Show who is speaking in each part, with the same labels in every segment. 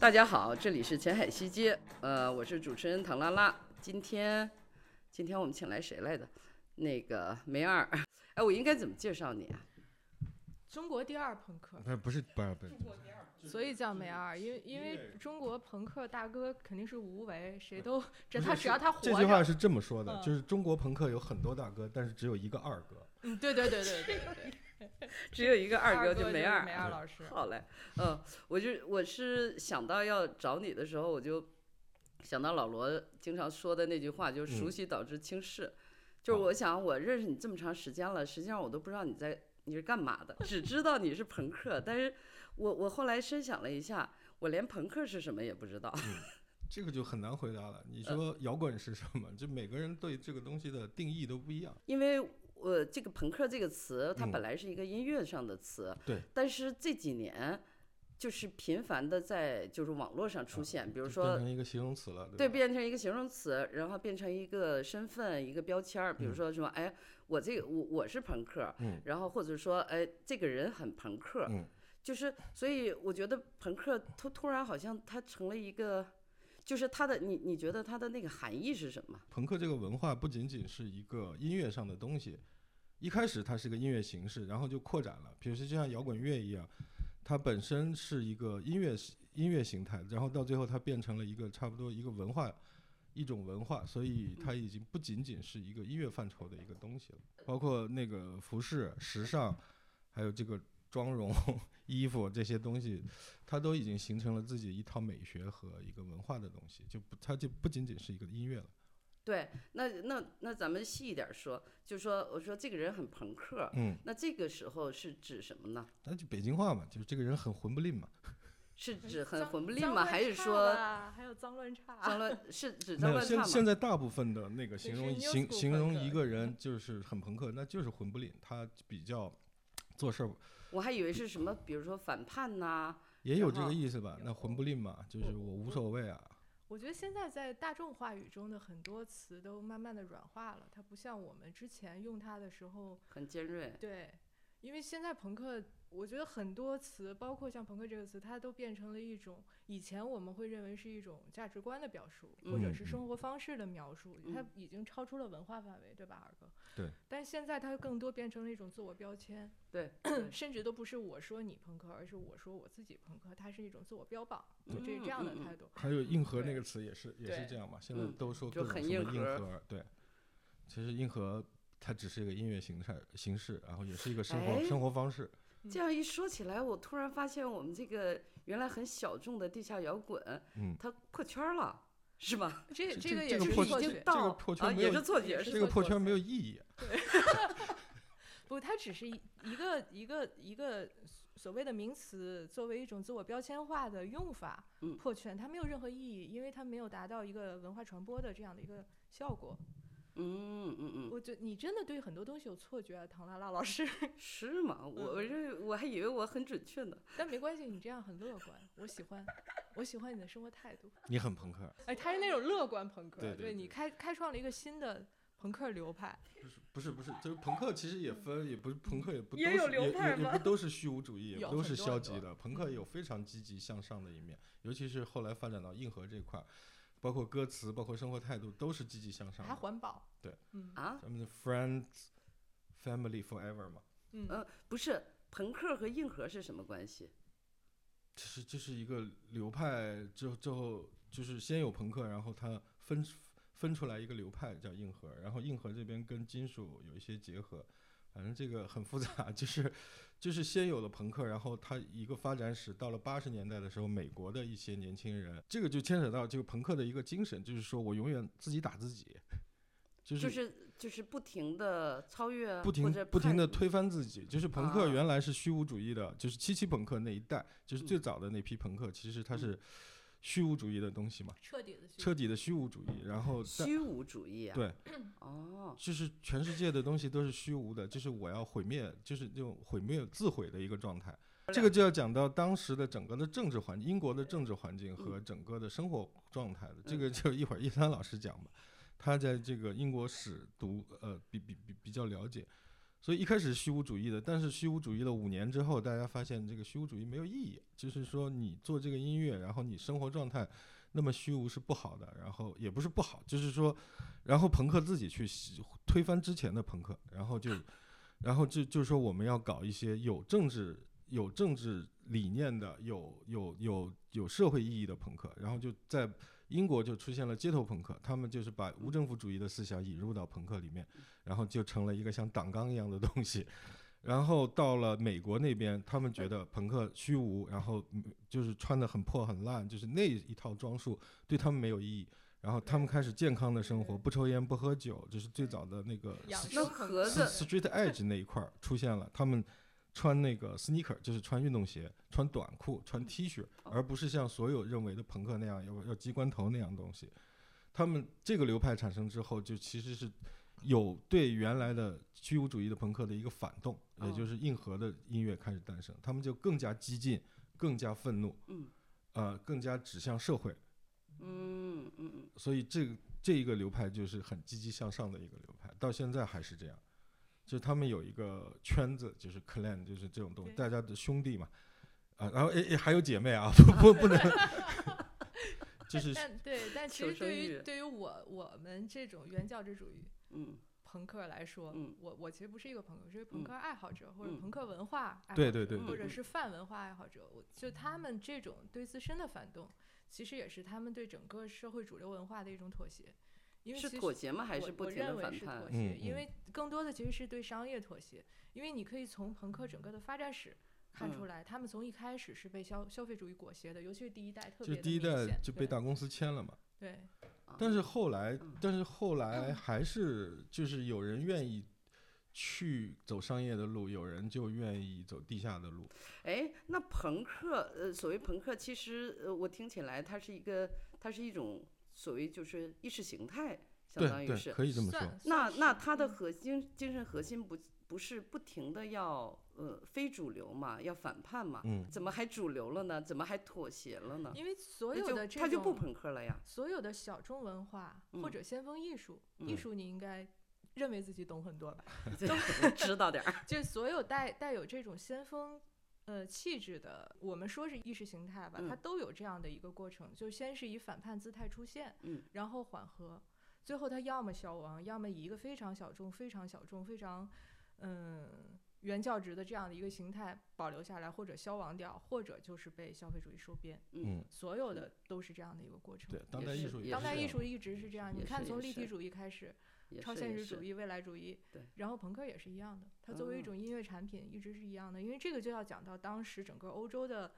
Speaker 1: 大家好，这里是前海西街，呃，我是主持人唐拉拉。今天，今天我们请来谁来着？那个梅二，哎，我应该怎么介绍你啊？
Speaker 2: 中国第二朋克，
Speaker 3: 哎不是不是不是不是，
Speaker 2: 所以叫梅二，因为因为中国朋克大哥肯定是无为，谁 都只要他
Speaker 3: 不是
Speaker 2: 只要他活
Speaker 3: 这句话
Speaker 2: 着，
Speaker 3: 是这么说的，
Speaker 2: 嗯
Speaker 3: 就是中国朋克有很多大哥，但是只有一个二哥。
Speaker 2: 嗯，对对对对 对对，
Speaker 1: 只有一个二哥，
Speaker 2: 就
Speaker 1: 梅
Speaker 2: 二
Speaker 1: 二。
Speaker 2: 梅二老师，
Speaker 1: 好嘞，嗯，我就我是想到要找你的时候，我就想到老罗经常说的那句话，就是“熟
Speaker 3: 嗯
Speaker 1: 悉导致轻视”就是
Speaker 3: 哦
Speaker 1: 我想，我认识你这么长时间了，实际上我都不知道你在你是干嘛的，只知道你是朋克。但是我我后来深想了一下，我连朋克是什么也不知道。
Speaker 3: 嗯这个就很难回答了。你说摇滚是什么？就每个人对这个东西的定义都不一样。
Speaker 1: 因为我这个朋克这个词，它
Speaker 3: 嗯
Speaker 1: 本来是一个音乐上的词，
Speaker 3: 对
Speaker 1: 但是这几年就是频繁的在就是网络上出现，比
Speaker 3: 比
Speaker 1: 如说
Speaker 3: 变成一个形容词了，
Speaker 1: 对，
Speaker 3: 吧？
Speaker 1: 变成一个形容词，然后变成一个身份、一个标签儿，比如
Speaker 3: 嗯
Speaker 1: 说什么，哎，我这个我我是朋克，
Speaker 3: 嗯
Speaker 1: 然后或者说，哎，这个人很朋克，
Speaker 3: 嗯
Speaker 1: 就是，所以我觉得朋克突突然好像它成了一个，就是它的你你觉得它的那个含义是什么？
Speaker 3: 朋克这个文化不仅仅是一个音乐上的东西，一开始它是个音乐形式，然后就扩展了。比如说就像摇滚乐一样，它本身是一个音乐音乐形态，然后到最后它变成了一个差不多一个文化。一种文化，所以它已经不仅仅是一个音乐范畴的一个东西了，包括那个服饰、时尚，还有这个妆容、 衣服这些东西，它都已经形成了自己一套美学和一个文化的东西，就不，它就不仅仅是一个音乐了。
Speaker 1: 对，那那那咱们细一点儿说，就说我说这个人很朋克，
Speaker 3: 嗯，
Speaker 1: 那这个时候是指什么呢？
Speaker 3: 那就北京话嘛，就是这个人很混不吝嘛。
Speaker 1: 是
Speaker 2: 嗯
Speaker 1: 指很
Speaker 2: 脏
Speaker 1: 混不吝
Speaker 2: 脏
Speaker 1: 吗？
Speaker 2: 乱
Speaker 1: 还是
Speaker 2: 差
Speaker 1: 说
Speaker 2: 吧还有脏乱差？
Speaker 1: 脏乱是指
Speaker 3: 没
Speaker 1: 脏
Speaker 3: 有，
Speaker 1: 乱
Speaker 3: 现
Speaker 1: 差
Speaker 3: 现
Speaker 1: 吗？
Speaker 3: 在大部分的那个形
Speaker 2: 是
Speaker 3: 容
Speaker 2: new
Speaker 3: 形
Speaker 2: school
Speaker 3: 形容
Speaker 2: 朋克
Speaker 3: 一个
Speaker 1: 嗯
Speaker 3: 人就是很朋克，那就是混不吝，他比较做事儿
Speaker 1: 我还以为是什
Speaker 3: 嗯
Speaker 1: 么，比如说反叛呐、
Speaker 3: 也有这
Speaker 1: 然
Speaker 3: 个
Speaker 1: 后嗯
Speaker 3: 意思吧？那混不吝嘛，就是我无所谓啊。
Speaker 2: 我觉得现在在大众话语中的很多词都慢慢的软化了，它不像我们之前用它的时候
Speaker 1: 很尖锐。
Speaker 2: 对，因为现在朋克，我觉得很多词，包括像“朋克”这个词，它都变成了一种以前我们会认为是一种价值观的表述，或者
Speaker 3: 嗯
Speaker 2: 是
Speaker 3: 嗯
Speaker 2: 生活方式的描述，它
Speaker 1: 嗯
Speaker 2: 已经超出了文化范围，对吧，二哥？
Speaker 3: 对。
Speaker 2: 但现在它更多变成了一种自我标签，
Speaker 1: 对
Speaker 2: 甚至都不是我说你朋克，而是我说我自己朋克，它是一种自我标榜，就这
Speaker 1: 嗯
Speaker 2: 这样的
Speaker 1: 嗯嗯
Speaker 2: 态度。
Speaker 3: 还有硬核
Speaker 2: 对
Speaker 3: 那个词也是也
Speaker 2: 对
Speaker 3: 是这样嘛，现在
Speaker 1: 嗯
Speaker 3: 都说
Speaker 1: 就
Speaker 3: 各种
Speaker 1: 很
Speaker 3: 什么
Speaker 1: 硬
Speaker 3: 硬
Speaker 1: 核
Speaker 3: 核，对，其实硬核。它只是一个音乐形态形式，然后也是一个生活、
Speaker 1: 哎
Speaker 3: 生活方式。
Speaker 1: 这样一说起来，我突然发现我们这个原来很小众的地下摇滚，
Speaker 3: 嗯
Speaker 1: 它破圈儿了，是吧？
Speaker 2: 这这
Speaker 3: 这
Speaker 2: 个
Speaker 3: 这
Speaker 2: 也
Speaker 3: 个
Speaker 2: 是
Speaker 3: 破
Speaker 2: 一
Speaker 3: 圈
Speaker 2: 个
Speaker 3: 这
Speaker 2: 对
Speaker 3: 这个
Speaker 1: 到
Speaker 3: 破
Speaker 1: 啊
Speaker 3: 圈没
Speaker 1: 也
Speaker 3: 有
Speaker 1: 是错觉，
Speaker 2: 也
Speaker 1: 是
Speaker 2: 是
Speaker 3: 这个
Speaker 2: 错
Speaker 3: 破
Speaker 2: 觉
Speaker 3: 圈没有意义，
Speaker 2: 不，它只是一一个一个一个所谓的名词，作为一种自我标签化的用法，
Speaker 1: 嗯
Speaker 2: 破圈，它没有任何意义，因为它没有达到一个文化传播的这样的一个效果。
Speaker 1: 嗯嗯嗯，
Speaker 2: 我觉得你真的对很多东西有错觉啊，唐拉拉老师，
Speaker 1: 是吗？
Speaker 3: 嗯
Speaker 1: 我我认为我还以为我很准确呢。
Speaker 2: 但没关系，你这样很乐观，我喜欢，我喜欢你的生活态度。
Speaker 3: 你很朋克，
Speaker 2: 哎，他是那种乐观朋克，
Speaker 3: 对对
Speaker 2: 你
Speaker 3: 对
Speaker 2: 开开创了一个新的朋克流派，
Speaker 3: 不是不是，就是朋克其实也分，也不是朋克也不
Speaker 1: 也
Speaker 3: 都
Speaker 1: 有
Speaker 3: 是
Speaker 1: 流
Speaker 3: 也
Speaker 1: 派
Speaker 3: 也也
Speaker 1: 吗
Speaker 3: 不都是虚无主义，也
Speaker 2: 有
Speaker 3: 不都
Speaker 2: 很
Speaker 3: 是
Speaker 2: 多
Speaker 3: 消
Speaker 2: 很
Speaker 3: 极
Speaker 2: 多
Speaker 3: 的。朋克有非常积极向上的一面，尤其是后来发展到硬核这块儿，包括歌词，包括生活态度，都是积极向上
Speaker 2: 还
Speaker 3: 的。
Speaker 2: 环保。
Speaker 3: 对，
Speaker 2: 嗯
Speaker 1: 啊，
Speaker 3: 咱们的 Friends Family Forever 嘛，
Speaker 2: 嗯
Speaker 1: 呃，不是，朋克和硬核是什么关系？
Speaker 3: 这是这是一个流派之后之后，就是先有朋克，然后它分分出来一个流派叫硬核，然后硬核这边跟金属有一些结合，反正这个很复杂， 就是就是先有了朋克，然后它一个发展史，到了八十年代的时候，美国的一些年轻人，这个就牵扯到这个朋克的一个精神，就是说我永远自己打自己， 就是
Speaker 1: 就是就是不停的超越，啊
Speaker 3: 不
Speaker 1: 或
Speaker 3: 停
Speaker 1: 者
Speaker 3: 不停的
Speaker 1: 叛逆
Speaker 3: 推翻自己，就是朋
Speaker 1: 啊
Speaker 3: 克原来是虚无主义的，就是七七朋克那一代，就是
Speaker 1: 嗯
Speaker 3: 最早的那批朋克，其实它
Speaker 1: 嗯
Speaker 3: 是虚无主义的东西嘛，
Speaker 2: 彻底的去
Speaker 3: 彻底的虚无主义。然后但
Speaker 1: 虚无主义啊。
Speaker 3: 对，
Speaker 1: 哦，
Speaker 3: 就是全世界的东西都是虚无的，就是我要毁灭，就是这种毁灭自毁的一个状态。这个就要讲到当时的整个的政治环，英国的政治环境和整个的生活状态了。这个就一会儿叶三老师讲吧，他在这个英国史读呃比比比比较了解。所以一开始是虚无主义的，但是虚无主义了五年之后，大家发现这个虚无主义没有意义，就是说你做这个音乐，然后你生活状态那么虚无是不好的，然后也不是不好，就是说，然后朋克自己去洗推翻之前的朋克，然后就，然后就就说我们要搞一些有政治有政治理念的、有有有有社会意义的朋克，然后就在英国就出现了街头朋克，他们就是把无政府主义的思想引入到朋克里面，然后就成了一个像党纲一样的东西。然后到了美国那边，他们觉得朋克虚无，然后嗯就是穿的很破很烂，就是那一套装束对他们没有意义。然后他们开始健康的生活，不抽烟不喝酒，就是最早的那个
Speaker 2: 养
Speaker 1: 那
Speaker 2: 生朋
Speaker 1: 盒
Speaker 2: 克
Speaker 1: 子
Speaker 3: street edge 那一块儿出现了，他们穿那个 sneaker，就是穿运动鞋、穿短裤、穿 T 恤，而不是像所有认为的朋克那样要要机关头那样东西。他们这个流派产生之后，就其实是有对原来的虚无主义的朋克的一个反动，也
Speaker 1: 哦
Speaker 3: 就是硬核的音乐开始诞生，他们就更加激进、更加愤怒，
Speaker 1: 嗯
Speaker 3: 呃，更加指向社会。
Speaker 1: 嗯嗯嗯，
Speaker 3: 所以这个这一个流派就是很积极向上的一个流派，到现在还是这样。就他们有一个圈子，就是 clan，就是这种东西，
Speaker 2: 对
Speaker 3: 大家的兄弟嘛，啊，然后诶诶还有姐妹啊， 不不 不能，就是
Speaker 2: 但对，但其
Speaker 1: 求
Speaker 2: 实
Speaker 1: 生
Speaker 2: 对于
Speaker 1: 欲
Speaker 2: 对于我我们这种原教旨主义
Speaker 1: 嗯
Speaker 2: 朋克来说，
Speaker 1: 嗯
Speaker 2: 我我其实不是一个朋克，我是一个朋
Speaker 1: 嗯
Speaker 2: 克爱好者、或者
Speaker 1: 嗯
Speaker 2: 朋克文化爱好者，
Speaker 3: 对对对
Speaker 2: 或
Speaker 3: 对，
Speaker 2: 者是泛文化爱好者。我就他们这种对自身的反动，其实也是他们对整个社会主流文化的一种妥协，因为
Speaker 1: 是
Speaker 2: 其实
Speaker 1: 妥协吗？还
Speaker 2: 我
Speaker 1: 是不
Speaker 2: 我
Speaker 1: 停
Speaker 2: 认
Speaker 1: 的
Speaker 2: 为
Speaker 1: 反
Speaker 2: 是妥
Speaker 1: 叛？
Speaker 2: 协，
Speaker 3: 嗯
Speaker 2: 因
Speaker 3: 嗯
Speaker 2: 为更多的其实是对商业妥协，因为你可以从朋克整个的发展史。
Speaker 1: 嗯
Speaker 2: 看出来，他们从一开始是被消消费主义裹挟的，尤其是第一代特
Speaker 3: 就
Speaker 2: 别
Speaker 3: 第一
Speaker 2: 的明
Speaker 3: 代
Speaker 2: 显
Speaker 3: 就被
Speaker 2: 对
Speaker 3: 大公司签了嘛。
Speaker 2: 对
Speaker 1: 啊
Speaker 3: 但是后来
Speaker 1: 嗯，
Speaker 3: 但是后来还是就是有人愿意去走商业的路，有人就愿意走地下的路。
Speaker 1: 哎，那朋克，呃，所谓朋克，其实呃，我听起来它是一个，它是一种所谓就是意识形态，相当
Speaker 3: 对
Speaker 1: 于
Speaker 3: 对，
Speaker 1: 是。
Speaker 3: 可以这么说。
Speaker 2: 算
Speaker 1: 那
Speaker 2: 算
Speaker 1: 那
Speaker 2: 是
Speaker 1: 它的
Speaker 2: 嗯
Speaker 1: 核心精神核心不不是不停的要呃非主流嘛，要反叛嘛？
Speaker 3: 嗯，
Speaker 1: 怎么还主流了呢？怎么还妥协了呢？
Speaker 2: 因为所
Speaker 1: 那
Speaker 2: 有
Speaker 1: 就
Speaker 2: 的这
Speaker 1: 它就不
Speaker 2: 种
Speaker 1: 朋克了 呀。
Speaker 2: 所有的小众文化或
Speaker 1: 嗯
Speaker 2: 者先锋艺术，
Speaker 1: 嗯
Speaker 2: 艺术你应该认为自己懂很多吧？
Speaker 1: 知道点儿。
Speaker 2: 就是所有带带有这种先锋。呃，气质的，我们说是意识形态吧，它
Speaker 1: 嗯
Speaker 2: 都有这样的一个过程，就先是以反叛姿态出现，
Speaker 1: 嗯
Speaker 2: 然后缓和，最后它要么消亡，要么以一个非常小众、非常小众、非常嗯原教旨的这样的一个形态保留下来，或者消亡掉，或者就是被消费主义收编，
Speaker 1: 嗯
Speaker 2: 所有的都是这样的一个过程。
Speaker 3: 对，当
Speaker 1: 也
Speaker 3: 代艺
Speaker 1: 是
Speaker 3: 术也
Speaker 1: 也
Speaker 3: 是
Speaker 2: 当代
Speaker 3: 这
Speaker 2: 艺
Speaker 3: 样
Speaker 2: 术一直是这样，
Speaker 1: 也
Speaker 2: 你看
Speaker 1: 是
Speaker 2: 从
Speaker 1: 也
Speaker 2: 立体
Speaker 1: 是
Speaker 2: 主义开始，
Speaker 1: 也
Speaker 2: 超
Speaker 1: 是
Speaker 2: 现
Speaker 1: 也
Speaker 2: 实
Speaker 1: 是
Speaker 2: 主义、未来主义，
Speaker 1: 对
Speaker 2: 然后朋克也是一样的，它作为一
Speaker 1: 哦
Speaker 2: 种音乐产品一直是一样的，因为这个就要讲到当时整个欧洲的，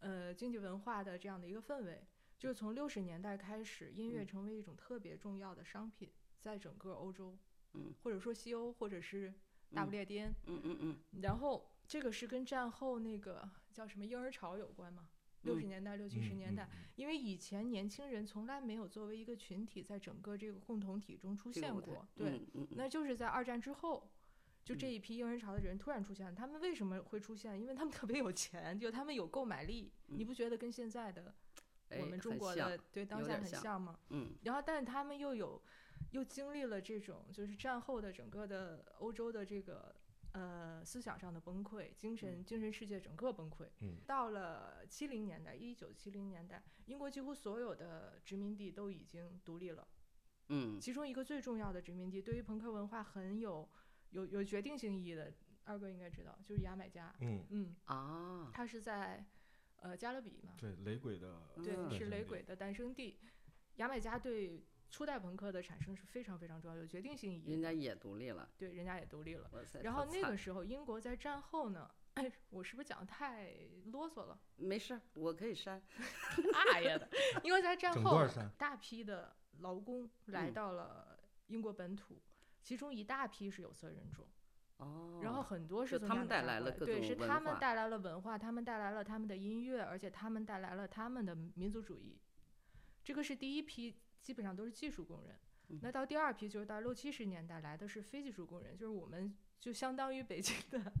Speaker 2: 呃，经济文化的这样的一个氛围，就是从六十年代开始，音乐
Speaker 1: 嗯
Speaker 2: 成为一种特别重要的商品，在整个欧洲，
Speaker 1: 嗯，
Speaker 2: 或者说西欧，或者是大不
Speaker 1: 嗯
Speaker 2: 列颠，
Speaker 1: 嗯嗯嗯
Speaker 2: 然后这个是跟战后那个叫什么婴儿潮有关嘛？六十
Speaker 1: 嗯
Speaker 2: 年代、六七十
Speaker 3: 嗯
Speaker 2: 年
Speaker 3: 嗯
Speaker 2: 代，因为以前年轻人从来没有作为一个群体在整个这个共同体中出
Speaker 1: 这个
Speaker 2: 现
Speaker 1: 舞台
Speaker 2: 过，对，
Speaker 1: 嗯嗯嗯
Speaker 2: 那就是在二战之后，就这
Speaker 1: 嗯
Speaker 2: 一批婴儿潮的人突然出现了。他们为什么会出现？因为他们特别有钱，就他们有购买力。你
Speaker 1: 嗯
Speaker 2: 不觉得跟现在的
Speaker 1: 哎
Speaker 2: 我们中
Speaker 1: 很
Speaker 2: 国
Speaker 1: 像
Speaker 2: 的对当
Speaker 1: 有
Speaker 2: 下
Speaker 1: 点
Speaker 2: 很
Speaker 1: 像
Speaker 2: 像吗？
Speaker 1: 嗯
Speaker 2: 然后，但是他们又有又经历了这种就是战后的整个的欧洲的这个呃思想上的崩溃，精神、精神世界整个崩溃。
Speaker 3: 嗯
Speaker 2: 到了七零年代，一九七零年代，英国几乎所有的殖民地都已经独立了，
Speaker 1: 嗯
Speaker 2: 其中一个最重要的殖民地对于朋克文化很有有有决定性意义的，二哥应该知道，就是牙买加。
Speaker 3: 嗯，
Speaker 2: 嗯，
Speaker 1: 啊，
Speaker 2: 它是在呃加勒比嘛，
Speaker 3: 对，雷鬼的
Speaker 2: 对，
Speaker 1: 嗯
Speaker 2: 是雷
Speaker 3: 诞生地
Speaker 2: 鬼的诞生地。牙买加对初代朋克的产生是非常非常重要，有决定性意义
Speaker 1: 人
Speaker 2: 的。
Speaker 1: 家也独立了。
Speaker 2: 对，人家也独立了。
Speaker 1: 哇塞
Speaker 2: 然
Speaker 1: 好
Speaker 2: 后那
Speaker 1: 惨
Speaker 2: 个时候，英国在战后呢，哎，我是不是讲得太啰嗦 了？
Speaker 1: 没事儿，我可以删。
Speaker 2: 哎呀的，英国在战
Speaker 3: 整
Speaker 2: 后
Speaker 3: 段山
Speaker 2: 大批的劳工来
Speaker 1: 嗯
Speaker 2: 到了英国本土，其中一大批是有色人种。
Speaker 1: 哦，
Speaker 2: 然后很多是
Speaker 1: 就
Speaker 2: 从
Speaker 1: 他
Speaker 2: 牙
Speaker 1: 们
Speaker 2: 买
Speaker 1: 带
Speaker 2: 加
Speaker 1: 来
Speaker 2: 过
Speaker 1: 了各
Speaker 2: 对，
Speaker 1: 种
Speaker 2: 是
Speaker 1: 文
Speaker 2: 他们
Speaker 1: 化
Speaker 2: 带来了文化，他们带来了他们的音乐，而且他们带来了他们的民族主义。这个是第一批，基本上都是技术工人。
Speaker 1: 嗯
Speaker 2: 那到第二批就是到六七十年代来的是非技术工人，就是我们就相当 于北京的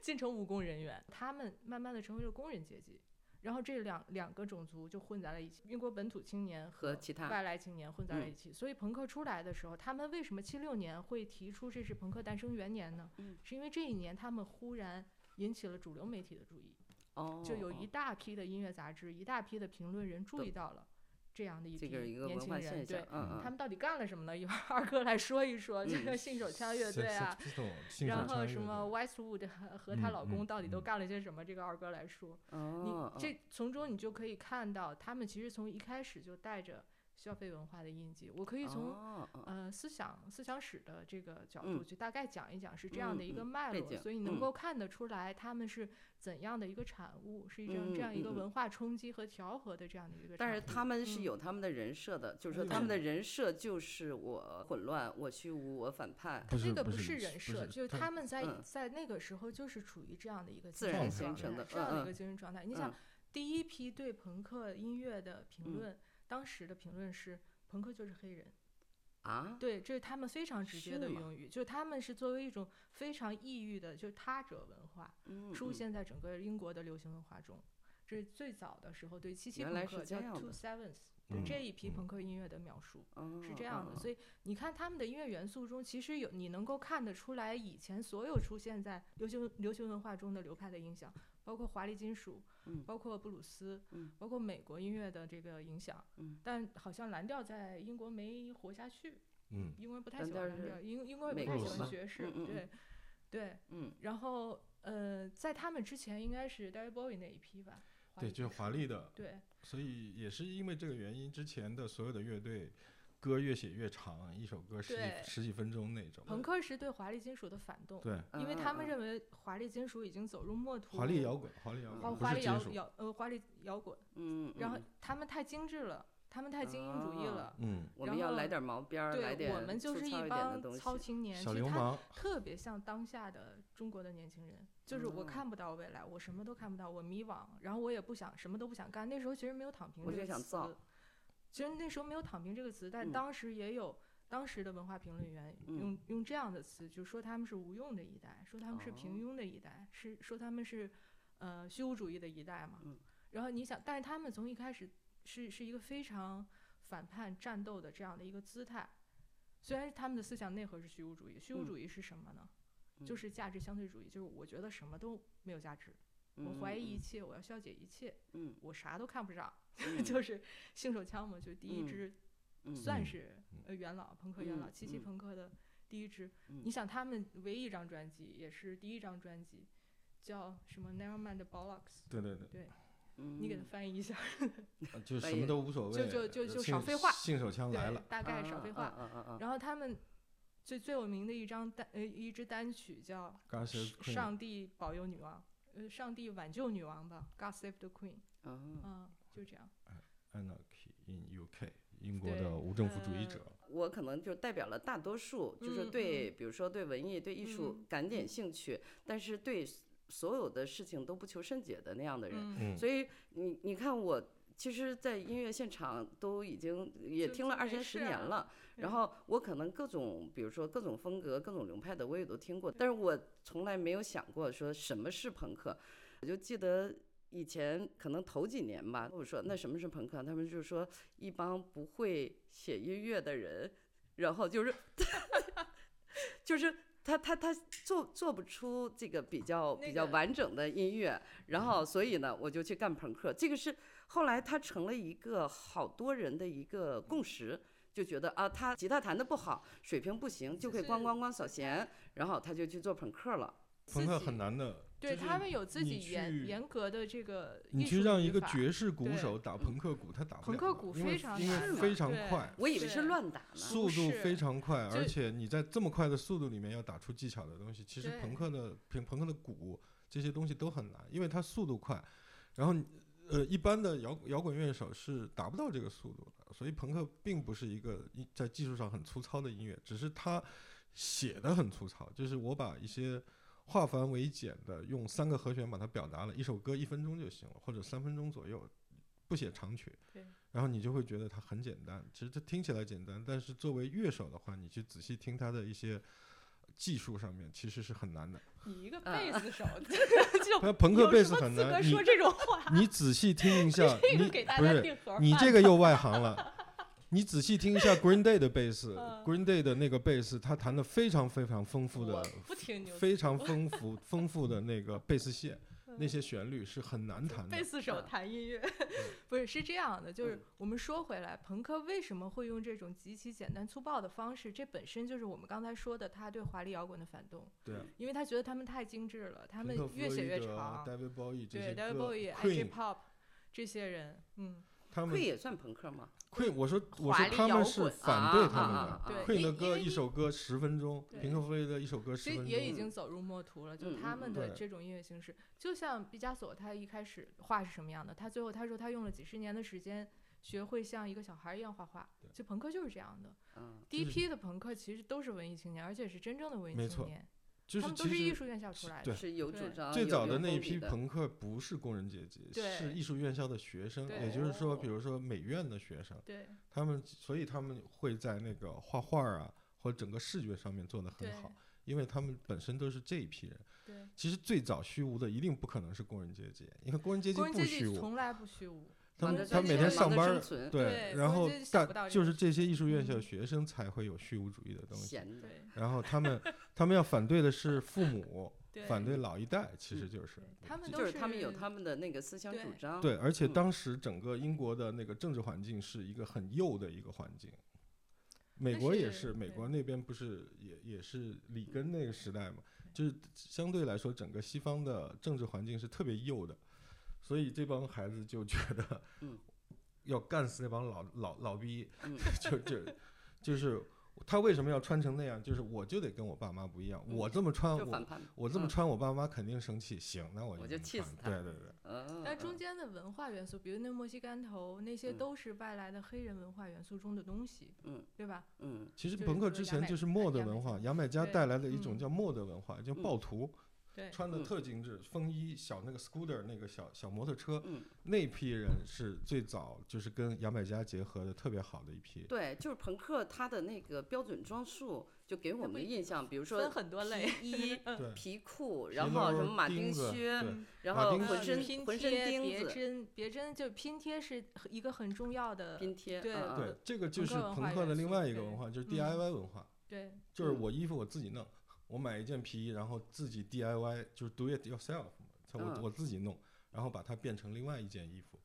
Speaker 2: 进城务工人员，他们慢慢的成为了工人阶级。然后这两两个种族就混在了一起，英国本土青年
Speaker 1: 和其他
Speaker 2: 外来青年混在了一
Speaker 1: 嗯
Speaker 2: 起。所以朋克出来的时候，他们为什么七六年会提出这是朋克诞生元年呢？
Speaker 1: 嗯
Speaker 2: 是因为这一年他们忽然引起了主流媒体的注意，
Speaker 1: 哦，
Speaker 2: 就有一大批的音乐杂志、一大批的评论人注意到了这样的一
Speaker 1: 这
Speaker 2: 批
Speaker 1: 个是一个
Speaker 2: 年
Speaker 1: 文
Speaker 2: 轻
Speaker 1: 化
Speaker 2: 人，
Speaker 1: 现
Speaker 2: 对
Speaker 1: 象，，嗯
Speaker 2: 他
Speaker 1: 嗯，
Speaker 2: 们到底干了什么呢？ 一会儿二哥来说一说，这
Speaker 1: 嗯
Speaker 2: 个信手枪乐队 啊，
Speaker 3: 这种信手
Speaker 2: 然
Speaker 3: 枪
Speaker 2: 后
Speaker 3: 乐
Speaker 2: 什
Speaker 3: 队
Speaker 2: 么 Westwood 和和她
Speaker 3: 嗯
Speaker 2: 老
Speaker 3: 嗯
Speaker 2: 公到底都
Speaker 3: 嗯
Speaker 2: 干了些什么？这个二哥来说，
Speaker 1: 哦
Speaker 2: 你，这从中你就可以看到，他们其实从一开始就带着消费文化的印记。我可以从
Speaker 1: 哦哦
Speaker 2: 呃思想思想史的这个角
Speaker 1: 嗯
Speaker 2: 度去大概讲一讲是这样
Speaker 1: 嗯
Speaker 2: 的一
Speaker 1: 嗯
Speaker 2: 个脉
Speaker 1: 背
Speaker 2: 络，
Speaker 1: 景
Speaker 2: 所以
Speaker 1: 嗯
Speaker 2: 能够看得出来他们是怎样的一个产物，是一种这样
Speaker 1: 嗯
Speaker 2: 一个
Speaker 1: 嗯嗯
Speaker 2: 文化冲击和调和的这样的一个产
Speaker 1: 但
Speaker 2: 物。
Speaker 1: 是他们是
Speaker 2: 嗯
Speaker 1: 有他们的人设的，就是说
Speaker 3: 哎呦
Speaker 1: 他们的人设就是我混乱、我虚无、我反叛，
Speaker 3: 不是
Speaker 2: 那个
Speaker 3: 不
Speaker 2: 不
Speaker 3: 是
Speaker 2: 人
Speaker 3: 不
Speaker 2: 设，
Speaker 3: 是
Speaker 2: 就是
Speaker 3: 他
Speaker 2: 他们在
Speaker 1: 嗯
Speaker 2: 在那个时候就是处于这样的一个
Speaker 1: 自
Speaker 2: 精
Speaker 3: 然
Speaker 2: 神
Speaker 3: 形
Speaker 2: 状
Speaker 1: 成
Speaker 2: 态
Speaker 1: 的
Speaker 2: 这样的
Speaker 1: 嗯
Speaker 2: 一个精神状态。你想
Speaker 1: 嗯，
Speaker 2: 第一批对朋克音乐的评
Speaker 1: 嗯
Speaker 2: 论，当时的评论是。朋克就是黑人，
Speaker 1: 啊，
Speaker 2: 对，这是他们非常直接
Speaker 1: 是
Speaker 2: 的
Speaker 1: 吗
Speaker 2: 用语，就是他们是作为一种非常异域的，就是他者文化
Speaker 1: 嗯
Speaker 2: 出
Speaker 1: 嗯
Speaker 2: 现在整个英国的流行文化中。这是最早的时候对七七
Speaker 1: 原
Speaker 2: 朋
Speaker 1: 来
Speaker 2: 克
Speaker 1: 是这
Speaker 2: 叫
Speaker 1: 样
Speaker 2: Two
Speaker 1: 的
Speaker 2: Sevens 对
Speaker 3: 嗯
Speaker 2: 这一批
Speaker 3: 嗯
Speaker 2: 朋克音乐的描述。
Speaker 1: 哦
Speaker 2: 是这样的，所
Speaker 1: 以
Speaker 2: 以你看他们的音乐元素中，其实有你能够看得出来，以前所有出现在流行流行文化中的流派的影响，包括华丽金属，
Speaker 1: 嗯
Speaker 2: 包括布鲁斯，
Speaker 1: 嗯
Speaker 2: 包括美国音乐的这个影响，
Speaker 1: 嗯
Speaker 2: 但好像蓝调在英国没活下去，
Speaker 3: 嗯
Speaker 2: 英国人不太
Speaker 1: 蓝
Speaker 2: 喜
Speaker 1: 调
Speaker 2: 欢蓝
Speaker 1: 是
Speaker 2: 调，英英国人
Speaker 1: 美
Speaker 2: 不太
Speaker 3: 国
Speaker 2: 喜
Speaker 3: 嘛
Speaker 2: 欢爵士，
Speaker 1: 嗯嗯嗯
Speaker 2: 对，对，
Speaker 1: 嗯，
Speaker 2: 然后呃，在他们之前应该是 David Bowie 那一批吧，华
Speaker 3: 对，
Speaker 2: 丽
Speaker 3: 就是
Speaker 2: 金属
Speaker 3: 华丽的，
Speaker 2: 对，
Speaker 3: 所以也是因为这个原因，之前的所有的乐队歌越写越长，一首歌十
Speaker 2: 对
Speaker 3: 几十几分钟那种。
Speaker 2: 朋克是对华丽金属的反动，
Speaker 3: 呃对，
Speaker 2: 因为他们
Speaker 1: 认
Speaker 2: 认为华丽金属已经走入末途，
Speaker 3: 华丽摇滚，华丽摇
Speaker 2: 华
Speaker 3: 滚，
Speaker 2: 哦
Speaker 3: 不
Speaker 2: 华
Speaker 3: 是
Speaker 2: 丽
Speaker 3: 金
Speaker 2: 摇
Speaker 3: 属。
Speaker 2: 摇呃华丽摇滚，
Speaker 1: 嗯，
Speaker 2: 然后
Speaker 1: 嗯
Speaker 2: 他们太精致了，他们太精英主义了。
Speaker 3: 嗯，
Speaker 1: 我们
Speaker 2: 然
Speaker 1: 要来
Speaker 2: 后
Speaker 1: 点毛边儿，哦来
Speaker 2: 对，
Speaker 1: 点
Speaker 2: 我们就
Speaker 1: 粗糙
Speaker 2: 是
Speaker 1: 一点的
Speaker 2: 帮
Speaker 1: 东
Speaker 2: 糙
Speaker 1: 西，
Speaker 2: 青年，其
Speaker 3: 小
Speaker 2: 实
Speaker 3: 流
Speaker 2: 他
Speaker 3: 氓，
Speaker 2: 特别像当下的中国的年轻人，就是我
Speaker 1: 嗯
Speaker 2: 看不到未来，我什么都看不到，我迷惘，然后我也不想什么都不想干。那时候其实没有“躺平”
Speaker 1: 我
Speaker 2: 这
Speaker 1: 就
Speaker 2: 个
Speaker 1: 想造
Speaker 2: 词，其实那时候没有“躺平”这个词，但
Speaker 1: 嗯
Speaker 2: 当时也有当时的文化评论员
Speaker 1: 嗯
Speaker 2: 用用这样的词，就说他们是无用的一代，说他们是平
Speaker 1: 哦
Speaker 2: 庸的一代，是说他们是呃虚无主义的一代嘛
Speaker 1: 嗯。
Speaker 2: 然后你想，但是他们从一开始是是一个非常反叛战斗的这样的一个姿态。虽然他们的思想内核是虚无主义，虚无
Speaker 1: 嗯
Speaker 2: 主义是什么呢？
Speaker 1: 嗯
Speaker 2: 就是价值相对主义，就是我觉得什么都没有价值，我怀疑一切，我要消解一切，
Speaker 1: 嗯，
Speaker 2: 我啥都看不上，
Speaker 1: 嗯嗯
Speaker 2: 就是性手枪嘛，就是第一
Speaker 1: 嗯
Speaker 2: 支，
Speaker 1: 嗯
Speaker 2: 算
Speaker 3: 嗯
Speaker 2: 是
Speaker 3: 嗯
Speaker 2: 呃元老朋克元老，
Speaker 1: 嗯
Speaker 2: 七七
Speaker 1: 嗯
Speaker 2: 朋克的第一支。
Speaker 1: 嗯
Speaker 2: 你想他们唯一一张专辑，也是第一张专辑，叫什么 Nevermind the Bollocks，
Speaker 3: 对对对，
Speaker 1: 嗯
Speaker 2: 你给他翻译一下，
Speaker 3: 呃就是
Speaker 1: 哎
Speaker 3: 什么
Speaker 1: 呀
Speaker 3: 都无所
Speaker 2: 就
Speaker 3: 谓，
Speaker 2: 就就
Speaker 3: 呃
Speaker 2: 就
Speaker 3: 信
Speaker 2: 少废话
Speaker 3: 信手枪来
Speaker 2: 对
Speaker 3: 了，
Speaker 2: 大概少废话。
Speaker 1: 嗯嗯嗯嗯，
Speaker 2: 然后他们最最有名的一张单呃一支单曲叫
Speaker 3: 刚
Speaker 2: 《
Speaker 3: 是
Speaker 2: 上帝保佑女王》，呃，上帝挽救女王吧，God Save the Queen，
Speaker 1: 嗯
Speaker 2: 嗯，就这样。
Speaker 3: Anarchy in UK，英国
Speaker 2: 对
Speaker 3: 的无政府主义
Speaker 2: 呃
Speaker 3: 者。
Speaker 1: 我可能就代表了大多数，就是
Speaker 2: 嗯
Speaker 1: 对，
Speaker 2: 嗯
Speaker 1: 比如说对文艺、对艺术
Speaker 2: 嗯
Speaker 1: 感点兴趣，但是对所有的事情都不求甚解的那样的人。
Speaker 2: 嗯，
Speaker 3: 嗯，
Speaker 1: 所以你你看我。其实，在音乐现场都已经也
Speaker 2: 就
Speaker 1: 听了
Speaker 2: 就
Speaker 1: 二
Speaker 2: 没
Speaker 1: 三十
Speaker 2: 事啊嗯
Speaker 1: 年
Speaker 2: 儿
Speaker 1: 了，然后我可能各种，比如说各种风格、各种流派的我也都听过，但是我从来没有想过说什么是朋克。我就记得以前可能头几年吧，我说那什么是朋克，他们就说一帮不会写音乐的人，然后就是 就是。他他他做做不出这个嗯比较
Speaker 2: 那
Speaker 1: 比较
Speaker 2: 个
Speaker 1: 完整的音乐，然后所以呢，我就去干朋克。这个是后来他成了一个好多人的一个共识，就觉得啊，他吉他弹得不好，水平不行，就可以
Speaker 2: 是
Speaker 1: 咣咣咣扫 弦，然后他就去做朋克了。
Speaker 3: 朋
Speaker 2: 自
Speaker 3: 克
Speaker 2: 己
Speaker 3: 很难的，
Speaker 2: 对
Speaker 3: 就是
Speaker 2: 他们有自
Speaker 3: 你
Speaker 2: 己
Speaker 3: 去
Speaker 2: 严严格的这个
Speaker 3: 你
Speaker 2: 艺
Speaker 3: 去
Speaker 2: 术
Speaker 3: 让
Speaker 2: 语
Speaker 3: 一个
Speaker 2: 法
Speaker 3: 爵士鼓
Speaker 2: 对
Speaker 3: 手打朋克鼓，他打不
Speaker 2: 朋
Speaker 3: 了
Speaker 2: 克
Speaker 3: 的
Speaker 2: 鼓
Speaker 3: 因为
Speaker 2: 非常
Speaker 3: 因
Speaker 2: 难
Speaker 3: 为非常
Speaker 2: 对
Speaker 3: 快，
Speaker 1: 我以为是
Speaker 2: 对
Speaker 1: 乱打呢。
Speaker 3: 速度
Speaker 2: 是
Speaker 3: 非常快，而
Speaker 2: 就
Speaker 3: 且你在这么快的速度里面要打出技巧的东西，其实
Speaker 2: 对
Speaker 3: 朋克的朋朋克的鼓这些东西都很难，因为它速度快，然后你呃一般的摇摇滚乐手是达不到这个速度的，所以朋克并不是一个一在技术上很粗糙的音乐，只是它写的很粗糙，就是我把一些。化繁为简的用三个和弦把它表达了，一首歌一分钟就行了，或者三分钟左右，不写长曲，
Speaker 2: 对
Speaker 3: 然后你就会觉得它很简单。其实它听起来简单，但是作为乐手的话，你去仔细听它的一些技术上面其实是很难的。
Speaker 4: 你一个
Speaker 1: 嗯
Speaker 4: 贝 斯手，
Speaker 3: 那
Speaker 4: 就
Speaker 3: 朋克
Speaker 4: 有
Speaker 3: 贝
Speaker 4: 什
Speaker 3: 斯
Speaker 4: 么
Speaker 3: 很
Speaker 4: 资
Speaker 3: 难
Speaker 4: 格
Speaker 3: 你
Speaker 4: 说这种话，
Speaker 3: 你仔细听一 下，
Speaker 4: 这
Speaker 3: 你
Speaker 4: 个给大
Speaker 3: 不
Speaker 4: 家
Speaker 3: 是
Speaker 4: 定盒
Speaker 3: 你
Speaker 4: 饭
Speaker 3: 这个又外行了。你仔细听一下 Green Day 的贝斯
Speaker 4: 嗯
Speaker 3: ，Green Day 的那个贝斯，他弹的非常非常丰富的
Speaker 4: 我，不听牛，
Speaker 3: 非常丰富丰富的那个贝斯线，那
Speaker 4: 嗯
Speaker 3: 些嗯旋律是很难弹的
Speaker 4: 贝。斯手
Speaker 1: 嗯
Speaker 4: 弹音乐，
Speaker 2: 不是，是这样的，就是
Speaker 1: 嗯
Speaker 2: 我们说回来，朋克为什么会用这种极其简单粗暴的方式？这本身就是我们刚才说的，他对华丽摇滚的反动，
Speaker 3: 对啊，
Speaker 2: 因为他觉得他们太精致了，他
Speaker 3: 他
Speaker 2: 们越写越长。
Speaker 3: 呃 David Bowie 这些
Speaker 2: 对，David
Speaker 3: 歌
Speaker 2: Bowie、
Speaker 3: Queen
Speaker 2: Iggy Pop 这些人，嗯，
Speaker 3: 他
Speaker 1: 会
Speaker 3: 们
Speaker 1: 也算朋克吗？
Speaker 3: Queen，我说我
Speaker 1: 华
Speaker 3: 说
Speaker 1: 丽
Speaker 3: 他
Speaker 1: 摇
Speaker 3: 们是
Speaker 1: 滚
Speaker 3: 反对
Speaker 1: 啊
Speaker 3: 他们
Speaker 1: 啊
Speaker 3: 的。
Speaker 1: 啊啊
Speaker 2: 对
Speaker 3: Queen 的
Speaker 2: 因
Speaker 3: 歌
Speaker 2: 因为
Speaker 3: 一首歌十分钟，
Speaker 2: 对
Speaker 3: 平克·弗雷的一首歌
Speaker 2: 所
Speaker 3: 十
Speaker 2: 以
Speaker 3: 分
Speaker 2: 也已
Speaker 3: 钟。
Speaker 2: 经走入末途了。就
Speaker 1: 嗯
Speaker 2: 他
Speaker 1: 嗯
Speaker 2: 们
Speaker 3: 嗯
Speaker 2: 的
Speaker 3: 对
Speaker 2: 这种音乐形式，就像毕加索，他一开始画是什么样的，他最后他说他用了几十年的时间学会像一个小孩儿一样画画
Speaker 3: 对。
Speaker 2: 就朋克就是这样的，
Speaker 1: 嗯，
Speaker 2: 第一
Speaker 3: 就是
Speaker 2: 批的朋克其实都是文艺青年，而且是真正的文艺
Speaker 3: 没
Speaker 2: 青
Speaker 3: 错
Speaker 2: 年，
Speaker 3: 就
Speaker 2: 他
Speaker 3: 是
Speaker 2: 们
Speaker 3: 其
Speaker 2: 都是艺
Speaker 3: 实
Speaker 2: 术院校出
Speaker 3: 是
Speaker 2: 来的
Speaker 3: 对。
Speaker 1: 是有主
Speaker 2: 对
Speaker 1: 张，
Speaker 3: 最
Speaker 1: 有
Speaker 3: 早
Speaker 1: 有
Speaker 3: 的那一
Speaker 1: 公理
Speaker 3: 批
Speaker 1: 的
Speaker 3: 朋克不是工人阶级，是
Speaker 2: 对
Speaker 3: 艺术院校的学生，
Speaker 2: 对
Speaker 3: 也就是说，
Speaker 4: 哦
Speaker 3: 比如说美院的学生，
Speaker 2: 对
Speaker 3: 他们所以他们会在那个画画啊，或者整个视觉上面做得很
Speaker 2: 对
Speaker 3: 好，因为他们本身都是这一批人。
Speaker 2: 对，
Speaker 3: 其实最早虚无的一定不可能是工人阶级，因为工人阶级
Speaker 2: 工人阶
Speaker 3: 不虚
Speaker 2: 级
Speaker 3: 无，
Speaker 2: 从来不虚无。
Speaker 3: 他
Speaker 1: 忙
Speaker 3: 们
Speaker 1: 着赚
Speaker 3: 他们每
Speaker 1: 钱忙着
Speaker 3: 天上班
Speaker 1: 生
Speaker 3: 儿，
Speaker 1: 存
Speaker 2: 对
Speaker 3: 然
Speaker 2: 工
Speaker 3: 后
Speaker 2: 人阶级想
Speaker 3: 大
Speaker 2: 不到这
Speaker 3: 就
Speaker 2: 个
Speaker 3: 是这些艺术院校
Speaker 2: 嗯
Speaker 3: 学生才会有虚无主义的东西。
Speaker 1: 闲的，
Speaker 2: 对
Speaker 3: 然后他们他们要反对的是父母，
Speaker 2: 对，
Speaker 3: 反对老一代，其实
Speaker 1: 嗯
Speaker 3: 就是。
Speaker 2: 他们都
Speaker 1: 就是他们有
Speaker 2: 是
Speaker 1: 他们的那个思想主
Speaker 2: 对
Speaker 1: 张，
Speaker 3: 对，而且
Speaker 1: 嗯
Speaker 3: 当时整个英国的那个政治环境是一个很右的一个环境，美
Speaker 2: 那
Speaker 3: 国也
Speaker 2: 是
Speaker 3: 是，美
Speaker 2: 对
Speaker 3: 国那边不是也也是里
Speaker 1: 嗯
Speaker 3: 根那个时代嘛，就是相对来说整个西方的政治环境是特别右的，所以这帮孩子就觉得，
Speaker 1: 嗯
Speaker 3: 要干死那帮老老老逼，
Speaker 1: 嗯
Speaker 3: 就就就是他为什么要穿成那样，就是我就得跟我爸妈不一样，我这么穿
Speaker 1: 嗯就反
Speaker 3: 我
Speaker 1: 叛。
Speaker 3: 我这么
Speaker 1: 嗯
Speaker 3: 穿我爸妈肯定生气，行，那我
Speaker 1: 我就
Speaker 3: 就这么
Speaker 1: 气
Speaker 3: 穿
Speaker 1: 死他
Speaker 3: 对对对。
Speaker 1: 嗯，
Speaker 2: 但中
Speaker 1: 嗯
Speaker 2: 间的文化元素，比如那墨西干头，那些
Speaker 1: 嗯
Speaker 2: 都是外来的黑人文化元素中的东西，
Speaker 1: 嗯，
Speaker 2: 对吧？
Speaker 1: 嗯
Speaker 3: 其实
Speaker 2: 就是
Speaker 3: 朋克
Speaker 2: 说
Speaker 3: 之
Speaker 2: 牙
Speaker 3: 前
Speaker 2: 买
Speaker 3: 就是
Speaker 2: 加
Speaker 3: 墨的
Speaker 2: 牙买
Speaker 3: 文化，
Speaker 2: 加
Speaker 3: 牙买加
Speaker 2: 对
Speaker 3: 带来的一种
Speaker 2: 嗯
Speaker 3: 叫墨的文化，叫
Speaker 1: 嗯
Speaker 3: 暴徒，
Speaker 2: 对，
Speaker 3: 穿的
Speaker 1: 嗯
Speaker 3: 特精致，风衣、小那个 scooter 那个小小摩托车，
Speaker 1: 嗯，
Speaker 3: 那批人是最早就是跟牙买加结合的特别好的一批。
Speaker 1: 对，就是朋克他的那个标准装束，就给我
Speaker 2: 不
Speaker 1: 们的
Speaker 2: 一
Speaker 1: 印象，比如
Speaker 4: 分
Speaker 1: 说
Speaker 4: 很多类，
Speaker 1: 皮衣、
Speaker 3: 对，
Speaker 1: 皮裤，
Speaker 3: 皮
Speaker 1: 然后什
Speaker 3: 褛
Speaker 1: 么马
Speaker 3: 钉
Speaker 1: 丁
Speaker 3: 子
Speaker 1: 靴，
Speaker 3: 对
Speaker 4: 嗯
Speaker 1: 然
Speaker 3: 马
Speaker 1: 后
Speaker 3: 钉
Speaker 1: 浑
Speaker 3: 子
Speaker 1: 身
Speaker 2: 呃拼
Speaker 1: 浑身
Speaker 2: 贴
Speaker 1: 钉
Speaker 2: 别
Speaker 1: 子
Speaker 2: 针，别针就拼贴是很一个很重要的，
Speaker 1: 拼贴，
Speaker 2: 对
Speaker 1: 嗯
Speaker 3: 对
Speaker 1: 嗯，
Speaker 3: 这个就
Speaker 2: 朋
Speaker 3: 是
Speaker 2: 克文
Speaker 3: 朋
Speaker 2: 化
Speaker 3: 克的
Speaker 2: 元
Speaker 3: 另
Speaker 2: 素
Speaker 3: 外一个
Speaker 2: 对
Speaker 3: 文化，就是
Speaker 2: 嗯
Speaker 3: DIY 文化，
Speaker 2: 对
Speaker 3: 就是
Speaker 1: 嗯
Speaker 3: 我衣服我自己弄，我买一件皮衣，然后自己 DIY，就是 do it yourself，我
Speaker 1: 嗯
Speaker 3: 我自己弄，然后把它变成另外一件衣服。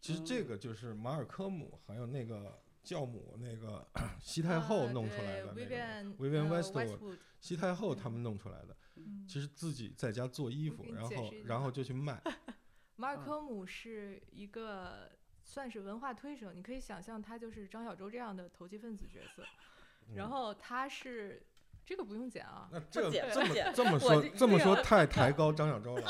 Speaker 3: 其实这
Speaker 1: 嗯
Speaker 3: 个就是马尔科姆还有那个教母那 个西太后弄出来的那个，
Speaker 2: ，Vivian
Speaker 3: Vivian
Speaker 2: 啊呃
Speaker 3: Westwood 西太后他们弄出来的，
Speaker 2: 嗯
Speaker 3: 其实自己在家做衣
Speaker 2: 我
Speaker 3: 服
Speaker 2: 给，你
Speaker 3: 然
Speaker 2: 解
Speaker 3: 后
Speaker 2: 释一下
Speaker 3: 然后就 去卖，
Speaker 2: 马尔
Speaker 1: 嗯
Speaker 2: 科姆是一个算是文化推手，你可以想象他就是张小舟这样的投机分子角色。
Speaker 3: 嗯
Speaker 2: 然后他是这个不用剪啊，
Speaker 3: 那这
Speaker 1: 解
Speaker 3: 这
Speaker 1: 不
Speaker 3: 么
Speaker 1: 解
Speaker 3: 这么
Speaker 1: 我
Speaker 3: 说
Speaker 1: 这
Speaker 3: 这么
Speaker 1: 对
Speaker 3: 说
Speaker 1: 啊
Speaker 3: 太抬高张小舟了，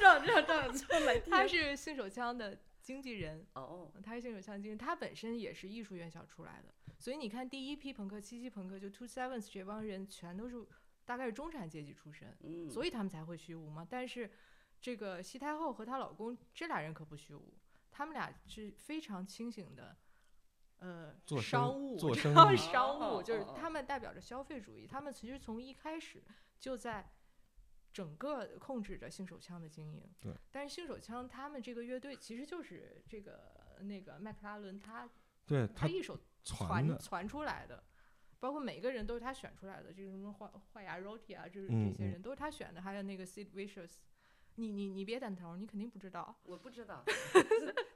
Speaker 1: 让让 让就来
Speaker 2: 他
Speaker 1: 听。
Speaker 2: 是性手枪的经纪人，
Speaker 1: 哦，
Speaker 2: 他是性手枪经纪人，他本身也是艺术院校出来的，所以你看第一批朋克、七七朋克就 Two Sevens 这帮人全都是大概是中产阶级出身，
Speaker 1: 嗯，
Speaker 2: 所以他们才会虚无嘛。但是这个西太后和她老公这俩人可不虚无，他们俩是非常清醒的，呃，
Speaker 3: 做生
Speaker 2: 商务
Speaker 3: 做生
Speaker 2: 然后
Speaker 3: 意
Speaker 2: 商务
Speaker 1: 哦
Speaker 2: 就是
Speaker 1: 哦哦
Speaker 2: 他们代表着消费主义，他们其实从一开始就在整个控制着性手枪的经营。
Speaker 3: 对，
Speaker 2: 但是性手枪他们这个乐队其实就是这个那个麦克拉伦他
Speaker 3: 对
Speaker 2: 他
Speaker 3: 他
Speaker 2: 一手
Speaker 3: 传 的，
Speaker 2: 传出来的，包括每个人都是他选出来的，这个什么坏坏牙 Roti 啊，就是这
Speaker 3: 嗯
Speaker 2: 些
Speaker 3: 嗯
Speaker 2: 人都是他选的，还有那个 Sid Vicious，你你你别点头，你肯定不知道。
Speaker 1: 我不知 道，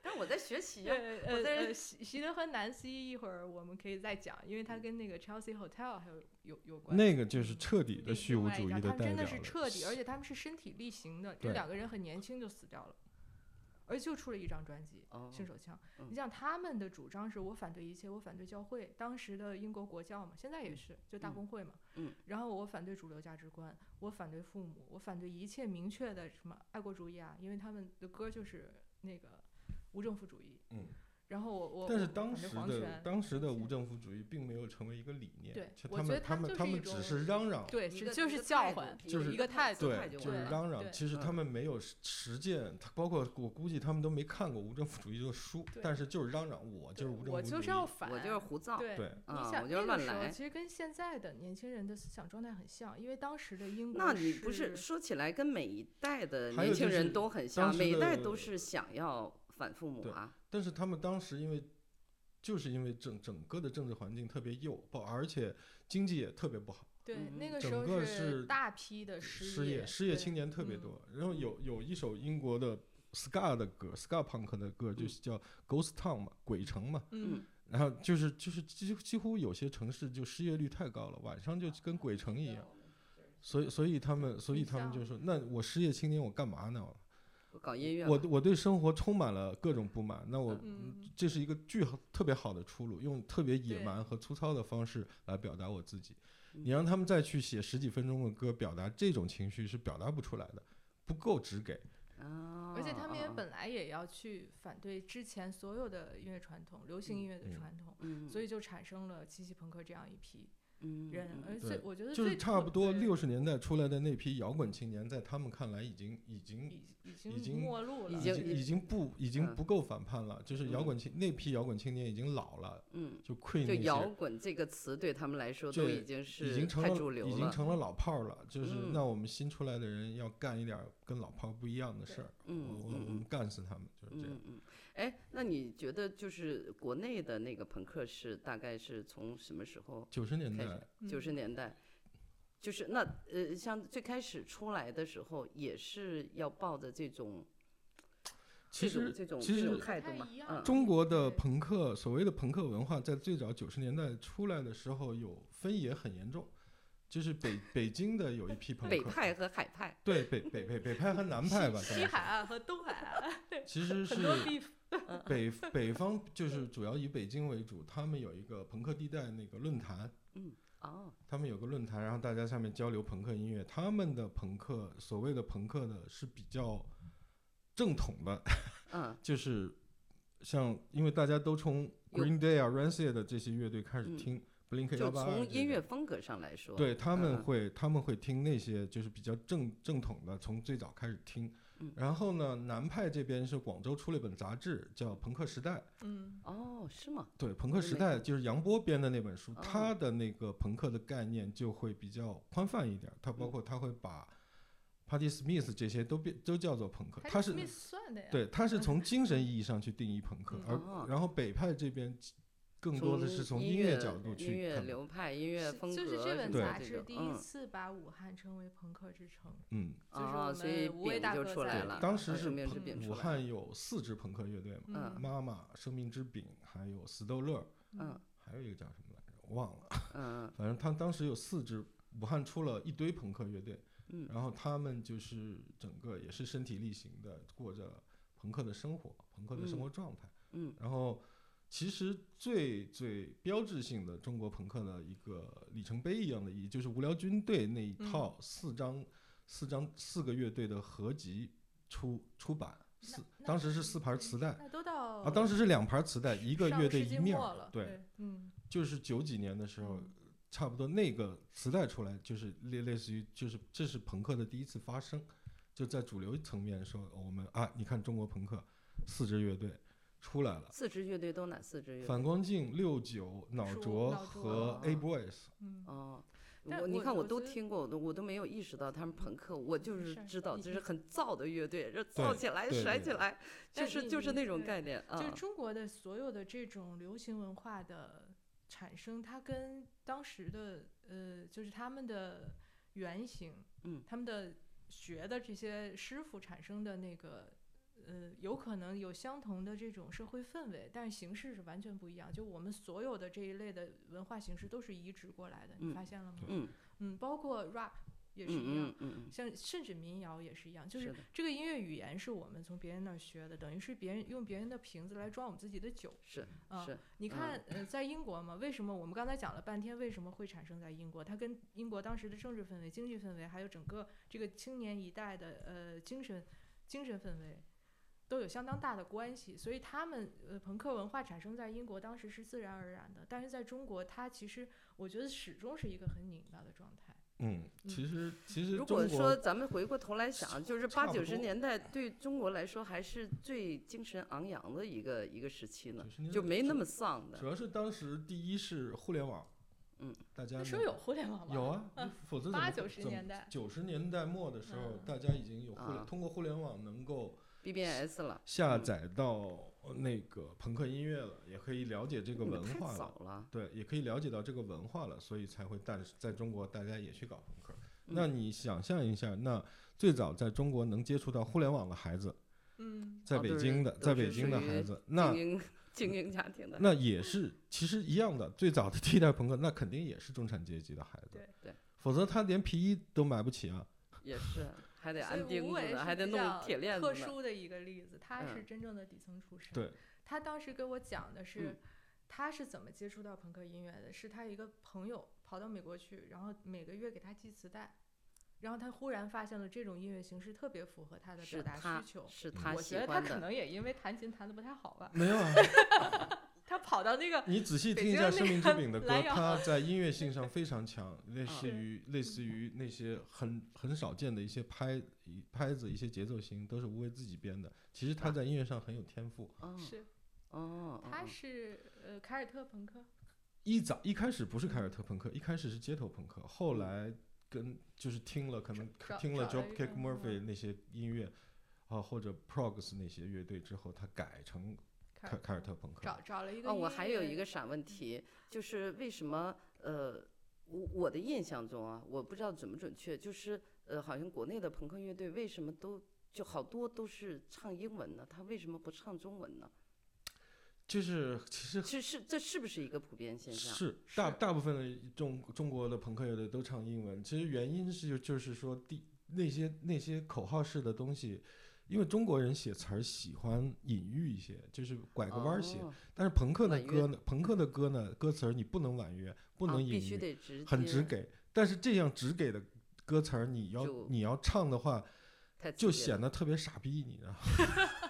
Speaker 1: 但是我在学习
Speaker 2: 呃
Speaker 1: 啊。
Speaker 2: 呃
Speaker 1: 在这
Speaker 2: 呃，席席德和南希一会儿我们可以再讲，因为他跟那个 Chelsea Hotel 还有有有关。
Speaker 3: 那个就是
Speaker 2: 嗯
Speaker 3: 彻底的
Speaker 2: 另
Speaker 3: 虚
Speaker 2: 另
Speaker 3: 无
Speaker 2: 外一
Speaker 3: 主义
Speaker 2: 张他
Speaker 3: 的
Speaker 2: 们
Speaker 3: 代
Speaker 2: 真
Speaker 3: 表
Speaker 2: 的是
Speaker 3: 了
Speaker 2: 彻底，而且他们是身体力行的。
Speaker 3: 对
Speaker 2: 这两个人很年轻就死掉了，而就出了一张专辑
Speaker 1: 哦
Speaker 2: 《性手枪》。
Speaker 1: 嗯
Speaker 2: 你像他们的主张是我反对一切，我反对教会，当时的英国国教嘛，现在也是，就大
Speaker 1: 嗯
Speaker 2: 公会嘛。
Speaker 1: 嗯。
Speaker 2: 然后我反对主流价值观，我反对父母，我反对一切明确的什么爱国主义啊，因为他们的歌就是那个无政府主义。
Speaker 3: 嗯。
Speaker 2: 然后我我
Speaker 3: 但是
Speaker 2: 我
Speaker 3: 当
Speaker 2: 哦反对
Speaker 3: 时
Speaker 2: 皇
Speaker 3: 的
Speaker 2: 权
Speaker 3: 当时的
Speaker 2: 现
Speaker 3: 无
Speaker 2: 在
Speaker 3: 政府主义并没有成为一个理念，
Speaker 2: 对
Speaker 3: 其实
Speaker 2: 我
Speaker 3: 他
Speaker 2: 觉
Speaker 3: 们
Speaker 2: 得
Speaker 3: 他
Speaker 2: 他们
Speaker 3: 们
Speaker 2: 就
Speaker 3: 他
Speaker 2: 是
Speaker 3: 们
Speaker 2: 一
Speaker 3: 只
Speaker 2: 种
Speaker 3: 是嚷嚷，
Speaker 2: 对，
Speaker 1: 一
Speaker 2: 是
Speaker 1: 个
Speaker 2: 就
Speaker 1: 一
Speaker 2: 是
Speaker 1: 个
Speaker 2: 叫
Speaker 1: 态度
Speaker 2: 唤，
Speaker 3: 就是
Speaker 2: 一个态度
Speaker 1: 态
Speaker 3: 对，
Speaker 1: 度
Speaker 3: 就
Speaker 2: 完
Speaker 3: 是
Speaker 2: 了
Speaker 3: 嚷
Speaker 2: 对
Speaker 3: 嚷。其实他们没有实实践，他包括我估计他们都没看过无政府主义这个书，
Speaker 2: 对
Speaker 3: 但是就是嚷嚷，我就是无政
Speaker 2: 我
Speaker 3: 府主
Speaker 2: 就
Speaker 3: 义
Speaker 2: 是。要反，
Speaker 1: 我就是胡造，
Speaker 2: 对
Speaker 3: 对
Speaker 2: 你
Speaker 1: 啊
Speaker 2: 想、
Speaker 1: 我就
Speaker 2: 那
Speaker 1: 乱
Speaker 2: 个时候
Speaker 1: 来
Speaker 2: 其实跟现在的年轻人的思想状态很像，因为当时的英国
Speaker 1: 那你不
Speaker 2: 嗯
Speaker 1: 是
Speaker 2: 是
Speaker 1: 说起来跟每一代的
Speaker 3: 还
Speaker 1: 年
Speaker 3: 有
Speaker 1: 轻
Speaker 3: 就
Speaker 1: 人
Speaker 3: 是
Speaker 1: 都很
Speaker 3: 当
Speaker 1: 像，
Speaker 3: 时
Speaker 1: 每一代
Speaker 3: 的
Speaker 1: 都是想要反父母
Speaker 3: 对
Speaker 1: 啊，
Speaker 3: 但是他们当时因为就是因为整整个的政治环境特别右，不而且经济也特别不好，
Speaker 2: 对、
Speaker 1: 嗯
Speaker 2: 那个
Speaker 3: 整
Speaker 2: 时候
Speaker 3: 个
Speaker 2: 是
Speaker 3: 是
Speaker 2: 大批的
Speaker 3: 失
Speaker 2: 呃业，
Speaker 3: 失业
Speaker 2: 对
Speaker 3: 青年特别
Speaker 2: 嗯
Speaker 3: 多。然后有有一首英国的 ska 的歌，ska punk 的歌就是叫 Ghost Town 嘛，鬼城嘛。
Speaker 2: 嗯，
Speaker 3: 然后就是就是几乎几乎有些城市就失业率太高了，晚
Speaker 2: 啊
Speaker 3: 上就跟鬼城一样。所以所以他们所以他们就说，那我失业青年我干嘛呢？
Speaker 1: 我搞音乐吧，
Speaker 3: 我我对生活充满了各种不满，那我
Speaker 2: 啊嗯，
Speaker 3: 这是一个巨好特别好的出路，用特别野
Speaker 2: 对
Speaker 3: 蛮和粗糙的方式来表达我自己。
Speaker 1: 嗯
Speaker 3: 你让他们再去写十几分钟的歌，表达这种情绪是表达不出来的，不够直给。
Speaker 1: 啊，
Speaker 2: 而且他们也
Speaker 1: 啊
Speaker 2: 本来也要去反对之前所有的音乐传统，流行音乐的
Speaker 3: 嗯
Speaker 2: 传统，
Speaker 1: 嗯，
Speaker 2: 所以就产生了七夕朋克这样一批
Speaker 1: 嗯
Speaker 2: 人，
Speaker 1: 嗯
Speaker 2: 而且
Speaker 3: 对
Speaker 2: 我觉得
Speaker 3: 就
Speaker 2: 最
Speaker 3: 是差
Speaker 2: 特
Speaker 3: 不多
Speaker 2: 对
Speaker 3: 六十年代出来的那批摇滚青年，在他们看来已经已经
Speaker 2: 已
Speaker 3: 已经
Speaker 2: 没落
Speaker 1: 已
Speaker 2: 了，
Speaker 3: 已
Speaker 1: 经
Speaker 3: 经已经不已经
Speaker 1: 嗯
Speaker 3: 不够反叛了，就是摇
Speaker 1: 嗯
Speaker 3: 滚青那批摇滚青年已经老了，
Speaker 1: 嗯，
Speaker 3: 就 Queen
Speaker 1: 就
Speaker 3: 那
Speaker 1: 摇
Speaker 3: 些
Speaker 1: 滚这个词对他们来说
Speaker 3: 这
Speaker 1: 都已经是
Speaker 3: 已经成
Speaker 1: 太主
Speaker 3: 了
Speaker 1: 流
Speaker 3: 已经成了老炮儿了，就是
Speaker 1: 嗯
Speaker 3: 那我们新出来的人要干一点儿跟老炮儿不一样的
Speaker 2: 对
Speaker 3: 事儿，我
Speaker 1: 嗯
Speaker 3: 我我
Speaker 1: 嗯
Speaker 3: 们干死他们就是这样
Speaker 1: 嗯。嗯，哎，那你觉得就是国内的那个朋克是大概是从什么时候？
Speaker 3: 九十年
Speaker 1: 开
Speaker 3: 代
Speaker 1: 始九十
Speaker 2: 嗯
Speaker 1: 年代，就是那呃，像最开始出来的时候，也是要抱着这种
Speaker 3: 其
Speaker 1: 这种
Speaker 3: 实
Speaker 1: 这种
Speaker 3: 其
Speaker 1: 这种
Speaker 3: 实
Speaker 1: 态度
Speaker 2: 不太
Speaker 1: 嘛
Speaker 2: 一，
Speaker 1: 嗯
Speaker 2: 样，
Speaker 3: 中国的
Speaker 2: 对
Speaker 3: 朋克，所谓的朋克文化，在最早九十年代出来的时候有分野很严重，就是北北京的有一批朋
Speaker 1: 北
Speaker 3: 克，
Speaker 1: 派和海派，
Speaker 3: 对北北北北派和南派吧，
Speaker 2: 西海岸和东海岸
Speaker 3: 其实是
Speaker 2: 很多 beef，
Speaker 3: 北北方就是主要以北京为主，他们有一个朋克地带那个论坛，
Speaker 1: 哦，
Speaker 3: 他们有个论坛，然后大家下面交流朋克音乐。他们的朋克，所谓的朋克呢，是比较正统的，
Speaker 1: 嗯
Speaker 3: 就是像因为大家都从
Speaker 1: 有
Speaker 3: Green Day 啊、Rancid 的这些乐队开始
Speaker 1: 嗯
Speaker 3: 听 Blink
Speaker 1: 就
Speaker 3: 幺八二，
Speaker 1: 从音乐风格上来说，
Speaker 3: 对他
Speaker 1: 嗯
Speaker 3: 们会他们会听那些就是比较正正统的，从最早开始听
Speaker 1: 嗯。
Speaker 3: 然后呢，南派这边是广州出了一本杂志，叫《朋克时代》。
Speaker 2: 嗯，
Speaker 1: 哦，是吗？
Speaker 3: 对，朋克
Speaker 1: 我
Speaker 3: 时
Speaker 1: 没
Speaker 3: 代
Speaker 1: 看
Speaker 3: 就是杨波编的那本书，
Speaker 1: 哦
Speaker 3: 他的那个朋克的概念就会比较宽泛一点儿，他包
Speaker 1: 嗯
Speaker 3: 括他会把 Patti Smith 这些都变都叫做朋克，他是
Speaker 2: Smith 算的呀，
Speaker 3: 对，他是从精神意义上去定义朋克，
Speaker 1: 嗯哦
Speaker 3: 而然后北派这边更多的是从
Speaker 1: 音
Speaker 3: 音
Speaker 1: 乐
Speaker 3: 乐角度
Speaker 1: 音
Speaker 3: 去
Speaker 1: 乐
Speaker 3: 看的，
Speaker 1: 流派、音乐
Speaker 2: 是，
Speaker 1: 风格
Speaker 2: 就
Speaker 1: 什么
Speaker 2: 是
Speaker 1: 的，
Speaker 2: 这本
Speaker 3: 对
Speaker 2: 杂
Speaker 1: 这
Speaker 2: 志
Speaker 1: 种
Speaker 2: 第一
Speaker 1: 嗯
Speaker 2: 次把武汉称为朋克之城，
Speaker 3: 嗯，
Speaker 2: 就是
Speaker 1: 哦
Speaker 2: 我
Speaker 1: 所以
Speaker 2: 们无畏
Speaker 1: 饼
Speaker 2: 大
Speaker 1: 就
Speaker 2: 哥
Speaker 1: 出来
Speaker 2: 在
Speaker 1: 了，
Speaker 3: 当时
Speaker 1: 呃
Speaker 3: 是
Speaker 1: 生命是
Speaker 2: 嗯
Speaker 1: 饼
Speaker 3: 武
Speaker 1: 出来了，
Speaker 3: 汉有四支朋克乐队嘛，
Speaker 1: 嗯
Speaker 3: 妈妈、生命之饼，还有斯豆勒，
Speaker 1: 嗯
Speaker 3: 还有一个叫什么来着，忘了。
Speaker 1: 嗯
Speaker 3: 反正他当时有四支，武汉出了一堆朋克乐队，
Speaker 1: 嗯
Speaker 3: 然后他们就是整个也是身体力行的过着朋克的生活，朋克的生活状态。
Speaker 1: 嗯
Speaker 3: 然后其实最最标志性的中国朋克的一个里程碑一样的意义，就是无聊军队那一
Speaker 2: 嗯
Speaker 3: 套四张、四张四个乐队的合集出出版，四
Speaker 2: 那
Speaker 3: 当时是四盘
Speaker 2: 嗯
Speaker 3: 磁带。
Speaker 2: 那都到
Speaker 3: 啊，当时是两盘磁带，一个
Speaker 2: 上
Speaker 3: 乐
Speaker 2: 世
Speaker 3: 队
Speaker 2: 纪
Speaker 3: 一面
Speaker 2: 末
Speaker 3: 儿
Speaker 2: 了，
Speaker 3: 对，
Speaker 2: 对，嗯，
Speaker 3: 就是九几年的时候
Speaker 2: 嗯，
Speaker 3: 差不多那个磁带出来，就是类类似于就是这是朋克的第一次发生，就在主流层面说我们啊，你看中国朋克四支乐队出来了，
Speaker 1: 四支乐队都哪四支乐队？
Speaker 3: 反光镜、六九、脑
Speaker 2: 是
Speaker 3: 浊
Speaker 2: 脑浊
Speaker 3: 和
Speaker 1: 啊
Speaker 3: A Boys，
Speaker 2: 嗯，
Speaker 1: 哦，
Speaker 2: 但
Speaker 1: 我你
Speaker 2: 我
Speaker 1: 看
Speaker 2: 我
Speaker 1: 都
Speaker 2: 觉得
Speaker 1: 听过，我都我都没有意识到他们朋克，我就
Speaker 2: 没
Speaker 1: 是
Speaker 2: 事儿
Speaker 1: 知道
Speaker 2: 你
Speaker 1: 这
Speaker 2: 可
Speaker 1: 是
Speaker 2: 以
Speaker 1: 很燥的乐队，这燥
Speaker 3: 对
Speaker 1: 起来
Speaker 3: 对
Speaker 1: 甩
Speaker 3: 对
Speaker 1: 起来，就
Speaker 2: 但
Speaker 1: 是
Speaker 2: 你
Speaker 1: 就是
Speaker 2: 你
Speaker 1: 那种
Speaker 2: 对
Speaker 1: 概念啊
Speaker 2: 就是。中国的所有的这种流行文化的产生，它跟当时的呃，就是他们的原型，
Speaker 1: 嗯
Speaker 2: 他们的学的这些师傅产生的那个。呃，有可能有相同的这种社会氛围，但是形式是完全不一样。就我们所有的这一类的文化形式都是移植过来的，
Speaker 1: 嗯
Speaker 2: 你发现了吗？
Speaker 1: 嗯
Speaker 2: 嗯，包括 rap 也是一样，
Speaker 1: 嗯嗯嗯
Speaker 2: 像甚至民谣也是一样，
Speaker 1: 嗯，
Speaker 2: 就是是
Speaker 1: 的，
Speaker 2: 这个音乐语言是我们从别人那儿学的，等于是别人用别人的瓶子来装我们自己的酒
Speaker 1: 是
Speaker 2: 啊。
Speaker 1: 是，
Speaker 2: 你看，呃，在英国嘛，为什么我们刚才讲了半天，为什么会产生在英国？它跟英国当时的政治氛围、经济氛围，还有整个这个青年一代的呃精神精神氛围，都有相当大的关系，所以他们呃朋克文化产生在英国当时是自然而然的，但是在中国，它其实我觉得始终是一个很拧巴的状态。
Speaker 3: 嗯，其实其实
Speaker 1: 如
Speaker 3: 中
Speaker 1: 果
Speaker 3: 国
Speaker 1: 说咱们回过头来想，就是八
Speaker 3: 差不
Speaker 1: 九十
Speaker 3: 多
Speaker 1: 年代对中国来说还是最精神昂扬的一个一个时期呢
Speaker 3: 九十年，代
Speaker 1: 就没
Speaker 3: 主
Speaker 1: 那么丧的
Speaker 3: 主。要是当时第一是互联网，
Speaker 1: 嗯，
Speaker 3: 大家
Speaker 2: 那时候
Speaker 3: 能
Speaker 2: 有互联网吗？
Speaker 3: 有，啊，否则怎
Speaker 2: 八
Speaker 3: 么
Speaker 2: 九十年代
Speaker 3: 九十年代末的时候
Speaker 2: 嗯，
Speaker 3: 大家已经有互联
Speaker 1: 啊
Speaker 3: 通过互联网能够
Speaker 1: BBS 了，
Speaker 3: 下
Speaker 1: 嗯
Speaker 3: 载到那个朋克音乐了，也可以了解这个
Speaker 1: 你们
Speaker 3: 文
Speaker 1: 嗯太
Speaker 3: 化了
Speaker 1: 早。了。
Speaker 3: 对，也可以了解到这个文化了，所以才会诞生在中国，大家也去搞朋克。那
Speaker 1: 嗯
Speaker 3: 你想象一下，那最早在中国能接触到互联网的孩子，
Speaker 2: 嗯，
Speaker 3: 在
Speaker 1: 哦
Speaker 3: 北
Speaker 1: 都是
Speaker 3: 京的，
Speaker 1: 都
Speaker 3: 在北
Speaker 1: 是
Speaker 3: 京的
Speaker 1: 属
Speaker 3: 孩
Speaker 1: 于
Speaker 3: 子，那
Speaker 1: 精英 精英家庭的，
Speaker 3: 那也是其实一样的，最早的 替代朋克，那肯定也是中产阶级的孩子，
Speaker 2: 对
Speaker 1: 对，
Speaker 3: 否则他连皮衣都买不起啊。
Speaker 1: 也是还得
Speaker 2: 所以
Speaker 1: 安钉
Speaker 2: 吴
Speaker 1: 子
Speaker 2: 伟
Speaker 1: 呢，
Speaker 2: 是
Speaker 1: 还得
Speaker 2: 比
Speaker 1: 弄
Speaker 2: 较
Speaker 1: 铁链
Speaker 2: 特
Speaker 1: 子呢。
Speaker 2: 殊的一个例子，他是
Speaker 1: 嗯
Speaker 2: 真正的底层出身。
Speaker 3: 对，
Speaker 2: 他当时跟我讲的是，
Speaker 1: 嗯
Speaker 2: 他是怎么接触到朋克音乐的，是他一个朋友跑到美国去，然后每个月给他寄磁带，然后他忽然发现了这种音乐形式特别符合他的表
Speaker 1: 是
Speaker 2: 达
Speaker 1: 他
Speaker 2: 需求。
Speaker 1: 是
Speaker 3: 嗯
Speaker 1: 他
Speaker 2: 我
Speaker 1: 喜
Speaker 2: 觉得他
Speaker 1: 欢
Speaker 2: 可
Speaker 1: 的，
Speaker 2: 能也因为弹琴弹的不太好吧，
Speaker 3: 没有啊，
Speaker 2: 他跑到那个
Speaker 3: 你仔细
Speaker 2: 北
Speaker 3: 听一
Speaker 2: 京
Speaker 3: 下
Speaker 2: 那
Speaker 3: 生命之
Speaker 2: 个
Speaker 3: 饼的歌
Speaker 2: 蓝，瑶
Speaker 3: 它在音乐性上非常强，类
Speaker 1: 啊
Speaker 3: 似
Speaker 2: 对
Speaker 3: 于类似于那些很很少见的一些拍一拍子、一些节奏型，都是无为自己编的。其实他
Speaker 1: 啊
Speaker 3: 在音乐上很有天赋。
Speaker 1: 哦
Speaker 2: 是
Speaker 1: 哦，
Speaker 2: 他
Speaker 1: 哦
Speaker 2: 是呃凯尔特朋克，
Speaker 3: 一早一开始不是凯尔特朋克，一开始是街头朋克，后来跟就是听了可能
Speaker 2: 找
Speaker 3: 听了
Speaker 2: 找
Speaker 3: Joe
Speaker 2: 了一
Speaker 3: Kick
Speaker 2: 个嗯
Speaker 3: Murphy 那些音乐啊，或者 Progs 那些乐队之后，他改成
Speaker 2: 凯
Speaker 3: 凯凯尔特朋克
Speaker 2: 找。找了一个
Speaker 1: 哦，我
Speaker 2: 音
Speaker 1: 还有
Speaker 2: 乐
Speaker 1: 一个傻问题，就是为什么呃，我我的印象中啊，我不知道准不准确，就是呃，好像国内的朋克乐队为什么都就好多都是唱英文呢？他为什么不唱中文呢？
Speaker 3: 就是其实
Speaker 1: 是是，这是不是一个普遍现象？
Speaker 3: 是大
Speaker 2: 是
Speaker 3: 大部分的中中国的朋克乐队都唱英文，其实原因是就就是说第那些那些口号式的东西，因为中国人写词儿喜欢隐喻一些，就是拐个弯儿写。
Speaker 1: 哦
Speaker 3: 但是朋克的
Speaker 1: 婉约
Speaker 3: 歌呢，朋克的歌呢，歌词儿你不能婉约，不
Speaker 1: 啊
Speaker 3: 能
Speaker 1: 必
Speaker 3: 隐
Speaker 1: 须
Speaker 3: 喻，
Speaker 1: 得直接，
Speaker 3: 很直给。但是这样直给的歌词儿，你要
Speaker 1: 就
Speaker 3: 你要唱的话，
Speaker 1: 太
Speaker 3: 就
Speaker 1: 刺激了
Speaker 3: 显得特别傻逼，你知道吗？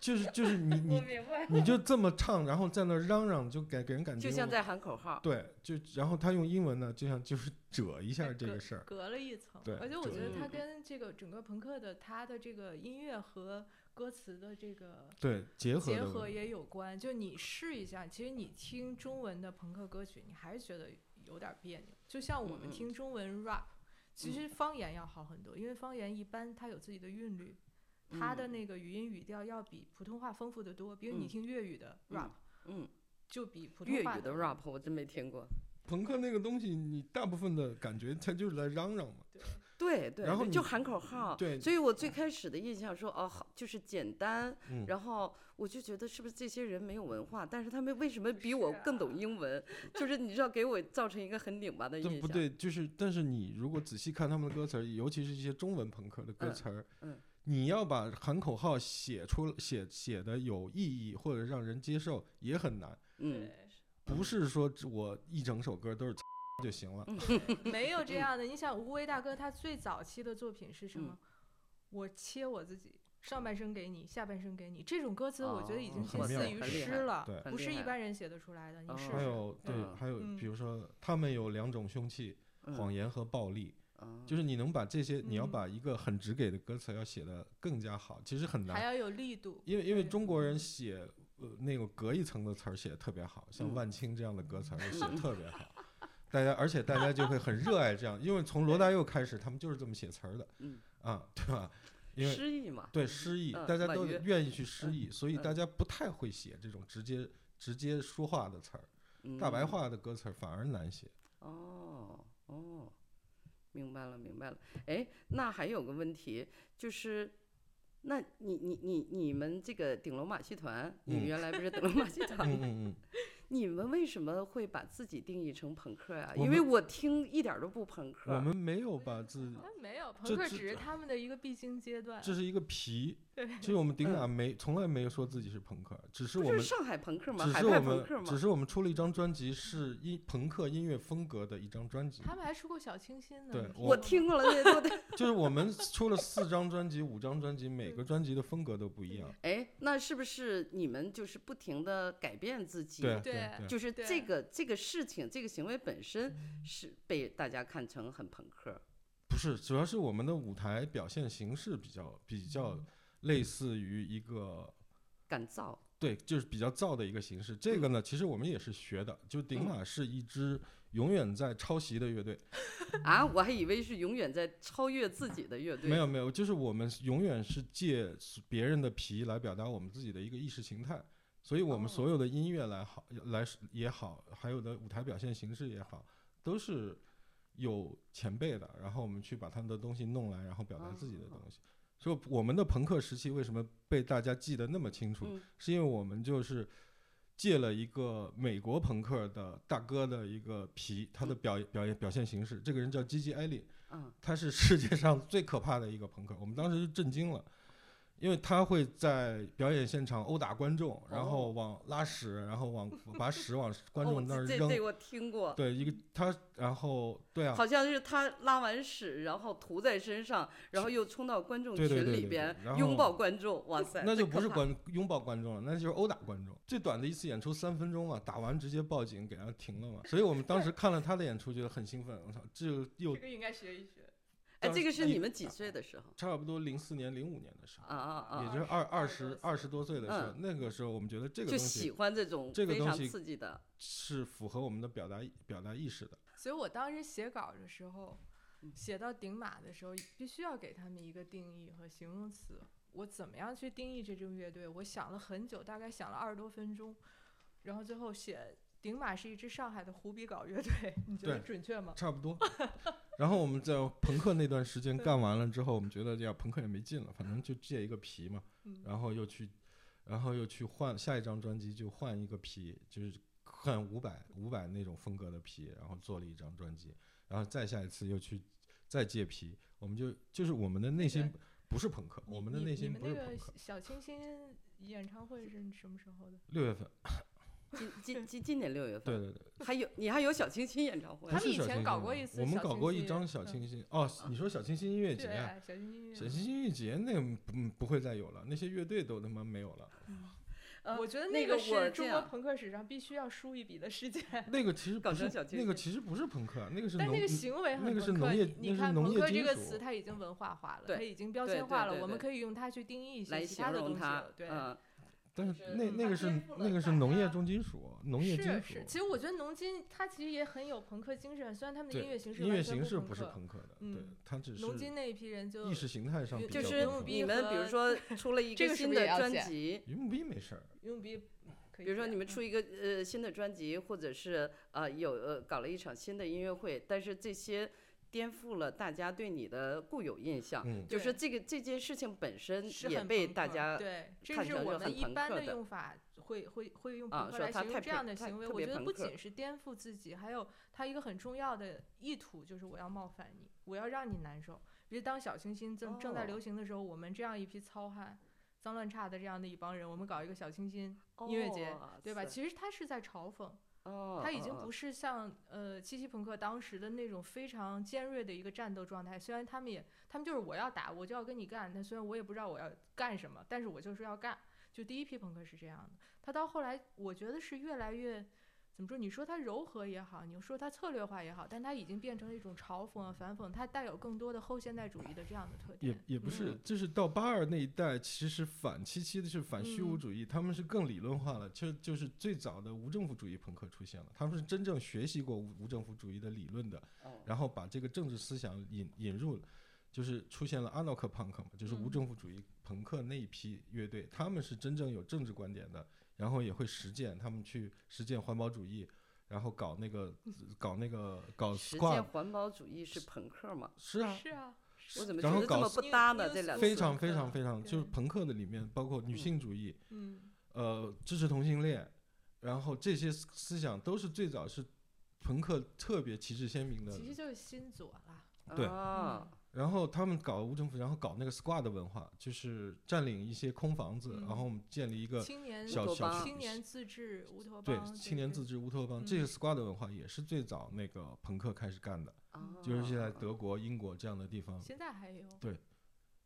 Speaker 3: 就是就 是你你
Speaker 2: 明白，
Speaker 3: 你就这么唱，然后在那儿嚷嚷，就给给人感觉
Speaker 1: 就像
Speaker 3: 我
Speaker 1: 在喊口号。
Speaker 3: 对，就然后他用英文呢，就像就是折一下这个事儿，
Speaker 2: 隔了一层。
Speaker 3: 对
Speaker 2: 而且我
Speaker 3: 隔
Speaker 2: 觉
Speaker 1: 了
Speaker 2: 得
Speaker 1: 一
Speaker 2: 他
Speaker 1: 层
Speaker 2: 跟这个整个朋克的他的这个音乐和歌词的这个
Speaker 3: 对，结合
Speaker 2: 结
Speaker 3: 的
Speaker 2: 合
Speaker 3: 问题
Speaker 2: 也有关。就你试一下，其实你听中文的朋克歌曲，你还是觉得有点别扭。就像我
Speaker 1: 嗯
Speaker 2: 们
Speaker 1: 嗯
Speaker 2: 听中文 rap，、其实方言要好很多，因为方言一般它有自己的韵律，它的
Speaker 1: 嗯
Speaker 2: 那个语音语调要比普通话丰富的多。比如你
Speaker 1: 嗯
Speaker 2: 听粤语的
Speaker 1: 嗯
Speaker 2: rap，
Speaker 1: 嗯，
Speaker 2: 就比普通
Speaker 1: 粤
Speaker 2: 话
Speaker 1: 语的 rap 我真没听过。
Speaker 3: 朋克那个东西，你大部分的感觉它就是在嚷嚷嘛，
Speaker 1: 对对，
Speaker 3: 然后
Speaker 1: 对
Speaker 3: 你嗯
Speaker 1: 就喊口号。
Speaker 3: 对
Speaker 1: 所以我最开始的印象说，哦，好，就是简单。
Speaker 3: 嗯
Speaker 1: 然后我就觉得是不是这些人没有文化？但是他们为什么比我
Speaker 2: 是
Speaker 1: 更懂
Speaker 2: 啊
Speaker 1: 英文？就是你知道，给我造成一个很拧巴的印
Speaker 3: 对
Speaker 1: 象。
Speaker 3: 不对？就是，但是你如果仔细看他们的歌词儿，尤其是一些中文朋克的歌
Speaker 1: 嗯
Speaker 3: 词儿，
Speaker 1: 嗯
Speaker 3: 你要把喊口号写出写写的有意义或者让人接受也很难，
Speaker 1: 嗯，
Speaker 3: 不是说只我一整首歌都是 就行
Speaker 1: 嗯
Speaker 3: 了，
Speaker 2: 没有这样的。你想吴为大哥他最早期的作品是什么？
Speaker 1: 嗯
Speaker 2: 我切我自己，上半身给你，下半身给你。这种歌词我觉得已
Speaker 1: 哦
Speaker 2: 经
Speaker 3: 很
Speaker 2: 近
Speaker 3: 妙
Speaker 2: 似于
Speaker 1: 很厉
Speaker 2: 诗
Speaker 1: 害
Speaker 2: 了
Speaker 3: 对，
Speaker 1: 很
Speaker 2: 不
Speaker 1: 厉
Speaker 2: 是一
Speaker 1: 害
Speaker 2: 般人写得出来的。你
Speaker 1: 哦
Speaker 2: 试
Speaker 3: 还
Speaker 2: 试。
Speaker 3: 有对，
Speaker 1: 嗯
Speaker 3: 还有
Speaker 2: 嗯
Speaker 3: 比如说他们有两种凶器，谎
Speaker 1: 言
Speaker 3: 言和暴
Speaker 1: 嗯
Speaker 3: 力。
Speaker 1: 哦
Speaker 3: 就是你能把这些，你要
Speaker 2: 嗯
Speaker 3: 把一个很直给的歌词要写得更加好，其实很
Speaker 2: 还
Speaker 3: 难，
Speaker 2: 要有力度。
Speaker 3: 因为因为
Speaker 2: 对
Speaker 3: 中国人写呃那个隔一层的词儿写得特别好，像
Speaker 1: 嗯
Speaker 3: 万青这样的歌词 儿就写
Speaker 1: 嗯
Speaker 3: 得特别好，大家而且大家就会很热爱这样，因为从罗大佑开始，他们就是这么写词儿的
Speaker 1: 嗯
Speaker 3: 啊，对吧？因为
Speaker 1: 诗意嘛。
Speaker 3: 对诗意，
Speaker 1: 嗯
Speaker 3: 大家
Speaker 1: 婉
Speaker 3: 都
Speaker 1: 约
Speaker 3: 愿意去诗意，所以
Speaker 1: 嗯
Speaker 3: 大家不太会写这种直接直接说话的词儿，大白
Speaker 1: 嗯
Speaker 3: 话的歌词儿反而难写。
Speaker 1: 哦哦，明白了明白了。哎，那还有个问题就是，那你你你你们这个顶楼马戏团，你
Speaker 3: 嗯
Speaker 1: 们原来不是顶楼马戏团
Speaker 3: 嗯
Speaker 1: 吗？
Speaker 3: 嗯嗯，
Speaker 1: 你们为什么会把自己定义成朋克呀、
Speaker 3: 我
Speaker 1: 因为
Speaker 3: 们
Speaker 1: 我听一点儿都不朋克。
Speaker 3: 我们没有把自，
Speaker 2: 但没有，
Speaker 3: 嗯
Speaker 2: 朋
Speaker 3: 这
Speaker 2: 克
Speaker 3: 这
Speaker 2: 只是他们的一个必经阶段。
Speaker 3: 这是一个皮，其实我们顶俩没从来没有说自己是朋克，只是
Speaker 1: 嗯不
Speaker 3: 我
Speaker 1: 就是
Speaker 3: 们
Speaker 1: 上海朋克吗？
Speaker 3: 只
Speaker 1: 海
Speaker 3: 是我
Speaker 1: 派朋
Speaker 3: 们
Speaker 1: 克
Speaker 3: 只
Speaker 1: 吗？
Speaker 3: 是我们出了一张专辑，是音朋克音乐风格的一张专辑，
Speaker 2: 他们还出过小清新呢。
Speaker 3: 对
Speaker 2: 你
Speaker 3: 我
Speaker 1: 我
Speaker 2: 过吗
Speaker 1: 听过了，那都得。
Speaker 3: 就是我们出了四张专辑、五张专辑，每
Speaker 1: 嗯
Speaker 3: 个专辑的风格都不一样。
Speaker 1: 哎，那是不是你们就是不停的改变自己？
Speaker 3: 对
Speaker 2: 对
Speaker 3: 对对，
Speaker 1: 就是
Speaker 2: 对
Speaker 1: 这个这个事情，这个行为本身是被大家看成很朋克。
Speaker 3: 不是，主要是我们的舞台表现形式比较比
Speaker 1: 嗯
Speaker 3: 较类似于一个。
Speaker 1: 干燥，
Speaker 3: 对，就是比较燥的一个形式。这
Speaker 1: 嗯
Speaker 3: 个呢，其实我们也是学的。就顶马是一支永远在抄袭的乐队，
Speaker 1: 啊，我还以为是永远在超越自己的乐队。
Speaker 3: 没有没有，就是我们永远是借别人的皮来表达我们自己的一个意识形态，所以我们
Speaker 1: 哦
Speaker 3: 所有的音乐来好来是也好，还有的舞台表现形式也好，都是有前辈的，然后我们去把他们的东西弄来，然后表达自己的东
Speaker 1: 哦
Speaker 3: 西。所以我们的朋克时期为什么被大家记得那么清楚，
Speaker 1: 嗯
Speaker 3: 是因为我们就是。借了一个美国朋克的大哥的一个皮，他的表表演表现形式，这个人叫 G.G. 艾利，
Speaker 1: 嗯，
Speaker 3: 他是世界上最可怕的一个朋克，我们当时就震惊了，因为他会在表演现场殴打观众，然后往拉屎，然后往把 屎往观
Speaker 1: 哦，
Speaker 3: 众那儿
Speaker 1: 这这
Speaker 3: 扔
Speaker 1: 这，我听过，
Speaker 3: 对一个他，然后对啊，
Speaker 1: 好像是他拉完屎，然后涂在身上，然后又冲到观众
Speaker 3: 对对
Speaker 1: 群
Speaker 3: 对
Speaker 1: 里
Speaker 3: 对
Speaker 1: 边
Speaker 3: 对然
Speaker 1: 拥
Speaker 3: 后
Speaker 1: 抱观众，哇塞，
Speaker 3: 那
Speaker 1: 这
Speaker 3: 就
Speaker 1: 可
Speaker 3: 不是
Speaker 1: 怕
Speaker 3: 观拥抱观众了，那就是殴打观众。最短的一次演出三分钟嘛，打完直接报警给他停了嘛，所以我们当时看了他的演出觉得很兴奋，我操，这又
Speaker 2: 这个应该学一学。
Speaker 1: 哎，
Speaker 3: 当
Speaker 1: 这个
Speaker 3: 时啊
Speaker 1: 是
Speaker 3: 一
Speaker 1: 你们几岁的时候？
Speaker 3: 差不多零四年零五年的时候。
Speaker 1: 啊啊
Speaker 3: 也
Speaker 1: 啊！
Speaker 3: 就是二二十
Speaker 2: 二
Speaker 3: 二十多岁的时候，那个时候我们觉得这个
Speaker 1: 嗯就
Speaker 3: 东西
Speaker 1: 喜欢这种
Speaker 3: 这个
Speaker 1: 非
Speaker 3: 东
Speaker 1: 常
Speaker 3: 西
Speaker 1: 刺激 的，
Speaker 3: 是符合我们的表达表达意识的。
Speaker 2: 所以我当时写稿的时候，写到顶马的时候，必须要给他们一个定义和形容词。我怎么样去定义这支乐队？我想了很久，大概想了二十多分钟，然后最后写顶马是一支上海的胡笔稿乐队，你觉得
Speaker 3: 对
Speaker 2: 准确吗？
Speaker 3: 差不多。 然后我们在朋克那段时间干完了之后，我们觉得呀，朋克也没劲了，反正就借一个皮嘛，
Speaker 2: 嗯，
Speaker 3: 然后又去，然后又去换下一张专辑，就换一个皮，就是换五百五百那种风格的皮，然后做了一张专辑，然后再下一次又去再借皮，我们就就是我们的内心不是朋克，
Speaker 2: 你
Speaker 3: 我们的
Speaker 2: 你
Speaker 3: 内
Speaker 2: 你
Speaker 3: 心
Speaker 2: 们
Speaker 3: 不是
Speaker 2: 那个
Speaker 3: 朋克。
Speaker 2: 小清新演唱会是什么时候的？
Speaker 3: 六月份，
Speaker 1: 今今今今年六月
Speaker 3: 对
Speaker 1: 份，
Speaker 3: 对对，
Speaker 1: 还有你还有小清新演唱会
Speaker 3: 不
Speaker 2: 他
Speaker 1: 啊
Speaker 2: 们
Speaker 3: 是
Speaker 2: 以
Speaker 3: 小
Speaker 2: 前
Speaker 3: 清
Speaker 2: 搞
Speaker 3: 新
Speaker 2: 过
Speaker 3: 嘛
Speaker 2: 一次
Speaker 3: 我们
Speaker 2: 小
Speaker 3: 搞
Speaker 2: 清
Speaker 3: 过一
Speaker 2: 新
Speaker 3: 张小
Speaker 2: 嗯
Speaker 3: 清新哦，你说小清新音乐节
Speaker 2: 对
Speaker 3: 呀、
Speaker 2: 啊，小清新
Speaker 3: 小
Speaker 2: 乐
Speaker 3: 清新音乐节那嗯不不会再有了，那些乐队都他妈没有了。
Speaker 1: 呃
Speaker 2: 我觉得
Speaker 1: 那个
Speaker 2: 个
Speaker 1: 我
Speaker 2: 是
Speaker 1: 这
Speaker 2: 中国
Speaker 1: 样
Speaker 2: 朋克史上必须要输一笔的事件。
Speaker 3: 那个其实
Speaker 1: 搞
Speaker 3: 不是
Speaker 1: 成小清
Speaker 3: 那个
Speaker 1: 新
Speaker 3: 其实不是朋克，啊那个是
Speaker 2: 但
Speaker 3: 农嗯
Speaker 2: 那个行为很
Speaker 3: 那个
Speaker 2: 朋
Speaker 3: 是
Speaker 2: 克
Speaker 3: 农业
Speaker 2: 你
Speaker 3: 那
Speaker 2: 你
Speaker 3: 是
Speaker 2: 看“
Speaker 3: 农
Speaker 2: 朋
Speaker 3: 业
Speaker 2: 克”
Speaker 3: 金
Speaker 2: 这个
Speaker 3: 属
Speaker 2: 词，它已经文化化了，
Speaker 1: 对
Speaker 2: 它已经标
Speaker 1: 对
Speaker 2: 签
Speaker 1: 对
Speaker 2: 化了。
Speaker 1: 对
Speaker 2: 我
Speaker 1: 对
Speaker 2: 们可以用它去定义一些
Speaker 1: 来
Speaker 2: 其
Speaker 1: 形
Speaker 2: 他的
Speaker 1: 容
Speaker 2: 东西
Speaker 1: 它
Speaker 2: 了。，对，
Speaker 1: 嗯，
Speaker 3: 但是
Speaker 2: 就是
Speaker 3: 那
Speaker 2: 嗯
Speaker 3: 那
Speaker 2: 它
Speaker 3: 个是
Speaker 2: 颠覆了
Speaker 3: 那个是
Speaker 2: 大
Speaker 3: 农业
Speaker 2: 家
Speaker 3: 重金属，农业金
Speaker 2: 是
Speaker 3: 属
Speaker 2: 是。，其实我觉得农金它其实也很有朋克精神，虽然他们的
Speaker 3: 对
Speaker 2: 音乐形式
Speaker 3: 音乐
Speaker 2: 完全
Speaker 3: 形式不
Speaker 2: 朋
Speaker 3: 是
Speaker 2: 克。
Speaker 3: 朋克的，对
Speaker 2: 嗯，
Speaker 3: 它只是
Speaker 2: 农金那一批人就
Speaker 3: 意识形态上
Speaker 2: 就
Speaker 3: 比
Speaker 1: 就
Speaker 3: 较
Speaker 1: 是
Speaker 3: 朋克
Speaker 2: 比
Speaker 1: 你们比如
Speaker 2: 和
Speaker 1: 说出了一
Speaker 2: 这
Speaker 1: 个
Speaker 2: 个是
Speaker 1: 新
Speaker 2: 不是
Speaker 1: 的
Speaker 2: 也要
Speaker 1: 专
Speaker 2: 剪
Speaker 1: 辑，
Speaker 3: 云母逼没事儿，
Speaker 2: 用嗯笔可以写。
Speaker 1: 比如说你们出一个呃新的专辑，或者是呃有呃搞了一场新的音乐会，但是这些颠覆了大家对你的固有印
Speaker 2: 啊
Speaker 1: 象，
Speaker 3: 嗯，
Speaker 1: 就是
Speaker 2: 对
Speaker 1: 这个这件事情本身
Speaker 2: 是
Speaker 1: 嗯也
Speaker 2: 很
Speaker 1: 被
Speaker 2: 朋
Speaker 1: 大
Speaker 2: 克
Speaker 1: 家
Speaker 2: 对，这
Speaker 1: 看
Speaker 2: 是
Speaker 1: 成
Speaker 2: 我
Speaker 1: 是
Speaker 2: 们
Speaker 1: 很
Speaker 2: 一
Speaker 1: 朋
Speaker 2: 般
Speaker 1: 克
Speaker 2: 的
Speaker 1: 的
Speaker 2: 用法，会会会用
Speaker 1: 啊
Speaker 2: 朋克
Speaker 1: 说
Speaker 2: 来
Speaker 1: 它
Speaker 2: 形容
Speaker 1: 太
Speaker 2: 这
Speaker 1: 朋
Speaker 2: 样的
Speaker 1: 太
Speaker 2: 行为。
Speaker 1: 特
Speaker 2: 我
Speaker 1: 别
Speaker 2: 觉得
Speaker 1: 朋
Speaker 2: 不
Speaker 1: 克
Speaker 2: 仅是颠覆自己，还有它一个很重要的意图就是我要冒犯你，我要让你难受。比如当小清新正正在
Speaker 1: 哦
Speaker 2: 流行的时候，我们这样一批糙汉、脏乱差的这样的一帮人，我们搞一个小清新，音乐节
Speaker 1: 哦
Speaker 2: 对吧？
Speaker 1: 是
Speaker 2: 其实它是在嘲讽，
Speaker 1: 哦，
Speaker 2: 它已经
Speaker 1: 哦
Speaker 2: 不是像呃七七朋克当时的那种非常尖锐的一个战斗状态。虽然他们也，他们就是我要打，我就要跟你干。但虽然我也不知道我要干什么，但是我就是要干。就第一批朋克是这样的，他到后来我觉得是越来越怎么说？你说它柔和也好，你说它策略化也好，但它已经变成了一种嘲讽、啊、反讽，它带有更多的后现代主义的这样的特
Speaker 3: 也
Speaker 2: 点。
Speaker 3: 也不是
Speaker 1: 嗯，
Speaker 3: 就是到八二那一代，其实反七七的是反虚无
Speaker 2: 嗯
Speaker 3: 主义，他们是更理论化了，就就是最早的无政府主义朋克出现了，他们是真正学习过无无政府主义的理论的，
Speaker 1: 哦
Speaker 3: 然后把这个政治思想引引入了，就是出现了阿诺克朋克嘛，就是无
Speaker 2: 嗯
Speaker 3: 政府主义朋克那一批乐队，他们是真正有政治观点的，然后也会实践，他们去实践环保主义，然后搞那个搞那个搞
Speaker 1: 实践
Speaker 3: squad，
Speaker 1: 环保主义是朋克吗？
Speaker 3: 是啊，
Speaker 2: 是啊，
Speaker 1: 我怎么
Speaker 3: 然
Speaker 1: 觉
Speaker 3: 后
Speaker 1: 得这
Speaker 3: 搞
Speaker 1: 么不搭呢？
Speaker 2: New-
Speaker 1: 这两个
Speaker 3: 非
Speaker 1: 词
Speaker 3: 常
Speaker 2: 朋
Speaker 3: 非
Speaker 2: 克
Speaker 3: 常非常，就是
Speaker 2: 对
Speaker 3: 朋克的里面包括女
Speaker 1: 嗯
Speaker 3: 性主义，
Speaker 2: 嗯，
Speaker 3: 呃，支持同性恋，然后这些思思想都是最早是朋克特别旗帜鲜明的
Speaker 2: 其实就是新左啦。
Speaker 3: 对
Speaker 1: 啊，
Speaker 3: 然后他们搞无政府，然后搞那个 squad 的文化，就是占领一些空房子，
Speaker 2: 嗯
Speaker 3: 然后我们建立一个
Speaker 2: 青年
Speaker 3: 小
Speaker 1: 乌托
Speaker 3: 小
Speaker 1: 邦
Speaker 2: 青年自治乌托
Speaker 3: 对
Speaker 2: 邦，
Speaker 3: 青年自
Speaker 2: 治，
Speaker 3: 治乌托邦，
Speaker 2: 嗯
Speaker 3: 这是 squad 的文化，也是最早那个朋克开始干的，
Speaker 2: 嗯
Speaker 1: 哦
Speaker 3: 就是现在德国、英国这样的地方。
Speaker 2: 现在还有
Speaker 3: 嗯对，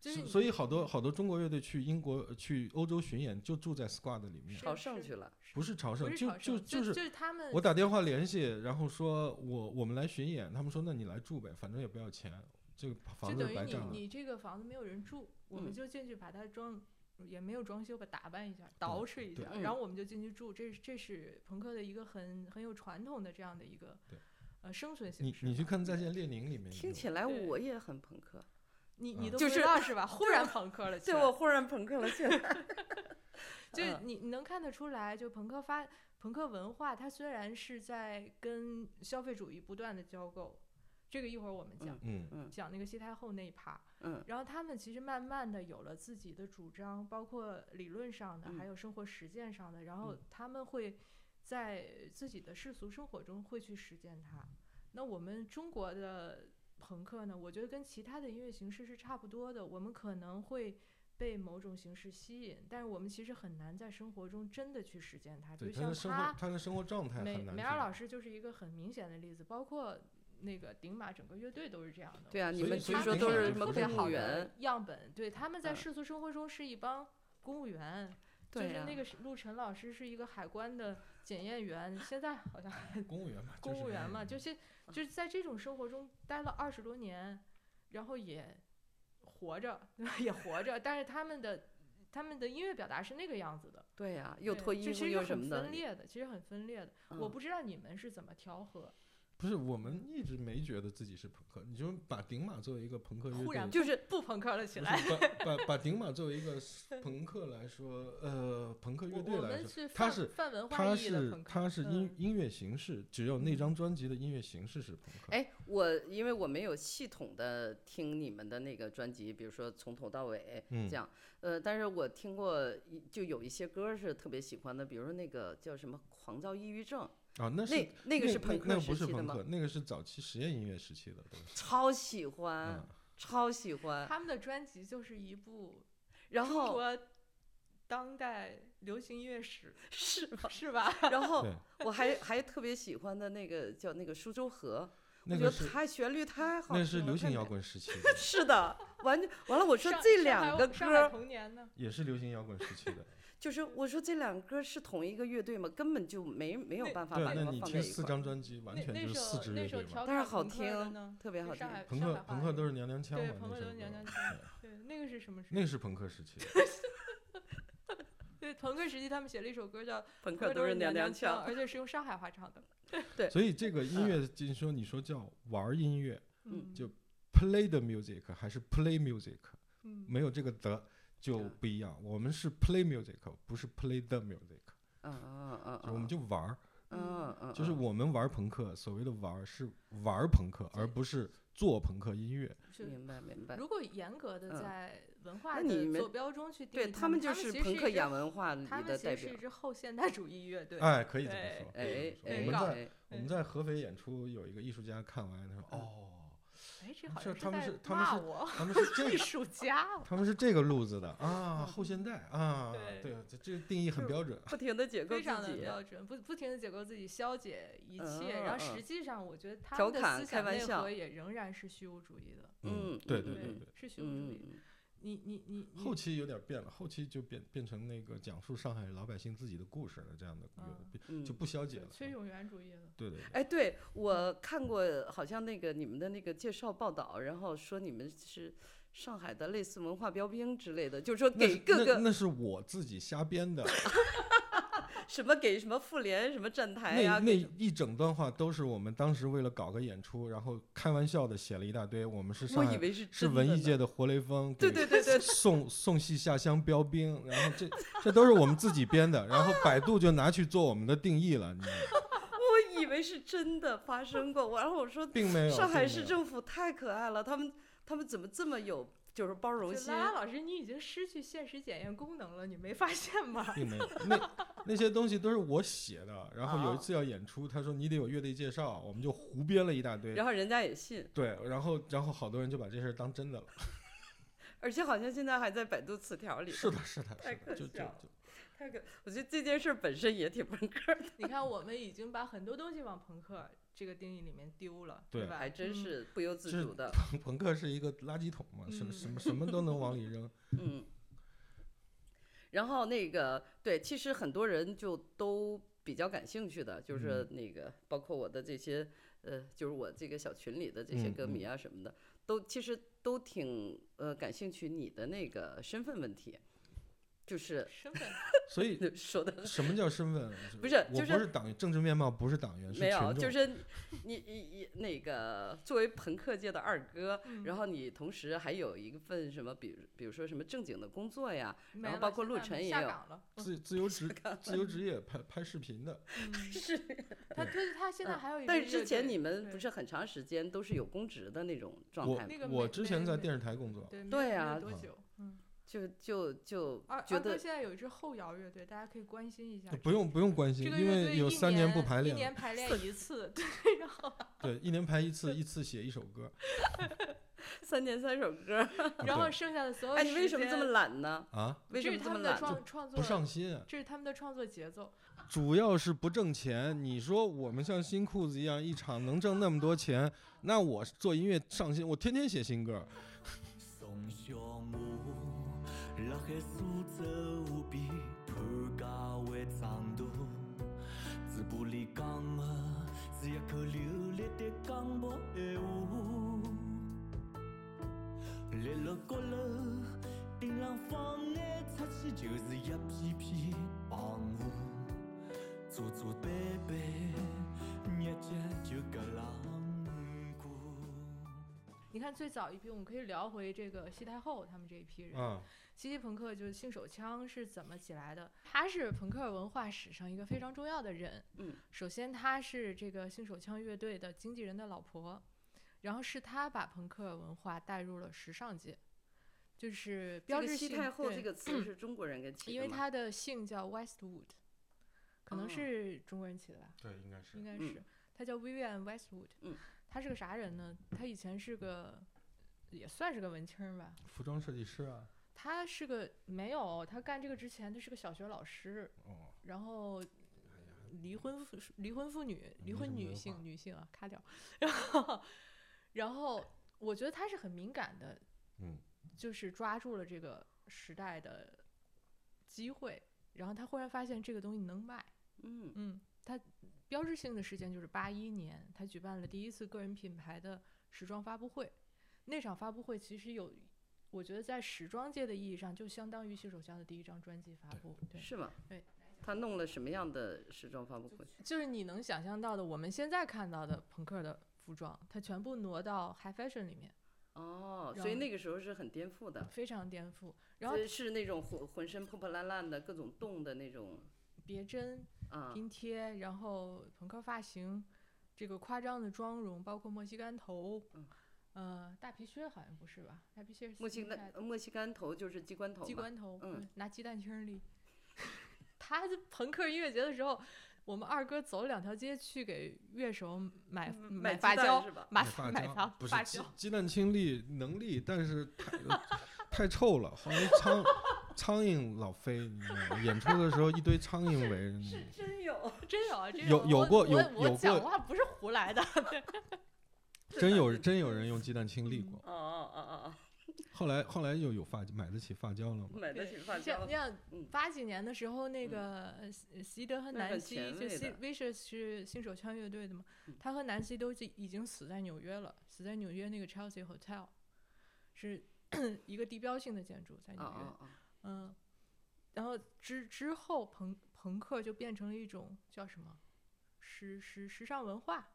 Speaker 2: 就是
Speaker 3: 所
Speaker 2: 你
Speaker 3: 所以好多好多中国乐队去英国、呃去欧洲巡演，就住在 squad 里面，
Speaker 1: 朝圣去了，
Speaker 3: 不是朝
Speaker 2: 不
Speaker 3: 圣，
Speaker 2: 是
Speaker 3: 就
Speaker 2: 朝
Speaker 3: 就
Speaker 2: 圣就
Speaker 3: 就是
Speaker 2: 是他们
Speaker 3: 我打电话联系，然后说我我们来巡演，他们说那你来住呗，反正也不要钱，这个房
Speaker 2: 就
Speaker 3: 子
Speaker 2: 等于
Speaker 3: 白
Speaker 2: 你
Speaker 3: 占了。
Speaker 2: 你这个房子没有人住，我们
Speaker 1: 嗯
Speaker 2: 就进去把它装，也没有装修吧，打扮一下，捯饬一
Speaker 3: 对
Speaker 2: 下，
Speaker 1: 嗯
Speaker 2: 然后我们就进去住。这是这是朋克的一个很很有传统的这样的一个
Speaker 3: 对
Speaker 2: 呃生存形
Speaker 3: 你
Speaker 2: 式吧。
Speaker 3: 你去看《再见列宁》里面有，
Speaker 1: 听起来
Speaker 2: 对
Speaker 1: 我也很朋克，
Speaker 2: 你
Speaker 3: 嗯
Speaker 2: 你都
Speaker 1: 就
Speaker 2: 不知
Speaker 1: 是
Speaker 2: 道 是吧？忽然朋克了起
Speaker 1: 对
Speaker 2: 来，
Speaker 1: 我忽然朋克了起来，
Speaker 2: 就是
Speaker 1: 嗯
Speaker 2: 你你能看得出来，就朋克发朋克文化，它虽然是在跟消费主义不断的交媾，这个一会儿我们讲。
Speaker 3: 嗯
Speaker 2: 讲那个西太后那一趴，
Speaker 1: 嗯，
Speaker 2: 然后他们其实慢慢的有了自己的主张，包括理论上的，
Speaker 1: 嗯
Speaker 2: 还有生活实践上的，然后
Speaker 1: 嗯
Speaker 2: 他们会在自己的世俗生活中会去实践它。那我们中国的朋克呢，我觉得跟其他的音乐形式是差不多的，我们可能会。被某种形式吸引，但是我们其实很难在生活中真的去实践它。
Speaker 3: 对
Speaker 2: 就
Speaker 3: 他
Speaker 2: 像
Speaker 3: 的生活，他的生活状态
Speaker 2: 梅
Speaker 3: 很难
Speaker 2: 梅
Speaker 3: 去。
Speaker 2: 尔老师就是一个很明显的例子，包括那个顶马整个乐队都是这样的。
Speaker 1: 对啊，你
Speaker 3: 所以
Speaker 1: 们
Speaker 3: 所
Speaker 1: 据
Speaker 3: 以
Speaker 1: 说
Speaker 3: 你
Speaker 1: 都
Speaker 3: 想
Speaker 1: 是
Speaker 3: 就
Speaker 1: 什么
Speaker 3: 不
Speaker 2: 特
Speaker 3: 是
Speaker 2: 别
Speaker 1: 公
Speaker 2: 好
Speaker 1: 务
Speaker 2: 的
Speaker 1: 员，
Speaker 2: 样本，对，他们在
Speaker 1: 嗯
Speaker 2: 世俗生活中是一帮公务员，就
Speaker 1: 对
Speaker 2: 是
Speaker 1: 呀
Speaker 2: 那个是陆晨老师是一个海关的检验员，现在 好像
Speaker 3: 公务员嘛，就
Speaker 2: 公
Speaker 3: 是
Speaker 2: 务员嘛，就是是
Speaker 1: 嗯
Speaker 2: 就是在这种生活中待了二十多年，然后也活着， 也活着，但是他们的他们的音乐表达是那个样子的，
Speaker 1: 对呀，又
Speaker 2: 对
Speaker 1: 脱
Speaker 2: 这
Speaker 1: 衣
Speaker 2: 其
Speaker 1: 服
Speaker 2: 实
Speaker 1: 又
Speaker 2: 很
Speaker 1: 什么的
Speaker 2: 分，裂的，其实很分裂的。我
Speaker 1: 嗯
Speaker 2: 不知道你们是怎么调和，
Speaker 3: 不是我们一直没觉得自己是朋克，你就把顶马作为一个朋克乐队，
Speaker 2: 忽然
Speaker 3: 不
Speaker 1: 就是
Speaker 2: 不朋克了起
Speaker 3: 是
Speaker 2: 来。
Speaker 3: 把把把顶马作为一个朋克来说，呃，朋克
Speaker 2: 我
Speaker 3: 乐队
Speaker 2: 我
Speaker 3: 来
Speaker 2: 们
Speaker 3: 说，
Speaker 2: 是
Speaker 3: 他
Speaker 2: 泛
Speaker 3: 是
Speaker 2: 泛文化
Speaker 3: 它
Speaker 2: 意义的
Speaker 3: 是
Speaker 2: 朋克，
Speaker 3: 它是音
Speaker 2: 嗯
Speaker 3: 音乐形式，只有
Speaker 2: 嗯
Speaker 3: 那张专辑的音乐形式是朋克。
Speaker 1: 哎，我因为我没有系统的听你们的那个专辑，比如说从头到尾
Speaker 3: 嗯
Speaker 1: 这样，呃，但是我听过一就有一些歌是特别喜欢的，比如说那个叫什么《狂躁抑郁症
Speaker 3: 啊，那》，是
Speaker 1: 那那个是朋克
Speaker 3: 那个不
Speaker 1: 时
Speaker 3: 是
Speaker 1: 期的
Speaker 3: 朋
Speaker 1: 吗？
Speaker 3: 克，那个是早期实验音乐时期的东西。
Speaker 1: 超喜欢，
Speaker 3: 嗯，
Speaker 1: 超喜欢。
Speaker 2: 他们的专辑就是一部
Speaker 1: 然
Speaker 2: 中
Speaker 1: 后
Speaker 2: 国当代流行音乐史，
Speaker 1: 是吗，
Speaker 2: 是吧？
Speaker 1: 然后
Speaker 3: 对
Speaker 1: 哦我还还特别喜欢的那个叫那个苏州河，
Speaker 3: 那
Speaker 1: 我
Speaker 3: 个
Speaker 1: 觉
Speaker 3: 是
Speaker 1: 得它旋律太好听了，
Speaker 3: 那是流行
Speaker 1: 太
Speaker 3: 摇
Speaker 1: 美。
Speaker 3: 滚时期的，
Speaker 1: 是的，完完了，我说
Speaker 2: 上
Speaker 1: 这
Speaker 2: 上
Speaker 1: 两
Speaker 2: 海
Speaker 1: 个
Speaker 2: 上海
Speaker 1: 歌，
Speaker 2: 童年呢？
Speaker 3: 也是流行摇滚时期的。
Speaker 1: 就是我说这两个歌是同一个乐队吗？根本就没没有
Speaker 2: 那
Speaker 1: 办法
Speaker 3: 对
Speaker 1: 把，它
Speaker 3: 那
Speaker 1: 们
Speaker 3: 你
Speaker 1: 放在
Speaker 3: 听
Speaker 1: 一
Speaker 3: 四
Speaker 1: 块儿，
Speaker 3: 张专辑，完
Speaker 2: 那
Speaker 3: 全
Speaker 2: 那
Speaker 3: 就是
Speaker 2: 首
Speaker 3: 四支
Speaker 2: 那
Speaker 3: 乐队
Speaker 2: 首
Speaker 3: 嘛。
Speaker 2: 调
Speaker 1: 但是
Speaker 2: 侃
Speaker 1: 好
Speaker 2: 朋克的
Speaker 1: 听
Speaker 2: 呢，
Speaker 1: 特别
Speaker 2: 是
Speaker 1: 好听
Speaker 2: 上。海
Speaker 3: 朋
Speaker 2: 上
Speaker 3: 克
Speaker 2: 海
Speaker 3: 朋
Speaker 2: 话
Speaker 3: 克
Speaker 2: 的
Speaker 3: 都是娘娘腔
Speaker 2: 对
Speaker 3: 嘛，
Speaker 2: 朋
Speaker 3: 那
Speaker 2: 克
Speaker 3: 首
Speaker 2: 都是娘
Speaker 3: 歌
Speaker 2: 娘。腔，对那个是什么时
Speaker 3: 那
Speaker 2: 期？
Speaker 3: 是朋克时期的，
Speaker 2: 对朋克时期，他们写了一首歌叫《
Speaker 1: 朋
Speaker 2: 朋
Speaker 1: 克
Speaker 2: 克
Speaker 1: 都
Speaker 2: 是
Speaker 1: 是娘
Speaker 2: 娘
Speaker 1: 娘腔，
Speaker 2: 而且是用上海话唱的。
Speaker 3: 所以这个音乐就是说，你说叫玩儿音乐
Speaker 1: 嗯
Speaker 3: 就 （play the music） 还是 （play music），
Speaker 2: 嗯
Speaker 3: 没有这个的就
Speaker 1: 对
Speaker 3: 不一样。我们是 play music，不是 play the music，
Speaker 1: 嗯嗯嗯
Speaker 3: 就是
Speaker 1: 嗯，
Speaker 3: 我们就玩儿。
Speaker 1: 嗯嗯，
Speaker 3: 就是
Speaker 1: 嗯
Speaker 3: 我们玩朋克，所谓的玩是玩朋克，
Speaker 2: 对
Speaker 3: 而不是做朋克音乐。
Speaker 2: 就
Speaker 1: 明白明白。
Speaker 2: 如果严格的
Speaker 1: 嗯
Speaker 2: 在文化
Speaker 1: 那你
Speaker 2: 的
Speaker 1: 们
Speaker 2: 坐标中去定义
Speaker 1: 对
Speaker 2: 他
Speaker 1: 他们就
Speaker 2: 其
Speaker 1: 是
Speaker 2: 实
Speaker 1: 朋
Speaker 2: 一
Speaker 1: 克
Speaker 2: 支
Speaker 1: 亚文化里
Speaker 2: 他们
Speaker 1: 的
Speaker 2: 其
Speaker 1: 代
Speaker 2: 实是
Speaker 1: 表
Speaker 2: 一。支后现代主义乐队。
Speaker 3: 哎，可以这么
Speaker 2: 对
Speaker 3: 说。可以
Speaker 1: 哎
Speaker 3: 这么说
Speaker 1: 哎
Speaker 3: 我们
Speaker 2: 搞
Speaker 3: 在
Speaker 1: 哎，
Speaker 3: 我们
Speaker 2: 嗯
Speaker 3: 在合肥演出，有一个艺术家看完，他说：“
Speaker 1: 嗯
Speaker 3: 哦，
Speaker 2: 哎，这
Speaker 3: 啊
Speaker 2: 好
Speaker 3: 这
Speaker 2: 像
Speaker 3: 他们
Speaker 2: 在
Speaker 3: 是他们
Speaker 2: 骂
Speaker 3: 是
Speaker 2: 我
Speaker 3: 他们是
Speaker 2: 艺
Speaker 3: 这，
Speaker 2: 术家，
Speaker 3: 他们是这个路子的
Speaker 1: 嗯
Speaker 3: 啊，后现代啊，
Speaker 2: 对
Speaker 3: 对，这这个定义很标准。
Speaker 1: 不停的 解构
Speaker 2: 非
Speaker 1: 自
Speaker 2: 常的
Speaker 1: 己，
Speaker 2: 标准，不不停的解构自己，消解一切。
Speaker 1: 嗯
Speaker 2: 然后
Speaker 1: 嗯
Speaker 2: 实际上，我觉得他
Speaker 1: 调
Speaker 2: 们的
Speaker 1: 侃
Speaker 2: 思
Speaker 1: 开
Speaker 2: 想
Speaker 1: 玩
Speaker 2: 内
Speaker 1: 笑
Speaker 2: 核也仍然是虚无主义的。
Speaker 1: 嗯
Speaker 3: 对
Speaker 1: 嗯
Speaker 3: 对对
Speaker 1: 嗯
Speaker 3: 对。
Speaker 2: 是虚无主
Speaker 1: 嗯
Speaker 2: 义。，你你你你
Speaker 3: 后期有点变了，后期就变变成那个讲述上海老百姓自己的故事了，这样的
Speaker 2: 嗯
Speaker 3: 乐
Speaker 1: 嗯
Speaker 3: 就不消解了。
Speaker 2: 崔永元主义了。
Speaker 3: 对对对，
Speaker 1: 哎，对我看过，好像那个你们的那个介绍报道，然后说你们是上海的类似文化标兵之类的，就是说
Speaker 3: 那
Speaker 1: 给
Speaker 3: 是
Speaker 1: 各
Speaker 3: 那
Speaker 1: 个
Speaker 3: 那是我自己瞎 编的。
Speaker 1: 什么给什么妇联什么站台哎呀、
Speaker 3: 那那
Speaker 1: 给什么
Speaker 3: 一整段话都是我们当时为了搞个演出，然后开玩笑的写了一大堆。我们是上
Speaker 1: 我以
Speaker 3: 海
Speaker 1: 为是
Speaker 3: 是
Speaker 1: 真
Speaker 3: 文
Speaker 1: 的
Speaker 3: 艺
Speaker 1: 呢
Speaker 3: 界的活雷锋，
Speaker 1: 对对对对，
Speaker 3: 送送戏下乡标兵，然后这这都是我们自己编的，然后百度就拿去做我们的定义了，你知道吗
Speaker 1: 我以为是真的 发生过。我然后我说
Speaker 3: 并没有。
Speaker 1: 上海
Speaker 3: 并没
Speaker 1: 市
Speaker 3: 有
Speaker 1: 政府太可爱了，他们他们怎么这么有就是包容
Speaker 2: 就
Speaker 1: 心。
Speaker 2: 拉拉老师，你已经失去现实检验功能了，你没发现吗？
Speaker 3: 并没有那那些东西都是我写的。然后有一
Speaker 1: 哦
Speaker 3: 次要演出，他说你得有乐队介绍，我们就胡编了一大堆。
Speaker 1: 然后人家也信，
Speaker 3: 对，然后然后好多人就把这事儿当真的了。
Speaker 1: 而且好像现在还在百度词条里。
Speaker 3: 是的，是的，
Speaker 1: 太
Speaker 3: 是
Speaker 1: 可
Speaker 3: 的，就就
Speaker 1: 笑了
Speaker 3: 就
Speaker 1: 太可，我觉得这件事儿本身也挺朋克的，
Speaker 2: 你看，我们已经把很多东西往朋克这个定义里面丢了，
Speaker 3: 对
Speaker 2: 吧？
Speaker 1: 还真
Speaker 2: 嗯。
Speaker 1: 是不由自
Speaker 3: 这
Speaker 1: 主的。
Speaker 3: 朋克是一个垃圾桶嘛，什么
Speaker 2: 嗯
Speaker 3: 什么什么都能往里扔。
Speaker 1: 嗯，然后那个对，其实很多人就都比较感兴趣的，就是
Speaker 3: 嗯
Speaker 1: 那个、包括我的这些呃，就是我这个小群里的这些
Speaker 3: 嗯
Speaker 1: 歌迷啊什么的，都其实都挺呃感兴趣你的那个身份问题，就是
Speaker 2: 身份
Speaker 3: 所以
Speaker 1: 说的
Speaker 3: 什么叫身份？啊
Speaker 1: 不是就
Speaker 3: 我不
Speaker 1: 是
Speaker 3: 是党员，政治面貌不是党员，是
Speaker 1: 没
Speaker 3: 群
Speaker 1: 有，
Speaker 3: 众。
Speaker 1: 就是你你你你那个作为朋克界的二哥，
Speaker 2: 嗯
Speaker 1: 然后你同时还有一份什么，比如比如说什么正经的工作呀，
Speaker 2: 没
Speaker 1: 然后
Speaker 2: 了
Speaker 1: 包括
Speaker 2: 现
Speaker 1: 陆
Speaker 2: 在
Speaker 1: 晨也
Speaker 2: 下
Speaker 1: 有
Speaker 2: 岗了。
Speaker 3: 自自由职 自由职业拍拍视频的，
Speaker 2: 嗯
Speaker 1: 是
Speaker 2: 他他他现在
Speaker 1: 嗯
Speaker 2: 还有一个
Speaker 1: 但
Speaker 2: 乐队，
Speaker 1: 是之前你们
Speaker 2: 对
Speaker 1: 不是很长时间都是有公职的那种状
Speaker 3: 我
Speaker 1: 态吗，
Speaker 2: 那个
Speaker 3: 我
Speaker 2: 没
Speaker 3: 之
Speaker 2: 没
Speaker 3: 前在
Speaker 2: 没
Speaker 3: 电视台工作，
Speaker 2: 对没
Speaker 1: 对
Speaker 2: 有没有
Speaker 1: 啊
Speaker 2: 多
Speaker 3: 嗯
Speaker 2: 久？嗯，
Speaker 1: 就就就
Speaker 2: 二
Speaker 1: 觉
Speaker 2: 二哥
Speaker 1: 得
Speaker 2: 现在有一支后摇乐队，大家可以关心一下。
Speaker 3: 不用不用关心，
Speaker 2: 这个
Speaker 3: 因
Speaker 2: 乐
Speaker 3: 为
Speaker 2: 队
Speaker 3: 有
Speaker 2: 一
Speaker 3: 三
Speaker 2: 年
Speaker 3: 不排
Speaker 2: 一
Speaker 3: 练，
Speaker 2: 年排练 一次，对，然后
Speaker 3: 对，一年排一次，一次写一首 歌。啊
Speaker 1: 三年三首歌，
Speaker 2: 然后
Speaker 3: 对
Speaker 2: 剩下的所有
Speaker 1: 哎哎，你为
Speaker 2: 时
Speaker 1: 什么这
Speaker 2: 间
Speaker 1: 么懒呢？
Speaker 3: 啊，
Speaker 1: 为什
Speaker 2: 这
Speaker 1: 么这么
Speaker 2: 是他们的
Speaker 1: 懒？
Speaker 2: 创创作，
Speaker 3: 不上心啊，
Speaker 2: 这是他们的创作节奏。
Speaker 3: 主要是不挣钱。你说我们像新裤子一样，一场能挣那么多钱，那我做音乐上心，我天天写新歌。
Speaker 4: 宋小马辣海苏州河边潘家湾长大，嘴巴里讲的是一口流利的江北闲话。立了高楼，顶浪放眼出去就是一片片棚户，座座板板，日脚就搿浪过。
Speaker 2: 你看最早一批，我们可以聊回这个西太后他们这一批人。
Speaker 3: 啊，
Speaker 2: 西西朋克就是性手枪是怎么起来的？他是朋克文化史上一个非常重要的人。
Speaker 1: 嗯，
Speaker 2: 首先他是这个性手枪乐队的经纪人的老婆，然后是他把朋克文化带入了时尚界，就是
Speaker 1: 这
Speaker 2: 标
Speaker 1: 个
Speaker 2: 志
Speaker 1: 西
Speaker 2: 性。
Speaker 1: 太后
Speaker 2: 对
Speaker 1: 这个词是中国人给起的
Speaker 2: 因为
Speaker 1: 吗
Speaker 2: 他的姓叫 Westwood，可能
Speaker 1: 哦
Speaker 2: 是中国人起的吧，
Speaker 3: 对，应该是
Speaker 2: 应该
Speaker 1: 嗯
Speaker 2: 是。他叫 Vivian Westwood，
Speaker 1: 嗯
Speaker 2: 他是个啥人呢？他以前是个，也算是个文青儿吧。
Speaker 3: 服装设计师啊。
Speaker 2: 他是个没有，他干这个之前，他是个小学老师，
Speaker 3: 哦，
Speaker 2: 然后离婚妇离婚妇女离
Speaker 3: 没什
Speaker 2: 婚
Speaker 3: 么
Speaker 2: 女
Speaker 3: 文化
Speaker 2: 性女性啊，卡掉。 然后，然后我觉得他是很敏感的，
Speaker 3: 嗯，
Speaker 2: 就是抓住了这个时代的机会，然后他忽然发现这个东西能卖，
Speaker 1: 嗯
Speaker 2: 嗯，他标志性的事件就是八一年，他举办了第一次个人品牌的时装发布会。那场发布会其实有，我觉得在时装界的意义上，就相当于洗手枪的第一张专辑发布。对，
Speaker 1: 是吗？
Speaker 2: 对，
Speaker 1: 他弄了什么样的时装发布会？
Speaker 2: 就是你能想象到的，我们现在看到的朋克的服装，它全部挪到 high fashion 里面，
Speaker 1: 哦，
Speaker 2: 然
Speaker 1: 所以
Speaker 2: 后
Speaker 1: 那个时候是很颠覆的，
Speaker 2: 非常颠覆。然后
Speaker 1: 这是那种浑浑身破破烂烂的各种洞的那种
Speaker 2: 别针、
Speaker 1: 啊，
Speaker 2: 拼贴，然后朋克发型，这个夸张的妆容，包括墨西干头，
Speaker 1: 嗯
Speaker 2: 呃，大皮靴好像不是吧？大皮靴是
Speaker 1: 墨西
Speaker 2: Skinny Dye
Speaker 1: 干墨西干头就是鸡冠头
Speaker 2: 鸡
Speaker 1: 嘛，
Speaker 2: 冠头，
Speaker 1: 嗯
Speaker 2: 嗯，拿鸡蛋清儿立。 他在朋克音乐节的时候，我们二哥走两条街去给乐手买
Speaker 1: 嗯
Speaker 2: 买
Speaker 1: 鸡
Speaker 2: 发
Speaker 1: 蛋
Speaker 2: 胶
Speaker 1: 是，吧？
Speaker 2: 买
Speaker 3: 发
Speaker 2: 买发
Speaker 3: 胶不是
Speaker 2: 发
Speaker 3: 鸡
Speaker 2: 胶。
Speaker 3: 鸡蛋清力能力，但是太太臭了，好像苍苍蝇老飞，你知道吗？演出的时候一堆苍蝇围着你。
Speaker 1: 真有，
Speaker 2: 真有啊，真
Speaker 3: 有
Speaker 2: 啊
Speaker 3: 有
Speaker 2: 我
Speaker 3: 过
Speaker 2: 我
Speaker 3: 有
Speaker 2: 我
Speaker 3: 有
Speaker 2: 讲
Speaker 3: 过
Speaker 2: 话不是胡来的，
Speaker 3: 真有真有人用鸡蛋清沥过，
Speaker 1: 哦哦哦哦哦，
Speaker 3: 后来后来又有发买得起发胶了吗？
Speaker 1: 买得
Speaker 2: 对
Speaker 1: 起发胶的，
Speaker 2: 像像
Speaker 1: 嗯
Speaker 2: 八几年的时候，那个呃西西德和
Speaker 1: 那很
Speaker 2: 南希
Speaker 1: 前
Speaker 2: 就
Speaker 1: 卫
Speaker 2: 西
Speaker 1: 的
Speaker 2: Vicious 是新手枪乐队的嘛
Speaker 1: 嗯，
Speaker 2: 他和南希都已已经死在纽约了，死在纽约那个 Chelsea Hotel，是 一个地标性的建筑在纽
Speaker 1: 哦
Speaker 2: 约。
Speaker 1: 哦哦，
Speaker 2: 嗯，然后之之后朋朋克就变成了一种叫什么时时时尚文化，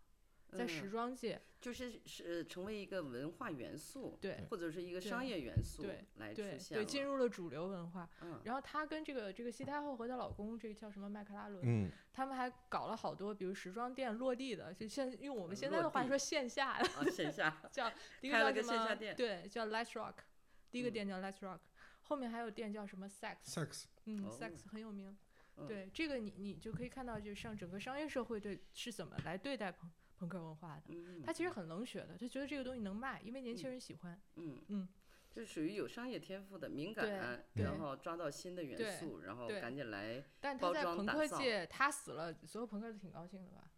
Speaker 2: 在
Speaker 1: 嗯
Speaker 2: 时装界，
Speaker 1: 就是是成为一个文化元素，
Speaker 2: 对
Speaker 1: 或者是一个
Speaker 2: 对
Speaker 1: 商业元素
Speaker 2: 对
Speaker 1: 来出
Speaker 2: 对
Speaker 1: 现
Speaker 2: 对，
Speaker 1: 了。
Speaker 2: 进入了主流文化。
Speaker 1: 嗯，
Speaker 2: 然后她跟这个这个西太后和她老公，这个叫什么麦克拉伦，
Speaker 3: 嗯，
Speaker 2: 他们还搞了好多，比如时装店落地的，就现用我们
Speaker 1: 嗯
Speaker 2: 现在
Speaker 1: 落
Speaker 2: 的话
Speaker 1: 地
Speaker 2: 说线下
Speaker 1: 啊，线下
Speaker 2: 叫一
Speaker 1: 开
Speaker 2: 叫
Speaker 1: 了个
Speaker 2: 什
Speaker 1: 线下
Speaker 2: 么
Speaker 1: 店
Speaker 2: 对，叫 Light Rock。第一个
Speaker 1: 嗯
Speaker 2: 店叫 Let's Rock，、后面还有店叫什么 Sex，
Speaker 3: sex
Speaker 2: 嗯、
Speaker 1: 哦
Speaker 2: s e x 很有名。
Speaker 1: 嗯
Speaker 2: 对这个你你就可以看到，就是上整个商业社会对是怎么来对待朋朋克文化的。
Speaker 1: 嗯，
Speaker 2: 他其实很冷血的，他觉得这个东西能卖，因为年轻
Speaker 1: 嗯
Speaker 2: 人喜欢。
Speaker 1: 嗯
Speaker 2: 嗯，
Speaker 1: 就属于有商业天赋的敏
Speaker 2: 对
Speaker 1: 感，
Speaker 3: 对
Speaker 1: 然后抓到新的元
Speaker 2: 对
Speaker 1: 素，然后
Speaker 2: 对
Speaker 1: 赶紧来。
Speaker 2: 但
Speaker 1: 包
Speaker 2: 他在
Speaker 1: 装
Speaker 2: 朋
Speaker 1: 打
Speaker 2: 克
Speaker 1: 造
Speaker 2: 界，他死了，所有朋克都挺高兴的吧？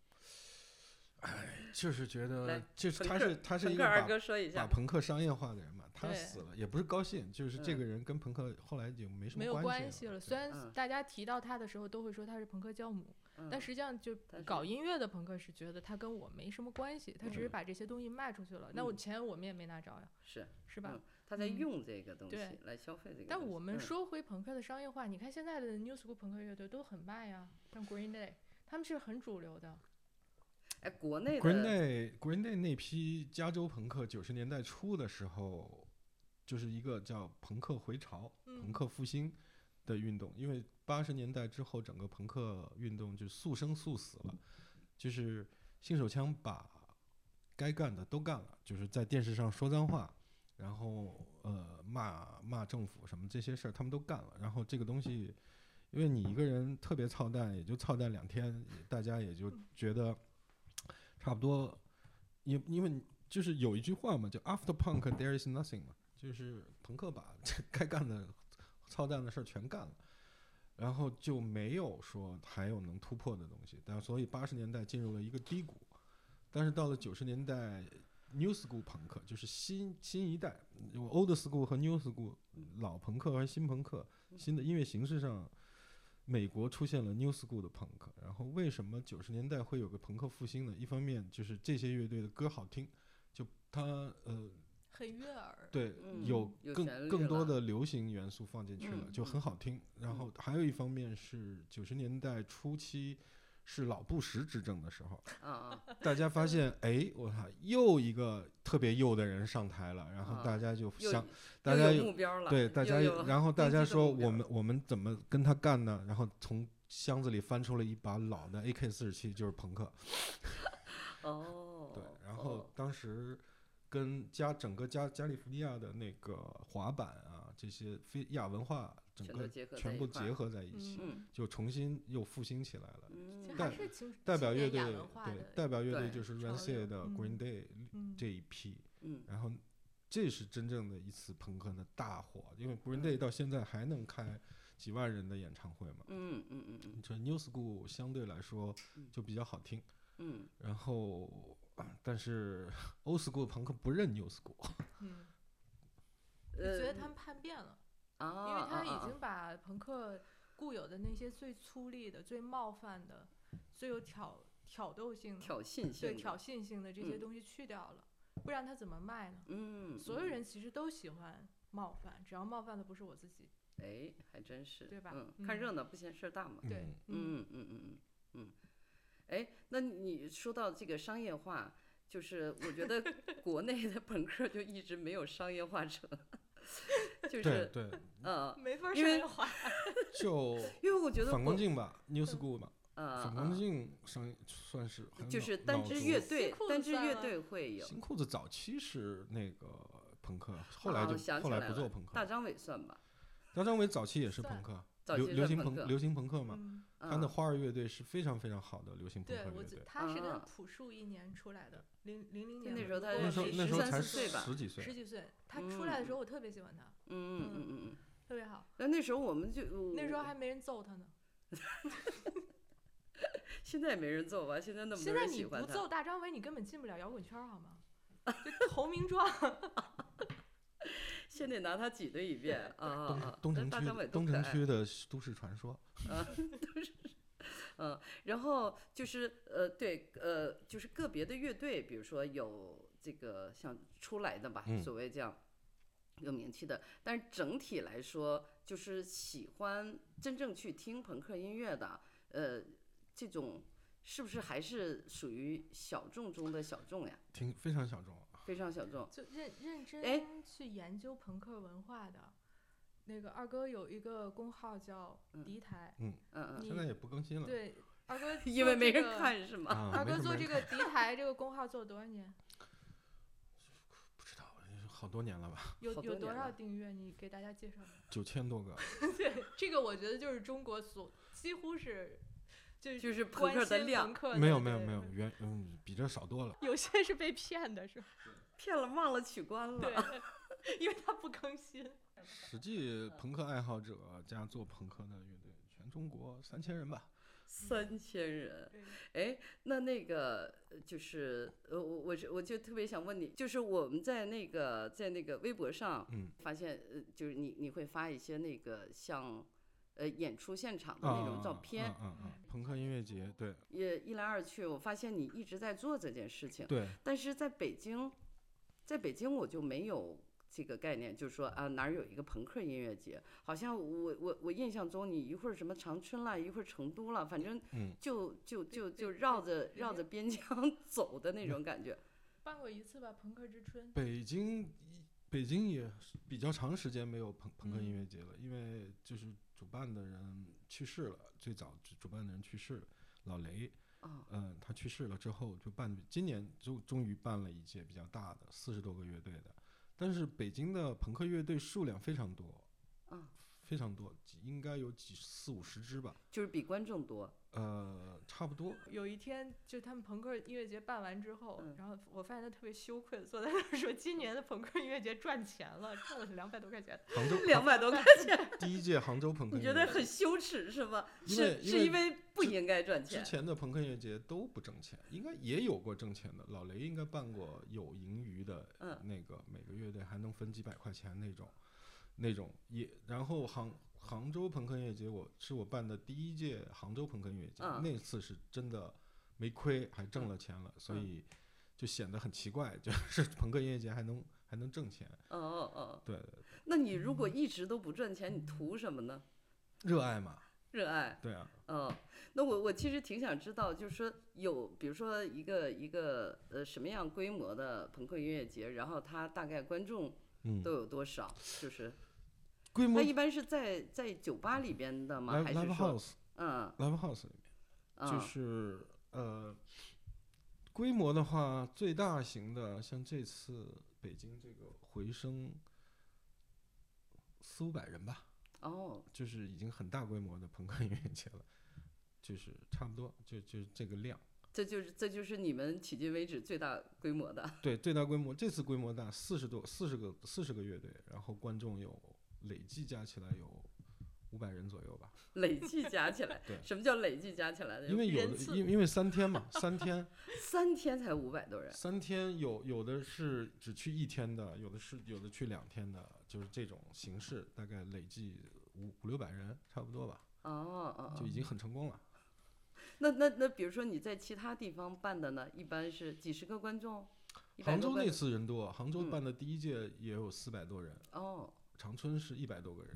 Speaker 3: 就是觉得
Speaker 1: 来
Speaker 3: 就是
Speaker 1: 朋
Speaker 3: 他
Speaker 1: 克
Speaker 3: 是他是
Speaker 1: 朋
Speaker 3: 一
Speaker 1: 克
Speaker 3: 个
Speaker 1: 二
Speaker 3: 把
Speaker 1: 哥说一
Speaker 3: 把
Speaker 1: 下，
Speaker 3: 朋克商业化的人嘛，他
Speaker 2: 对
Speaker 3: 死了也不是高兴，就是这
Speaker 1: 嗯
Speaker 3: 个人跟朋克后来已经没什
Speaker 2: 没
Speaker 3: 么
Speaker 2: 有
Speaker 3: 关
Speaker 2: 关
Speaker 3: 系
Speaker 2: 系
Speaker 3: 了。
Speaker 2: 了。
Speaker 3: 对
Speaker 2: 虽
Speaker 1: 嗯
Speaker 2: 然大家提到他的时候都会说他是朋克教母，但
Speaker 1: 嗯
Speaker 2: 实际上就
Speaker 1: 但是
Speaker 2: 搞音乐的朋克是觉得他跟我没什么关系，他只是
Speaker 1: 嗯
Speaker 2: 把这些东西卖出去了。那我
Speaker 1: 嗯
Speaker 2: 钱我们也没拿着呀，
Speaker 1: 是
Speaker 2: 是吧
Speaker 1: 嗯？他在
Speaker 2: 嗯
Speaker 1: 用这个东西
Speaker 2: 对
Speaker 1: 来消费这个东西。
Speaker 2: 但我们
Speaker 1: 嗯
Speaker 2: 说回朋克的商业化，你看现在的 New School 朋克乐队都很卖呀，像 Green Day，他们是很主流的。
Speaker 1: 哎，国内
Speaker 3: Green
Speaker 1: 的
Speaker 3: Day Green Day 那批加州朋克九十年代初的时候，就是一个叫朋克回潮、朋
Speaker 2: 嗯
Speaker 3: 克复兴的运动，因为八十年代之后整个朋克运动就速生速死了，就是信手枪把该干的都干了，就是在电视上说脏话，然后呃骂骂政府什么这些事儿他们都干了，然后这个东西。因为你一个人特别操蛋，也就操蛋两天，也大家也就觉得差不多，因因为你就是有一句话嘛，叫 “After punk there is nothing” 嘛，就是朋克把 这该干的操蛋的事儿全干了，然后就没有说还有能突破的东西。但所以八十年代进入了一个低谷，但是到了九十年代，New School 朋克就是新新一代有，Old School 和 New School 老朋克和新朋克新的音乐形式上。美国出现了 New School 的朋克，然后为什么九十年代会有个朋克复兴呢？一方面就是这些乐队的歌好听，就它呃
Speaker 2: 很悦耳，
Speaker 3: 对，
Speaker 1: 嗯
Speaker 3: 有
Speaker 1: 有
Speaker 3: 更
Speaker 1: 旋律
Speaker 3: 更多
Speaker 1: 了
Speaker 3: 的流行元素放进去了，
Speaker 1: 嗯
Speaker 3: 就很好听。然后还有一方面是九十年代初期是老布什执政的时 候，
Speaker 1: 啊啊，
Speaker 3: 大家发现，
Speaker 1: 嗯
Speaker 3: 哎，我操，又一个特别右的人上台了，然后
Speaker 1: 啊
Speaker 3: 大家就
Speaker 1: 又
Speaker 3: 想，大
Speaker 1: 又
Speaker 3: 家
Speaker 1: 有
Speaker 3: 有
Speaker 1: 目标了，
Speaker 3: 对大
Speaker 1: 又
Speaker 3: 家有，
Speaker 1: 有
Speaker 3: 然后大
Speaker 1: 攻击
Speaker 3: 家
Speaker 1: 的
Speaker 3: 说
Speaker 1: 目标
Speaker 3: 我们我们怎么跟他干呢？然后从箱子里翻出了一把老的 AK 四十七，就是朋克。
Speaker 1: 哦，
Speaker 3: 对，然
Speaker 1: 哦
Speaker 3: 后当时跟加整个加加利福尼亚的那个滑板啊，这些非亚文化整
Speaker 1: 全都
Speaker 3: 个
Speaker 1: 结合在
Speaker 3: 全
Speaker 1: 一
Speaker 3: 部
Speaker 1: 块儿
Speaker 3: 结合在一起，
Speaker 2: 嗯，
Speaker 3: 就重新又复兴起来了。
Speaker 2: 其实
Speaker 1: 嗯，
Speaker 2: 还
Speaker 3: 代
Speaker 2: 是青
Speaker 3: 代表乐
Speaker 2: 青年
Speaker 3: 队
Speaker 2: 亚文化
Speaker 3: 对
Speaker 2: 的，
Speaker 3: 代表乐队
Speaker 1: 对
Speaker 3: 就是
Speaker 2: 潮
Speaker 3: Rancid
Speaker 2: 流
Speaker 3: 的
Speaker 2: 嗯
Speaker 3: Green Day
Speaker 2: 嗯
Speaker 3: 这一批，
Speaker 1: 嗯
Speaker 3: 然后这是真正的一次朋克的大火，因为 Green
Speaker 1: 嗯
Speaker 3: Day 到现在还能开几万人的演唱会嘛。
Speaker 1: 嗯嗯嗯嗯
Speaker 3: 这 New School 相对来说
Speaker 1: 嗯
Speaker 3: 就比较好听，
Speaker 1: 嗯，
Speaker 3: 然后啊但是 Old School 朋克不认 New School，
Speaker 2: 嗯，我
Speaker 1: 呃
Speaker 2: 觉得他们叛变了。
Speaker 1: 啊，
Speaker 2: 因为他
Speaker 1: 啊
Speaker 2: 已经把朋克固有的那些最粗粝的、最冒犯的、最有挑挑逗性的、
Speaker 1: 挑衅性
Speaker 2: 对
Speaker 1: 的，
Speaker 2: 挑衅性的这些
Speaker 1: 嗯
Speaker 2: 东西去掉了，不然他怎么卖呢？
Speaker 1: 嗯，
Speaker 2: 所有
Speaker 1: 嗯
Speaker 2: 人其实都喜欢冒犯，只要冒犯的不是我自己。
Speaker 1: 哎，还真是，
Speaker 2: 对吧
Speaker 1: 嗯，看
Speaker 2: 嗯
Speaker 1: 热闹不嫌事儿大嘛。
Speaker 2: 对，嗯，
Speaker 1: 嗯嗯嗯嗯嗯。哎，那你说到这个商业化，就是我觉得国内的朋克就一直没有商业化成，就
Speaker 3: 对
Speaker 1: 是
Speaker 3: 对，
Speaker 1: 呃，
Speaker 2: 没法
Speaker 1: 因为
Speaker 2: 商业化。
Speaker 3: 就
Speaker 1: 因为我 觉得
Speaker 3: 反
Speaker 1: 国
Speaker 3: 光镜吧，New School 吧，
Speaker 1: 呃
Speaker 3: 反光镜上算是很
Speaker 1: 就
Speaker 3: 老
Speaker 1: 是单
Speaker 3: 老
Speaker 1: 支
Speaker 3: 族
Speaker 1: 乐队
Speaker 2: 新裤，
Speaker 1: 单
Speaker 2: 子
Speaker 1: 支
Speaker 2: 算
Speaker 1: 乐
Speaker 2: 吗
Speaker 1: 队会有，
Speaker 3: 新裤子早期是那个朋克，后来
Speaker 1: 啊
Speaker 3: 就
Speaker 1: 我想
Speaker 3: 后
Speaker 1: 起
Speaker 3: 来
Speaker 1: 来
Speaker 3: 不
Speaker 1: 了
Speaker 3: 做朋克
Speaker 1: 大
Speaker 3: 了。
Speaker 1: 张伟算吧，
Speaker 3: 大张伟早期也是
Speaker 2: 算
Speaker 3: 朋克，
Speaker 1: 早
Speaker 3: 流
Speaker 1: 期
Speaker 3: 流
Speaker 1: 算
Speaker 3: 行
Speaker 1: 朋
Speaker 3: 朋
Speaker 1: 克，
Speaker 3: 流行朋克嘛，
Speaker 2: 嗯，
Speaker 3: 他的
Speaker 1: 嗯
Speaker 3: 花儿乐队是非常非常好的流行朋
Speaker 2: 对
Speaker 3: 克乐
Speaker 2: 我觉
Speaker 3: 队。
Speaker 2: 他是跟
Speaker 1: 啊
Speaker 2: 朴树一年出来的，零零零
Speaker 1: 就那
Speaker 2: 年嘛
Speaker 1: 时候
Speaker 2: 如
Speaker 1: 他
Speaker 2: 果
Speaker 3: 那
Speaker 2: 我
Speaker 3: 时候
Speaker 2: 没
Speaker 3: 那时候
Speaker 2: 记
Speaker 1: 13-14
Speaker 2: 错
Speaker 3: 才
Speaker 1: 岁吧
Speaker 3: 十几岁，
Speaker 2: 十几岁，他出来的时候我特别喜欢他，
Speaker 1: 嗯嗯嗯嗯。
Speaker 2: 特别好。
Speaker 1: 那那时候我们就
Speaker 3: 嗯
Speaker 2: 那时候
Speaker 1: 我
Speaker 2: 还没人揍他呢。
Speaker 1: 现在也没人揍吧？现在那么多
Speaker 2: 现在
Speaker 1: 人
Speaker 2: 你
Speaker 1: 喜欢
Speaker 2: 不
Speaker 1: 他，
Speaker 2: 揍大张伟，你根本进不了摇滚圈儿，好吗？就投名状，
Speaker 1: 先得拿他挤兑一遍啊啊！
Speaker 3: 东
Speaker 1: 啊
Speaker 3: 东
Speaker 1: 但
Speaker 3: 城
Speaker 1: 大张伟
Speaker 3: 区
Speaker 1: 多
Speaker 3: 东
Speaker 1: 可
Speaker 3: 城
Speaker 1: 爱
Speaker 3: 区的都市传说，
Speaker 1: 嗯，然后就是呃，对，呃，就是个别的乐队，比如说有这个像出来的吧，
Speaker 3: 嗯
Speaker 1: 所谓这样有名气的，但是整体来说，就是喜欢真正去听朋克音乐的，呃，这种是不是还是属于小众中的小众呀？
Speaker 3: 挺非常小众。啊
Speaker 1: 非常小众。
Speaker 2: 就认认
Speaker 1: 哎
Speaker 2: 真去研究朋克文化的。那个二哥有一个公号叫
Speaker 1: 嗯
Speaker 2: 敌台，
Speaker 1: 嗯
Speaker 3: 现在也不更新了。
Speaker 2: 对，二哥
Speaker 1: 嗯，因
Speaker 2: 做
Speaker 1: 为没
Speaker 2: 这
Speaker 1: 人
Speaker 2: 个。
Speaker 1: 看是吗？
Speaker 3: 啊，
Speaker 2: 二
Speaker 3: 没
Speaker 2: 哥
Speaker 3: 什么
Speaker 2: 做
Speaker 3: 人
Speaker 2: 这
Speaker 3: 看
Speaker 2: 个敌台这个公号做了多少年？
Speaker 3: 不知道，好多年了吧，
Speaker 2: 有
Speaker 1: 好
Speaker 2: 有
Speaker 1: 多
Speaker 2: 多
Speaker 1: 年
Speaker 2: 少
Speaker 1: 了
Speaker 2: 订阅？你给大家介绍一下。
Speaker 3: 九千多个。
Speaker 2: 对，这个我觉得就是中国所几乎是就是
Speaker 1: 就是朋
Speaker 2: 关
Speaker 1: 克
Speaker 2: 心
Speaker 1: 的量
Speaker 2: 朋克
Speaker 3: 没
Speaker 2: 的
Speaker 3: 有没有
Speaker 2: 对
Speaker 3: 没有，原嗯比这少多了。
Speaker 2: 有些是被骗的 是吧？
Speaker 1: 骗了忘了取关
Speaker 2: 对
Speaker 1: 了。，
Speaker 2: 因为他不更新。
Speaker 3: 实际朋克爱好者加做朋克的乐队，全中国三千人吧。
Speaker 1: 三千人，
Speaker 2: 对
Speaker 1: 哎，那那个呃就是呃，我我是我就特别想问你，就是我们在那个在那个微博上
Speaker 3: 嗯
Speaker 1: 发现，呃，就是你你会发一些那个像呃演出现场的那种照片
Speaker 3: 嗯，嗯嗯，朋克音乐节，对
Speaker 1: 也一来二去，我发现你一直在做这件事情，
Speaker 3: 对，
Speaker 1: 但是在北京，在北京我就没有这个概念，就是说啊哪儿有一个朋克音乐节，好像我我我印象中你一会儿什么长春啦，一会儿成都啦，反正
Speaker 3: 嗯
Speaker 1: 就就就
Speaker 2: 对
Speaker 1: 就
Speaker 2: 对
Speaker 1: 绕着
Speaker 2: 对
Speaker 1: 绕着边疆 走的那种感觉。
Speaker 2: 办过一次吧，朋克之春。
Speaker 3: 北京北京也是比较长时间没有朋朋克音乐节了，因为就是主办的人去世了，最早主主办的人去世了，老雷，
Speaker 1: 哦，
Speaker 3: 嗯，他去世了之后就办，今年终终于办了一届比较大的，四十多个乐队的，但是北京的朋克乐队数量非常多，
Speaker 1: 嗯，
Speaker 3: 非常多，几应该有几四五十支吧，
Speaker 1: 就是比观众多。
Speaker 3: 呃，差不多，
Speaker 2: 有一天，就他们朋克音乐节办完之后，
Speaker 1: 嗯
Speaker 2: 然后我发现他特别羞愧，坐在那儿说：“今年的朋克音乐节赚钱了，挣了两百多块钱。
Speaker 3: 杭州
Speaker 1: 两百多块钱，
Speaker 3: 第一届杭州朋克
Speaker 1: 你
Speaker 3: 音
Speaker 1: 觉
Speaker 3: 乐
Speaker 1: 得
Speaker 3: 节，
Speaker 1: 很羞耻是吗？
Speaker 3: 嗯因
Speaker 1: 是
Speaker 3: 为
Speaker 1: 是因为不应该赚
Speaker 3: 之
Speaker 1: 钱，
Speaker 3: 前的朋克音乐节都不挣钱，应该也有过挣钱的。老雷应该办过有盈余的
Speaker 1: 嗯，
Speaker 3: 那个每个乐队还能分几百块钱那种，那种也。然后杭杭州朋克音乐节我，是我办的第一届杭州朋克音乐节，
Speaker 1: 嗯
Speaker 3: 那次是真的没亏，还挣了钱了，所
Speaker 1: 嗯
Speaker 3: 以就显得很奇怪， 就是朋克音乐节还能还能挣钱。
Speaker 1: 哦哦哦，
Speaker 3: 对，
Speaker 1: 那你如
Speaker 3: 嗯
Speaker 1: 果一直都不赚钱，你图什么呢？
Speaker 3: 热爱嘛，
Speaker 1: 热爱。
Speaker 3: 对啊，
Speaker 1: 嗯，那我我其实挺想知道，就是说有，比如说一个一个呃什么样规模的朋克音乐节，然后它大概观众
Speaker 3: 嗯
Speaker 1: 都，有多少？就是
Speaker 3: 规模
Speaker 1: 它一般是在在酒吧里边的吗？还
Speaker 3: 嗯 live
Speaker 1: 是
Speaker 3: live
Speaker 1: 说，
Speaker 3: house
Speaker 1: 嗯
Speaker 3: live house 里面。
Speaker 1: 嗯，
Speaker 3: 就是呃，规模的话，最大型的像这次北京这个回声，四五百人吧，
Speaker 1: 哦，
Speaker 3: 就是已经很大规模的朋克音乐节了，就是差不多，就就这个量。
Speaker 1: 这就是这就是你们迄今为止最大规模的，
Speaker 3: 对，最大规模这次规模大，四十多四十个四十个乐队，然后观众有累计加起来有五百人左右吧。，
Speaker 1: 累计加起来
Speaker 3: 对
Speaker 1: 什么叫累计加起来的？
Speaker 3: 因为有
Speaker 2: 呃人
Speaker 3: 的
Speaker 2: 次
Speaker 3: 因为因为三天嘛，三天。
Speaker 1: 三天才五百多人，
Speaker 3: 三天有有的是只去一天的，有的是有的去两天的，就是这种形式，大概累计五五六百人差不多吧，
Speaker 1: 哦哦，
Speaker 3: 就
Speaker 1: 哦
Speaker 3: 已经很成功了。
Speaker 1: 那那那比如说你在其他地方办的呢，一般是几十个观众，一百
Speaker 3: 杭
Speaker 1: 多
Speaker 3: 州
Speaker 1: 观
Speaker 3: 那
Speaker 1: 众
Speaker 3: 次人多，杭州
Speaker 1: 嗯
Speaker 3: 办的第一届也有四百多人，
Speaker 1: 哦。
Speaker 3: 长春是一百多个人，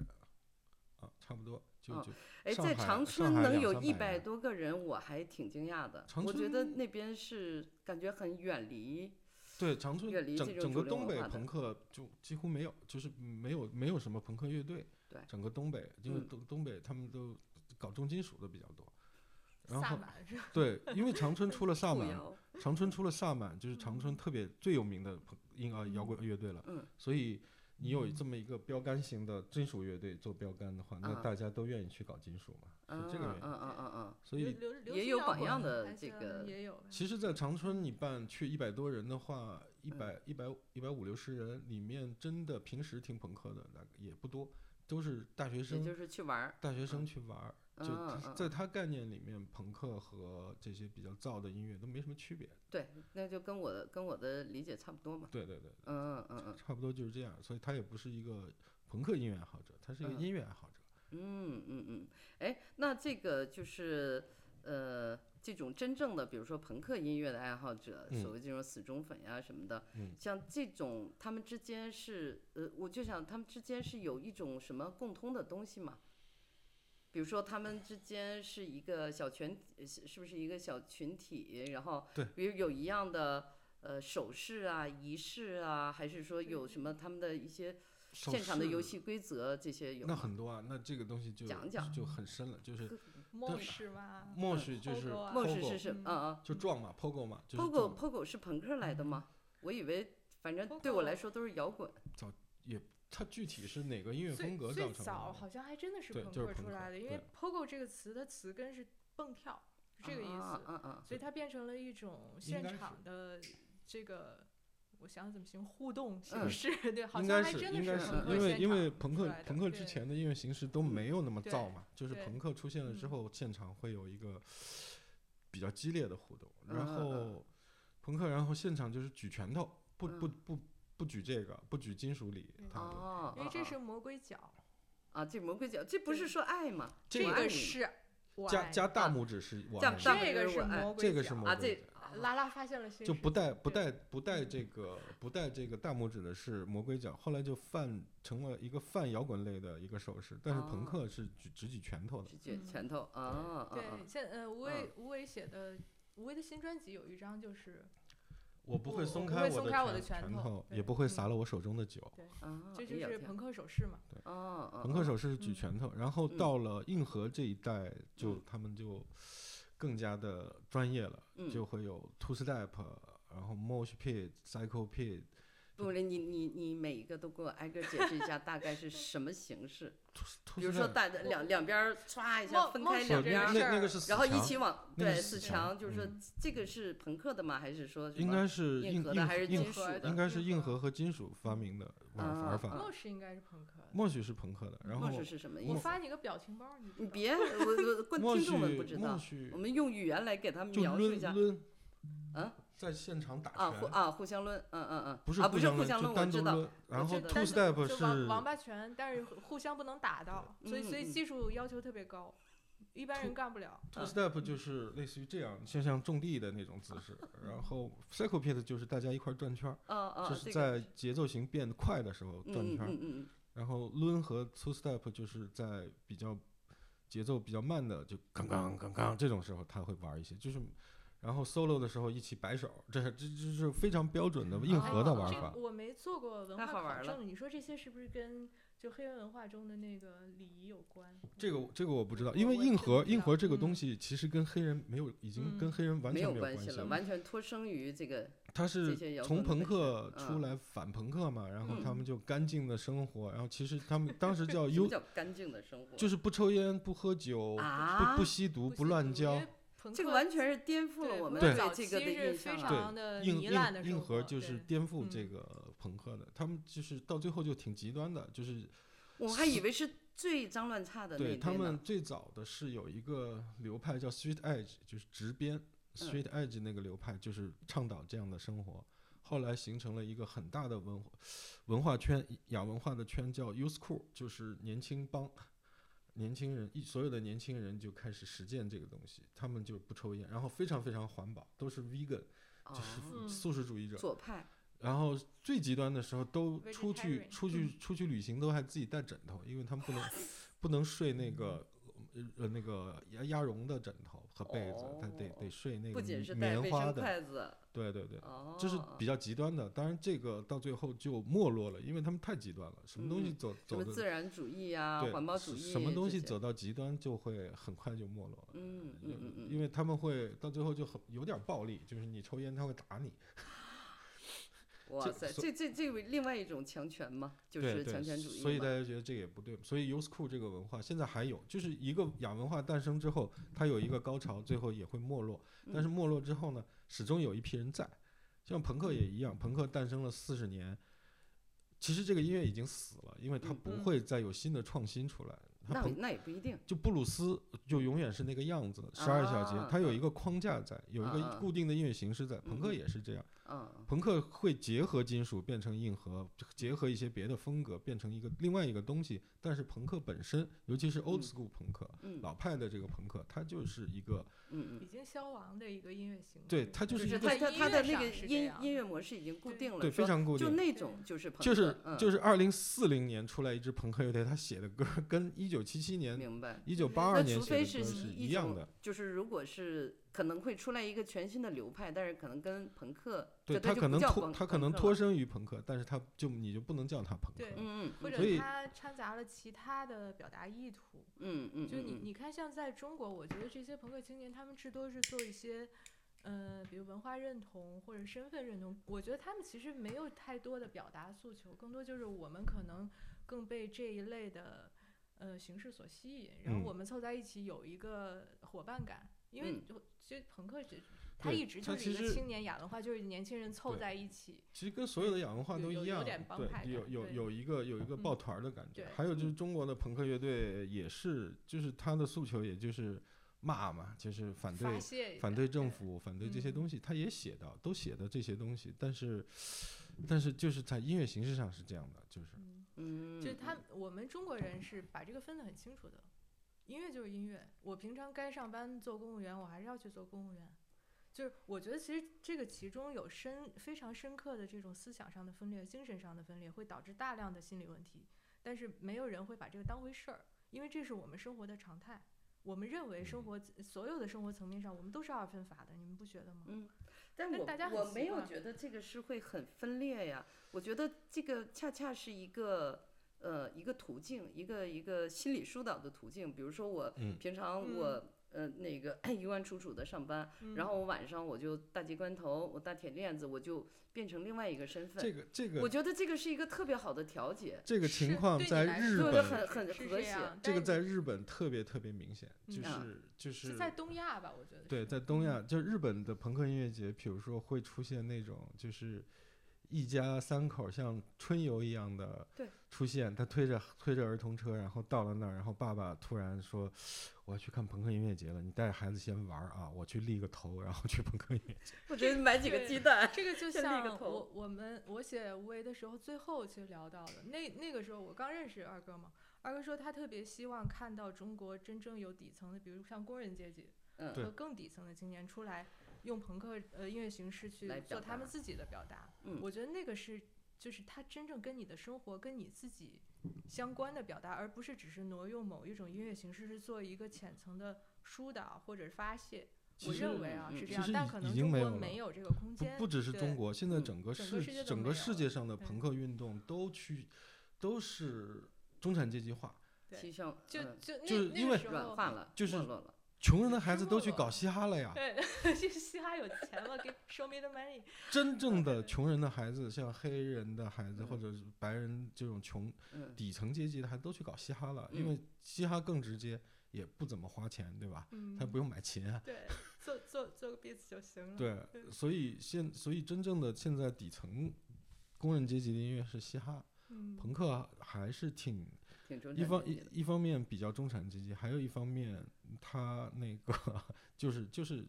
Speaker 3: 啊，差不多就
Speaker 1: 哦
Speaker 3: 就
Speaker 1: 哎，
Speaker 3: 上
Speaker 1: 在
Speaker 3: 海
Speaker 1: 长
Speaker 3: 上
Speaker 1: 春
Speaker 3: 海
Speaker 1: 能
Speaker 3: 两
Speaker 1: 有
Speaker 3: 三
Speaker 1: 一
Speaker 3: 百
Speaker 1: 百
Speaker 3: 人
Speaker 1: 多个人，我还挺惊讶的。
Speaker 3: 长
Speaker 1: 我觉得
Speaker 3: 春
Speaker 1: 那边是感觉很远离，
Speaker 3: 对长春
Speaker 1: 越离这
Speaker 3: 整
Speaker 1: 种
Speaker 3: 整个
Speaker 1: 主流
Speaker 3: 东
Speaker 1: 文
Speaker 3: 北
Speaker 1: 化的
Speaker 3: 朋克就几乎没有，就是没有没有什么朋克乐队，
Speaker 1: 对
Speaker 3: 整个东北因为
Speaker 1: 嗯
Speaker 3: 东东北他们都搞重金属的比较多，”然
Speaker 2: 萨
Speaker 3: 后
Speaker 2: 满是吧？
Speaker 3: 对，因为长春出了萨
Speaker 1: 不
Speaker 3: 满。
Speaker 1: 摇
Speaker 3: 长春出了萨满，
Speaker 1: 嗯
Speaker 3: 就是长春特别最有名的朋音呃摇滚乐队了。
Speaker 1: 嗯
Speaker 3: 所以你有这么一个标杆型的金属乐队做标杆的话，那
Speaker 1: 啊
Speaker 3: 大家都愿意去搞金属嘛，
Speaker 1: 嗯
Speaker 3: 是这个原
Speaker 1: 嗯
Speaker 3: 因。
Speaker 1: 嗯嗯嗯
Speaker 3: 所以
Speaker 2: 流流
Speaker 1: 也
Speaker 2: 行
Speaker 1: 有
Speaker 2: 摇
Speaker 1: 榜
Speaker 2: 滚
Speaker 1: 样的
Speaker 2: 还
Speaker 1: 这
Speaker 2: 是
Speaker 1: 个
Speaker 2: 也有吧。
Speaker 3: 其实，在长春你办
Speaker 1: 嗯
Speaker 3: 去一百多人的话，一百一百一百五六十人里面，真的平时听朋克的那也不多，都是大学
Speaker 1: 嗯，也
Speaker 3: 生
Speaker 1: 就是去玩儿。
Speaker 3: 大学生去玩儿。就
Speaker 1: 嗯
Speaker 3: 他
Speaker 1: 嗯
Speaker 3: 在
Speaker 1: 嗯，
Speaker 3: 他概念里面，朋克和这些比较燥的音乐都没什么区别。
Speaker 1: 对，嗯那就跟我的跟我的理解差不多嘛。
Speaker 3: 对对对。
Speaker 1: 嗯嗯嗯
Speaker 3: 差不多就是这样，所以他也不是一个朋克音乐爱好者，他是一个
Speaker 1: 嗯
Speaker 3: 音乐爱好者。
Speaker 1: 嗯嗯嗯。哎，那这个就是呃，这种真正的，比如说朋克音乐的爱好者，
Speaker 3: 嗯
Speaker 1: 所谓这种死忠粉呀、什么的，
Speaker 3: 嗯
Speaker 1: 像这种他们之间是呃，我就想他们之间是有一种什么共通的东西吗？比如说他们之间是一个小群，呃是是不是一个小群体？然后
Speaker 3: 对
Speaker 1: 比如有一样的呃手势啊、仪式啊，还是说有什么他们的一些
Speaker 3: 手
Speaker 1: 现场的游
Speaker 3: 势
Speaker 1: 戏规则这些有
Speaker 3: 嗯那
Speaker 1: 吗？
Speaker 3: 很多啊，那这个东西就
Speaker 1: 讲讲
Speaker 3: 就很深了，就是
Speaker 2: 末世嘛，
Speaker 3: 默许就是
Speaker 2: Pogo 啊
Speaker 1: 梦是
Speaker 3: Pogo
Speaker 1: 是什么？啊啊
Speaker 3: 就撞嘛，pogo 嘛，就是
Speaker 1: Pogo
Speaker 3: 撞
Speaker 1: Pogo 是朋克来的吗？我以为反正
Speaker 2: 包
Speaker 1: 对我
Speaker 2: 括
Speaker 1: 来说都是摇滚。
Speaker 3: 它具体是哪个音乐
Speaker 2: 最
Speaker 3: 风格造
Speaker 2: 最
Speaker 3: 成
Speaker 2: 早
Speaker 3: 的？
Speaker 2: 好像还真的是
Speaker 3: 对
Speaker 2: 朋
Speaker 3: 就是
Speaker 2: 克
Speaker 3: 朋
Speaker 2: 出
Speaker 3: 克
Speaker 2: 来的，因为
Speaker 3: 对
Speaker 2: “pogo” 这个词的词根是蹦跳，是这个意思。
Speaker 1: 啊嗯嗯，
Speaker 2: 所以它变成了一种现
Speaker 3: 该是
Speaker 2: 场的这个，我想怎么形容互动形
Speaker 1: 嗯
Speaker 2: 式？对，好
Speaker 3: 应
Speaker 2: 像
Speaker 3: 该
Speaker 2: 还
Speaker 3: 是，
Speaker 2: 真
Speaker 3: 应该
Speaker 2: 的
Speaker 3: 是
Speaker 2: 朋，克
Speaker 3: 因为
Speaker 2: 现
Speaker 3: 因为
Speaker 2: 场
Speaker 3: 朋
Speaker 2: 出
Speaker 3: 克
Speaker 2: 来的
Speaker 3: 朋克
Speaker 2: 对
Speaker 3: 之前的音乐形式都没有那么
Speaker 2: 对
Speaker 3: 燥嘛，就是
Speaker 2: 对
Speaker 3: 朋克出现了之
Speaker 2: 嗯
Speaker 3: 后，现场会有一个比较激烈的互动，
Speaker 1: 嗯
Speaker 3: 然
Speaker 1: 嗯嗯
Speaker 3: 后朋克，然后现场就是举拳头，不不
Speaker 1: 嗯
Speaker 3: 不不举这个，不举金属礼，
Speaker 2: 嗯
Speaker 3: 他们
Speaker 1: 哦，
Speaker 2: 因为这
Speaker 1: 哦
Speaker 2: 是魔鬼脚，
Speaker 1: 啊，这魔鬼脚，这不
Speaker 2: 对
Speaker 1: 是说爱吗？
Speaker 3: 这
Speaker 1: 我
Speaker 3: 个
Speaker 1: 爱
Speaker 2: 个
Speaker 1: 你
Speaker 2: 是我
Speaker 3: 加
Speaker 2: 爱
Speaker 3: 加大
Speaker 1: 啊
Speaker 3: 拇指是我
Speaker 1: 加
Speaker 3: 爱你
Speaker 1: 大拇
Speaker 2: 这个
Speaker 1: 指
Speaker 2: 是
Speaker 1: 我爱
Speaker 2: 魔鬼
Speaker 3: 这个是
Speaker 2: 脚
Speaker 3: 魔
Speaker 1: 啊，
Speaker 3: 鬼
Speaker 1: 这
Speaker 3: 脚
Speaker 2: 拉拉发现了新
Speaker 3: 就不带不
Speaker 2: 对嗯
Speaker 3: 带不带这个不带这个大拇指的是魔鬼脚，后来就泛成了一个泛摇滚类的一个手势，但是朋
Speaker 1: 哦
Speaker 3: 克是举只举拳头的，
Speaker 1: 是举
Speaker 2: 嗯
Speaker 1: 拳头啊，啊啊
Speaker 2: 对，现呃吴
Speaker 3: 嗯
Speaker 2: 伟吴伟写的吴伟的新专辑有一张就是
Speaker 3: 我不会
Speaker 2: 我
Speaker 3: 松
Speaker 2: 不会
Speaker 3: 开
Speaker 2: 松开我
Speaker 3: 的
Speaker 2: 的
Speaker 3: 拳
Speaker 2: 拳
Speaker 3: 拳
Speaker 2: 头
Speaker 3: 头，
Speaker 2: 对
Speaker 3: 也不会
Speaker 2: 嗯
Speaker 3: 洒了我手中的酒。
Speaker 1: 啊，
Speaker 2: 这
Speaker 1: 哎
Speaker 2: 就
Speaker 1: 呀
Speaker 2: 是
Speaker 1: 天
Speaker 2: 朋克手势嘛，
Speaker 1: 哦，哦
Speaker 3: 朋克
Speaker 1: 哦
Speaker 3: 手势是举
Speaker 2: 嗯
Speaker 3: 拳头，然后
Speaker 1: 嗯
Speaker 3: 到了硬核这一代，就
Speaker 1: 嗯
Speaker 3: 他们就更加的专业了，
Speaker 1: 嗯
Speaker 3: 就会有 two step，然后 mosh pit、cycle pit。
Speaker 1: 不，你你你每一个都给我挨个解释一下，大概是什么形式？
Speaker 3: two
Speaker 1: 比如说
Speaker 3: step
Speaker 1: 大的两两边儿歘一下
Speaker 2: 冒
Speaker 1: 分
Speaker 2: 冒
Speaker 1: 开
Speaker 2: 险
Speaker 1: 两边儿
Speaker 2: 这样
Speaker 3: 那
Speaker 2: 事，
Speaker 3: 那那
Speaker 2: 儿
Speaker 3: 个是
Speaker 1: 然后一
Speaker 3: 强
Speaker 1: 起往
Speaker 3: 那个
Speaker 1: 对
Speaker 3: 是
Speaker 1: 四
Speaker 3: 四强嗯
Speaker 1: 强，就是说这个是朋克的吗？还是说什
Speaker 3: 应
Speaker 1: 么
Speaker 3: 该是
Speaker 1: 硬
Speaker 3: 硬
Speaker 1: 核的还是
Speaker 3: 硬
Speaker 1: 金属
Speaker 2: 核
Speaker 1: 的嗯
Speaker 3: 应该是
Speaker 2: 硬
Speaker 3: 硬
Speaker 2: 核
Speaker 3: 核和金属发明的玩
Speaker 1: 啊
Speaker 3: 玩法。
Speaker 1: 啊
Speaker 2: 莫是应该是朋克的。
Speaker 3: 默许是朋克的，然后
Speaker 1: 默许嗯是什么意
Speaker 2: 我
Speaker 1: 思？
Speaker 2: 发你个表情包，你
Speaker 1: 你
Speaker 2: 知道
Speaker 1: 别，我我观
Speaker 3: 默
Speaker 1: 听
Speaker 3: 许
Speaker 1: 众们不知
Speaker 3: 默
Speaker 1: 道，
Speaker 3: 许
Speaker 1: 我们用语言来给他们
Speaker 3: 就
Speaker 1: 描述一
Speaker 3: 抡
Speaker 1: 下
Speaker 3: 抡，
Speaker 1: 啊，
Speaker 3: 在现场打
Speaker 1: 啊，互
Speaker 3: 拳，
Speaker 1: 啊互相抡，嗯嗯嗯，
Speaker 3: 不是
Speaker 1: 啊不是互
Speaker 3: 抡，
Speaker 1: 相抡，
Speaker 3: 就
Speaker 1: 我
Speaker 3: 单独
Speaker 1: 知道，
Speaker 3: 抡。然后
Speaker 1: 知道
Speaker 3: two
Speaker 2: 但是
Speaker 3: step
Speaker 2: 就王
Speaker 3: 是
Speaker 2: 王八拳，但是互相不能打到，所以所
Speaker 1: 嗯
Speaker 2: 以
Speaker 1: 嗯
Speaker 2: 技术要求特别高，一般人干不了。
Speaker 3: two step 就是类似于这样，就像种地的那种姿 势。然后 cycle pit 就是大家一块儿转圈儿，
Speaker 1: 啊啊，
Speaker 3: 就
Speaker 1: 这
Speaker 3: 是
Speaker 1: 个
Speaker 3: 在节奏型变快的时候
Speaker 1: 嗯
Speaker 3: 转
Speaker 1: 嗯
Speaker 3: 圈儿。
Speaker 1: 嗯嗯
Speaker 3: 然后抡和 two step 就是在比较节奏比较慢的，就刚刚刚刚这种时候他会玩一些，就是然后 solo 的时候一起摆手，这这这是非常标准的
Speaker 1: 哦
Speaker 3: 硬核的玩
Speaker 2: 啊这
Speaker 3: 法
Speaker 2: 个。我没做过文
Speaker 1: 太
Speaker 2: 化
Speaker 1: 好玩
Speaker 2: 考
Speaker 1: 了
Speaker 2: 证，你说这些是不是跟就黑人文化中的那个礼仪有关？
Speaker 3: 这个这个我不知道，
Speaker 2: 我
Speaker 3: 因为
Speaker 2: 我也
Speaker 3: 硬
Speaker 2: 不
Speaker 3: 核
Speaker 2: 知道
Speaker 3: 硬核这个
Speaker 2: 嗯
Speaker 3: 东西其实跟黑人没有，已经跟
Speaker 2: 嗯
Speaker 3: 黑人
Speaker 1: 嗯，
Speaker 3: 完
Speaker 1: 没
Speaker 3: 全
Speaker 1: 有
Speaker 3: 没有
Speaker 1: 关
Speaker 3: 系
Speaker 1: 了，完全脱生于这个
Speaker 3: 他
Speaker 1: 这
Speaker 3: 是
Speaker 1: 些摇滚
Speaker 3: 从
Speaker 1: 的
Speaker 3: 朋
Speaker 1: 本身
Speaker 3: 克出
Speaker 1: 嗯
Speaker 3: 来反朋克嘛，然后他
Speaker 2: 嗯
Speaker 3: 们就干净的生活，然后其实他们当时叫
Speaker 1: 什么
Speaker 3: U，
Speaker 1: 叫干净的生活，
Speaker 3: 哦就是是不抽烟、不喝酒、
Speaker 1: 啊
Speaker 3: 不不吸毒、不
Speaker 2: 吸
Speaker 3: 乱
Speaker 2: 毒
Speaker 3: 交。，
Speaker 1: 这个完全是颠覆了我们
Speaker 3: 对
Speaker 1: 对这个的印
Speaker 2: 是非
Speaker 1: 象
Speaker 3: 对
Speaker 1: 啊。
Speaker 2: 常的
Speaker 3: 硬
Speaker 2: 呃糜烂的
Speaker 3: 硬
Speaker 2: 生
Speaker 3: 硬
Speaker 2: 活，
Speaker 3: 核就是
Speaker 2: 对
Speaker 3: 颠覆这
Speaker 2: 嗯
Speaker 3: 个朋克的，他们就是到最后就挺极端的，就是
Speaker 1: 我还以为是最脏乱差的那
Speaker 3: 对
Speaker 1: 一
Speaker 3: 他
Speaker 1: 堆
Speaker 3: 们
Speaker 1: 呢。
Speaker 3: 最早的是有一个流派叫 Street Edge，就是直边
Speaker 1: 嗯
Speaker 3: Street Edge 那个流派就是倡导这样的生活，后来形成了一个很大的文化文化圈，亚文化的圈叫 Youth Cool，就是年轻帮。年轻人一所有的年轻人就开始实践这个东西，他们就不抽烟，然后非常非常环保，都是 vegan，就
Speaker 1: 哦
Speaker 3: 是
Speaker 2: 嗯
Speaker 3: 素食主义者。
Speaker 1: 左派
Speaker 3: 然后最极端的时候都出去
Speaker 2: Vegetarian
Speaker 3: 出去出去旅行都还自己带枕头，因为他们不能不能睡那个呃呃那个鸭鸭绒的枕头和被子，他得
Speaker 1: 哦
Speaker 3: 得睡那
Speaker 1: 不
Speaker 3: 个
Speaker 1: 仅是带
Speaker 3: 棉
Speaker 1: 卫
Speaker 3: 花
Speaker 1: 生
Speaker 3: 的，
Speaker 1: 筷子，
Speaker 3: 对对对。
Speaker 1: 哦，
Speaker 3: 这是比较极端的，当然这个到最后就没落了，因为他们太极端了，什么东西
Speaker 1: 嗯
Speaker 3: 走、
Speaker 1: 什
Speaker 3: 走
Speaker 1: 么
Speaker 3: 的
Speaker 1: 自然主义啊、
Speaker 3: 对
Speaker 1: 环保
Speaker 3: 是
Speaker 1: 主义，
Speaker 3: 什么东西走，到极端就会很快就没落了，
Speaker 1: 嗯
Speaker 3: 因为
Speaker 1: 嗯嗯嗯，
Speaker 3: 因为他们会到最后就很有点暴力，就是你抽烟他会打你，
Speaker 1: 哇
Speaker 3: 这
Speaker 1: 塞，
Speaker 3: 所
Speaker 1: 这这这位另外一种强权嘛，就
Speaker 3: 对
Speaker 1: 是
Speaker 3: 对
Speaker 1: 强权主义嘛。
Speaker 3: 所以大家觉得这个也不对。所以 Youth Cool 这个文化现在还有，就是一个亚文化诞生之后，它有一个高潮，最后也会没落。
Speaker 1: 嗯
Speaker 3: 但是没落之后呢，始终有一批人在，像朋克
Speaker 1: 嗯
Speaker 3: 也一样，朋克诞生了四十年，其实这个音乐已经死了，因为它
Speaker 1: 嗯
Speaker 3: 不
Speaker 2: 嗯
Speaker 3: 会再有新的创新出来。它
Speaker 1: 那
Speaker 3: 朋
Speaker 1: 那也不一定，
Speaker 3: 就布鲁斯就永远是那个样子，十二小节
Speaker 1: 啊，
Speaker 3: 它有一个框架在，有一
Speaker 1: 啊啊
Speaker 3: 个固定的音乐形式在。朋克
Speaker 1: 嗯嗯
Speaker 3: 也是这样。
Speaker 1: 嗯，
Speaker 3: 朋克会结合金属变成硬核，结合一些别的风格变成一个另外一个东西。但是朋克本身，尤其是 old
Speaker 1: 嗯
Speaker 3: school 朋克，
Speaker 1: 嗯
Speaker 3: 老派的这个朋克，它就是一个，
Speaker 1: 嗯
Speaker 2: 已
Speaker 1: 嗯，
Speaker 2: 经消亡的一个音乐形式。
Speaker 3: 对，它就
Speaker 1: 就是
Speaker 3: 一
Speaker 1: 是
Speaker 3: 个
Speaker 1: 他
Speaker 2: 在
Speaker 1: 他
Speaker 2: 音
Speaker 1: 他
Speaker 2: 乐
Speaker 1: 的那
Speaker 2: 上
Speaker 1: 个
Speaker 2: 是这
Speaker 1: 音
Speaker 2: 样
Speaker 1: 音乐模式已经固
Speaker 2: 对
Speaker 1: 定了，
Speaker 3: 对非
Speaker 1: 说
Speaker 3: 常固
Speaker 1: 就
Speaker 3: 定。
Speaker 1: 那种就是朋克，
Speaker 3: 就是
Speaker 1: 嗯
Speaker 3: 就是二零四零年出来一支朋克乐队，他写的歌儿跟一九七七年、
Speaker 1: 明白。
Speaker 3: 一九八
Speaker 1: 那
Speaker 3: 二年
Speaker 1: 除
Speaker 3: 写
Speaker 1: 非
Speaker 3: 的歌儿是
Speaker 1: 一
Speaker 3: 一样的
Speaker 1: 种，，就是如果是可能会出来一个全新的流派，但是可能跟朋克，
Speaker 3: 对
Speaker 1: 就它
Speaker 3: 他
Speaker 1: 就
Speaker 3: 可
Speaker 1: 不
Speaker 3: 能
Speaker 1: 叫
Speaker 3: 脱
Speaker 1: 朋
Speaker 3: 他可能
Speaker 1: 朋克
Speaker 3: 脱
Speaker 1: 了
Speaker 3: 生于朋克，但是他就你就不能叫他朋
Speaker 2: 对
Speaker 3: 克。
Speaker 1: 嗯嗯，
Speaker 2: 或
Speaker 1: 嗯
Speaker 2: 者
Speaker 3: 所以
Speaker 2: 它掺杂了其他的表达意图。
Speaker 1: 嗯嗯，
Speaker 2: 就你
Speaker 1: 嗯
Speaker 2: 你看，像在中国，我觉得这些朋克青年他们至多是做一些呃，比如文化认同或者身份认同，我觉得他们其实没有太多的表达诉求，更多就是我们可能更被这一类的呃形式所吸引，然
Speaker 3: 嗯
Speaker 2: 后我们凑在一起有一个伙伴感，因为
Speaker 1: 嗯
Speaker 2: 就其实朋克这它
Speaker 3: 对
Speaker 2: 一直
Speaker 3: 它
Speaker 2: 就是
Speaker 3: 其
Speaker 2: 一
Speaker 3: 实
Speaker 2: 个青年亚文化，就是年轻人凑
Speaker 3: 对
Speaker 2: 在一起，
Speaker 3: 其实跟所有的亚文化
Speaker 2: 有
Speaker 3: 都
Speaker 2: 有
Speaker 3: 一
Speaker 2: 有
Speaker 3: 样
Speaker 2: 点，帮派
Speaker 3: 对，
Speaker 2: 感
Speaker 3: 有有
Speaker 2: 对
Speaker 3: 有一个有一个
Speaker 2: 嗯
Speaker 3: 抱团儿的感觉
Speaker 2: 对。
Speaker 3: 还有就是
Speaker 1: 嗯
Speaker 3: 中国的朋克乐队也是，就是他的诉求也就是骂嘛，就是反对
Speaker 2: 发泄一
Speaker 3: 反
Speaker 2: 下
Speaker 3: 对政，府，反对这些
Speaker 2: 嗯
Speaker 3: 东西，他也写到，都写的这些东西，但是，但是就是在音乐形式上是这样的，就是
Speaker 2: 嗯。
Speaker 1: 嗯，
Speaker 2: 就是他，我们中国人是把这个分得很清楚的，音乐就是音乐。我平常该上班做公务员，我还是要去做公务员。就是我觉得其实这个其中有深非常深刻的这种思想上的分裂、精神上的分裂，会导致大量的心理问题。但是没有人会把这个当回事儿，因为这是我们生活的常态。我们认为
Speaker 1: 嗯
Speaker 2: 生活所有的生活层面上，我们都是二分法的，你们不觉得吗？
Speaker 1: 嗯但
Speaker 2: 但
Speaker 1: 我
Speaker 2: 大家很
Speaker 1: 我
Speaker 2: 习
Speaker 1: 没有
Speaker 2: 惯
Speaker 1: 觉得这个是会很分裂呀，我觉得这个恰恰是一个呃一个途径，一个一个心理疏导的途径。比如说我
Speaker 3: 嗯
Speaker 1: 平常
Speaker 2: 嗯
Speaker 1: 我、呃那个 衣冠楚楚的上班，
Speaker 3: 嗯
Speaker 1: 然后我晚上我就大节关头，我大铁链子，我就变成另外一个身份。
Speaker 3: 这个这
Speaker 1: 我
Speaker 3: 个
Speaker 1: 觉得这个是一个特别好的调节。
Speaker 3: 这个
Speaker 2: 是
Speaker 3: 情况
Speaker 2: 对你
Speaker 3: 在
Speaker 2: 来
Speaker 3: 日
Speaker 2: 说
Speaker 1: 对
Speaker 3: 本，
Speaker 1: 很很
Speaker 2: 是
Speaker 1: 和
Speaker 2: 这
Speaker 1: 谐
Speaker 2: 样
Speaker 3: 这个
Speaker 2: 但
Speaker 3: 在日本特别特别明显，就
Speaker 2: 嗯
Speaker 1: 啊
Speaker 3: 是就是是
Speaker 2: 在东亚吧，嗯我觉得
Speaker 3: 对，
Speaker 2: 是
Speaker 3: 在东亚，就日本的朋克音乐节，比如说会出现那种就是一家三口像春游一样的
Speaker 1: 对
Speaker 3: 出现，他推着推着儿童车，然后到了那儿，然后爸爸突然说：“我要去看朋克音乐节了，你带着孩子先玩儿啊，我去立个头，然后去朋克音乐。
Speaker 1: 我觉得买几个
Speaker 2: 对
Speaker 1: 鸡蛋，
Speaker 2: 这个就
Speaker 1: 先立个
Speaker 2: 像
Speaker 1: 头
Speaker 2: 我我们我写无为的时候，最后其实聊到的那那个时候，我刚认识二哥嘛，二哥说他特别希望看到中国真正有底层的，比如像工人阶级
Speaker 1: 嗯
Speaker 3: 对
Speaker 2: 和更底层的青年出来，用朋克呃音乐形式去
Speaker 1: 来表
Speaker 2: 做他们
Speaker 1: 达
Speaker 2: 自己的表达。
Speaker 1: 嗯
Speaker 2: 我觉得那个是就是他真正跟你的生活跟你自己相关的表达，而不是只是挪用某一种音乐形式是做一个浅层的疏导或者发泄。
Speaker 3: 其
Speaker 2: 我
Speaker 3: 实
Speaker 2: 认为啊
Speaker 1: 嗯
Speaker 2: 是
Speaker 1: 嗯
Speaker 2: 这
Speaker 3: 其
Speaker 2: 样
Speaker 3: 实，
Speaker 2: 但
Speaker 3: 已
Speaker 2: 可
Speaker 3: 已
Speaker 2: 能中
Speaker 3: 经没
Speaker 2: 国
Speaker 3: 有了
Speaker 2: 没有这个空间。
Speaker 3: 不不只是中
Speaker 2: 对
Speaker 3: 国，现在
Speaker 1: 嗯
Speaker 3: 整个
Speaker 2: 整个世界
Speaker 3: 世
Speaker 2: 都
Speaker 3: 整
Speaker 2: 没
Speaker 3: 个
Speaker 2: 有
Speaker 3: 世
Speaker 2: 了
Speaker 3: 界上的
Speaker 2: 对
Speaker 3: 朋克运动都去都是中产阶级化，
Speaker 2: 对
Speaker 1: 提升
Speaker 2: 就
Speaker 1: 嗯
Speaker 2: 就那
Speaker 3: 就是
Speaker 2: 那
Speaker 3: 因
Speaker 2: 个
Speaker 3: 为
Speaker 2: 时
Speaker 1: 软
Speaker 2: 候
Speaker 1: 化了，
Speaker 3: 就是
Speaker 1: 没落了。
Speaker 3: 穷人的孩
Speaker 2: 是
Speaker 3: 子
Speaker 2: 没
Speaker 3: 都去
Speaker 2: 落
Speaker 3: 搞嘻哈了呀。
Speaker 2: 对，就嘻哈有钱了，给 show me the money。
Speaker 3: 真正的
Speaker 2: 对
Speaker 3: 穷人的孩子，像黑人的孩子或
Speaker 1: 嗯
Speaker 3: 者是白人这种穷
Speaker 1: 嗯，
Speaker 3: 底层阶级的，还都去搞嘻哈了，因
Speaker 1: 嗯
Speaker 3: 为嘻哈更直接，也不怎么花钱，对吧？
Speaker 2: 嗯
Speaker 3: 他不用买琴啊。
Speaker 2: 对，做做做个 beats 就行
Speaker 1: 嗯
Speaker 2: 了。
Speaker 3: 对，所以现所以真正的现在底层工人阶级的音乐是嘻哈，
Speaker 2: 嗯，
Speaker 3: 朋克还是挺
Speaker 1: 挺中
Speaker 3: 一
Speaker 1: 产
Speaker 3: 方
Speaker 1: 阶级
Speaker 3: 一
Speaker 1: 的
Speaker 3: 一方面比较中产阶级，还有一方面他那个 就是就是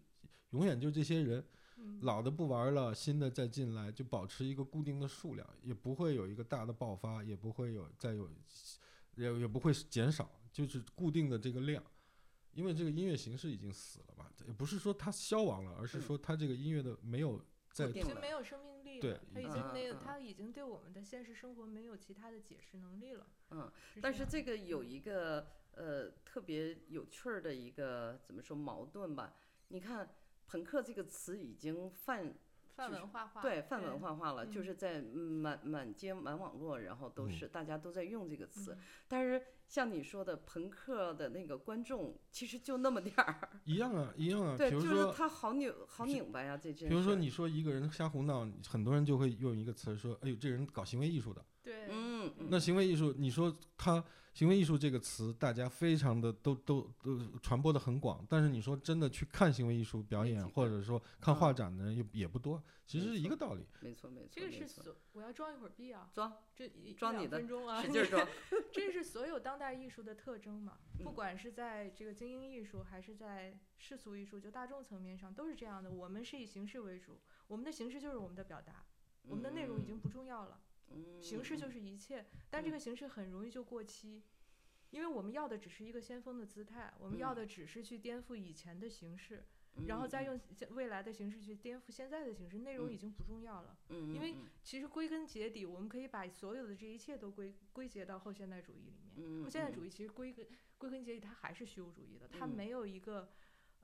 Speaker 3: 永远就这些人，
Speaker 2: 嗯
Speaker 3: 老的不玩了，新的再进来，就保持一个固定的数量，也不会有一个大的爆发，也不会有再有，也也不会减少，就是固定的这个量。因为这个音乐形式已经死了嘛，也不是说它消亡了，而是
Speaker 1: 嗯
Speaker 3: 说它这个音乐的没有在
Speaker 1: 固定
Speaker 2: 已经
Speaker 1: 了
Speaker 2: 没有生命力
Speaker 3: 对
Speaker 2: 了，他
Speaker 3: 已
Speaker 2: 已
Speaker 1: 经
Speaker 2: 经没有，
Speaker 1: 嗯嗯
Speaker 2: 他已经对我们的现实生活没有其他的解释能力了。
Speaker 1: 嗯，但是
Speaker 2: 样
Speaker 1: 这
Speaker 2: 的
Speaker 1: 个有
Speaker 2: 嗯
Speaker 1: 一个呃特别有趣儿的一个怎么说矛盾吧？你看“朋克”这个词已经泛
Speaker 2: 泛
Speaker 1: 就是
Speaker 2: 文化化，
Speaker 1: 对泛文化化了，就
Speaker 2: 嗯
Speaker 1: 是在满满街满网络，然后都
Speaker 3: 嗯
Speaker 1: 是大家都在用这个词
Speaker 2: 嗯。
Speaker 1: 但是像你说的，朋克的那个观众其实就那么点儿，
Speaker 3: 一样啊一样 啊。
Speaker 1: 对，
Speaker 3: 比
Speaker 1: 就
Speaker 3: 如
Speaker 1: 是
Speaker 3: 说，
Speaker 1: 他好拧好
Speaker 3: 是
Speaker 1: 拧巴呀，这真
Speaker 3: 比
Speaker 1: 是。
Speaker 3: 如说你说一个人瞎胡闹，很多人就会用一个词说：“哎呦，这人搞行为艺术的。”
Speaker 2: 对，
Speaker 1: 嗯，嗯
Speaker 3: 那行为艺术，你说它行为艺术这个词，大家非常的都都都传播的很广，但是你说真的去看行为艺术表
Speaker 1: 没
Speaker 3: 演，
Speaker 1: 几
Speaker 3: 或
Speaker 1: 个
Speaker 3: 者说看
Speaker 1: 嗯
Speaker 3: 画展的人也也不多，其实
Speaker 1: 没
Speaker 3: 是一
Speaker 1: 错
Speaker 3: 个道理。
Speaker 1: 没错没错，
Speaker 2: 这个
Speaker 1: 没
Speaker 2: 是
Speaker 1: 错
Speaker 2: 所我要装一会儿逼啊，
Speaker 1: 装
Speaker 2: 这一一
Speaker 1: 装
Speaker 2: 两
Speaker 1: 你的
Speaker 2: 分钟啊，
Speaker 1: 使劲儿装，
Speaker 2: 这是所有当代艺术的特征嘛？不
Speaker 1: 嗯
Speaker 2: 管是在这个精英艺术，还是在世俗艺术，就大众层面上，都是这样的。我们是以形式为主，我们的形式就是我们的表达， 我们的内容已经不重要了，
Speaker 1: 嗯
Speaker 2: 形式就
Speaker 1: 嗯
Speaker 2: 是一切。但这
Speaker 1: 嗯
Speaker 2: 个形式很容易就过期，因为我们要的只是一个先锋的姿态，我们要
Speaker 1: 嗯
Speaker 2: 的只是去颠覆以前的形式，
Speaker 1: 嗯
Speaker 2: 然后再
Speaker 1: 嗯
Speaker 2: 用现未来的形式去颠覆现在的形式，内容
Speaker 1: 嗯
Speaker 2: 已经不重要了。
Speaker 1: 嗯
Speaker 2: 因为
Speaker 1: 嗯嗯
Speaker 2: 其实归根结底，我们可以把所有的这一切都归归结到后现代主义里面。
Speaker 1: 嗯，
Speaker 2: 现代
Speaker 1: 义
Speaker 2: 主义其实归根归根结底，它还是虚无主义的，它
Speaker 1: 嗯
Speaker 2: 没有一个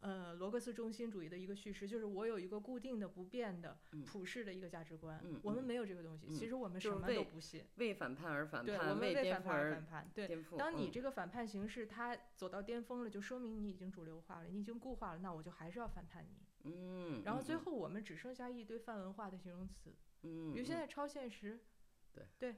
Speaker 2: 呃罗格斯中心主义的一个叙事，就是我有一个固定的、不变的
Speaker 1: 嗯、
Speaker 2: 普世的一个价值观
Speaker 1: 嗯，
Speaker 2: 我们
Speaker 1: 嗯
Speaker 2: 没有这个东西。
Speaker 1: 嗯
Speaker 2: 其实我们
Speaker 1: 就
Speaker 2: 什
Speaker 1: 是
Speaker 2: 么
Speaker 1: 为
Speaker 2: 都不信，
Speaker 1: 为反叛而反
Speaker 2: 对，我
Speaker 1: 叛，
Speaker 2: 们为
Speaker 1: 颠
Speaker 2: 反
Speaker 1: 覆
Speaker 2: 叛而
Speaker 1: 而
Speaker 2: 反叛，对。
Speaker 1: 颠覆。
Speaker 2: 当你
Speaker 1: 嗯
Speaker 2: 这个反叛形式它走到巅峰了，就说明你已经主流化了，你已经固化了，那我就还是要反叛你。
Speaker 1: 嗯，
Speaker 2: 然后最
Speaker 1: 嗯，
Speaker 2: 后我们只剩下一堆泛文化的形容词，
Speaker 1: 嗯，
Speaker 2: 比如现
Speaker 1: 嗯
Speaker 2: 在超现实，
Speaker 1: 对
Speaker 2: 对，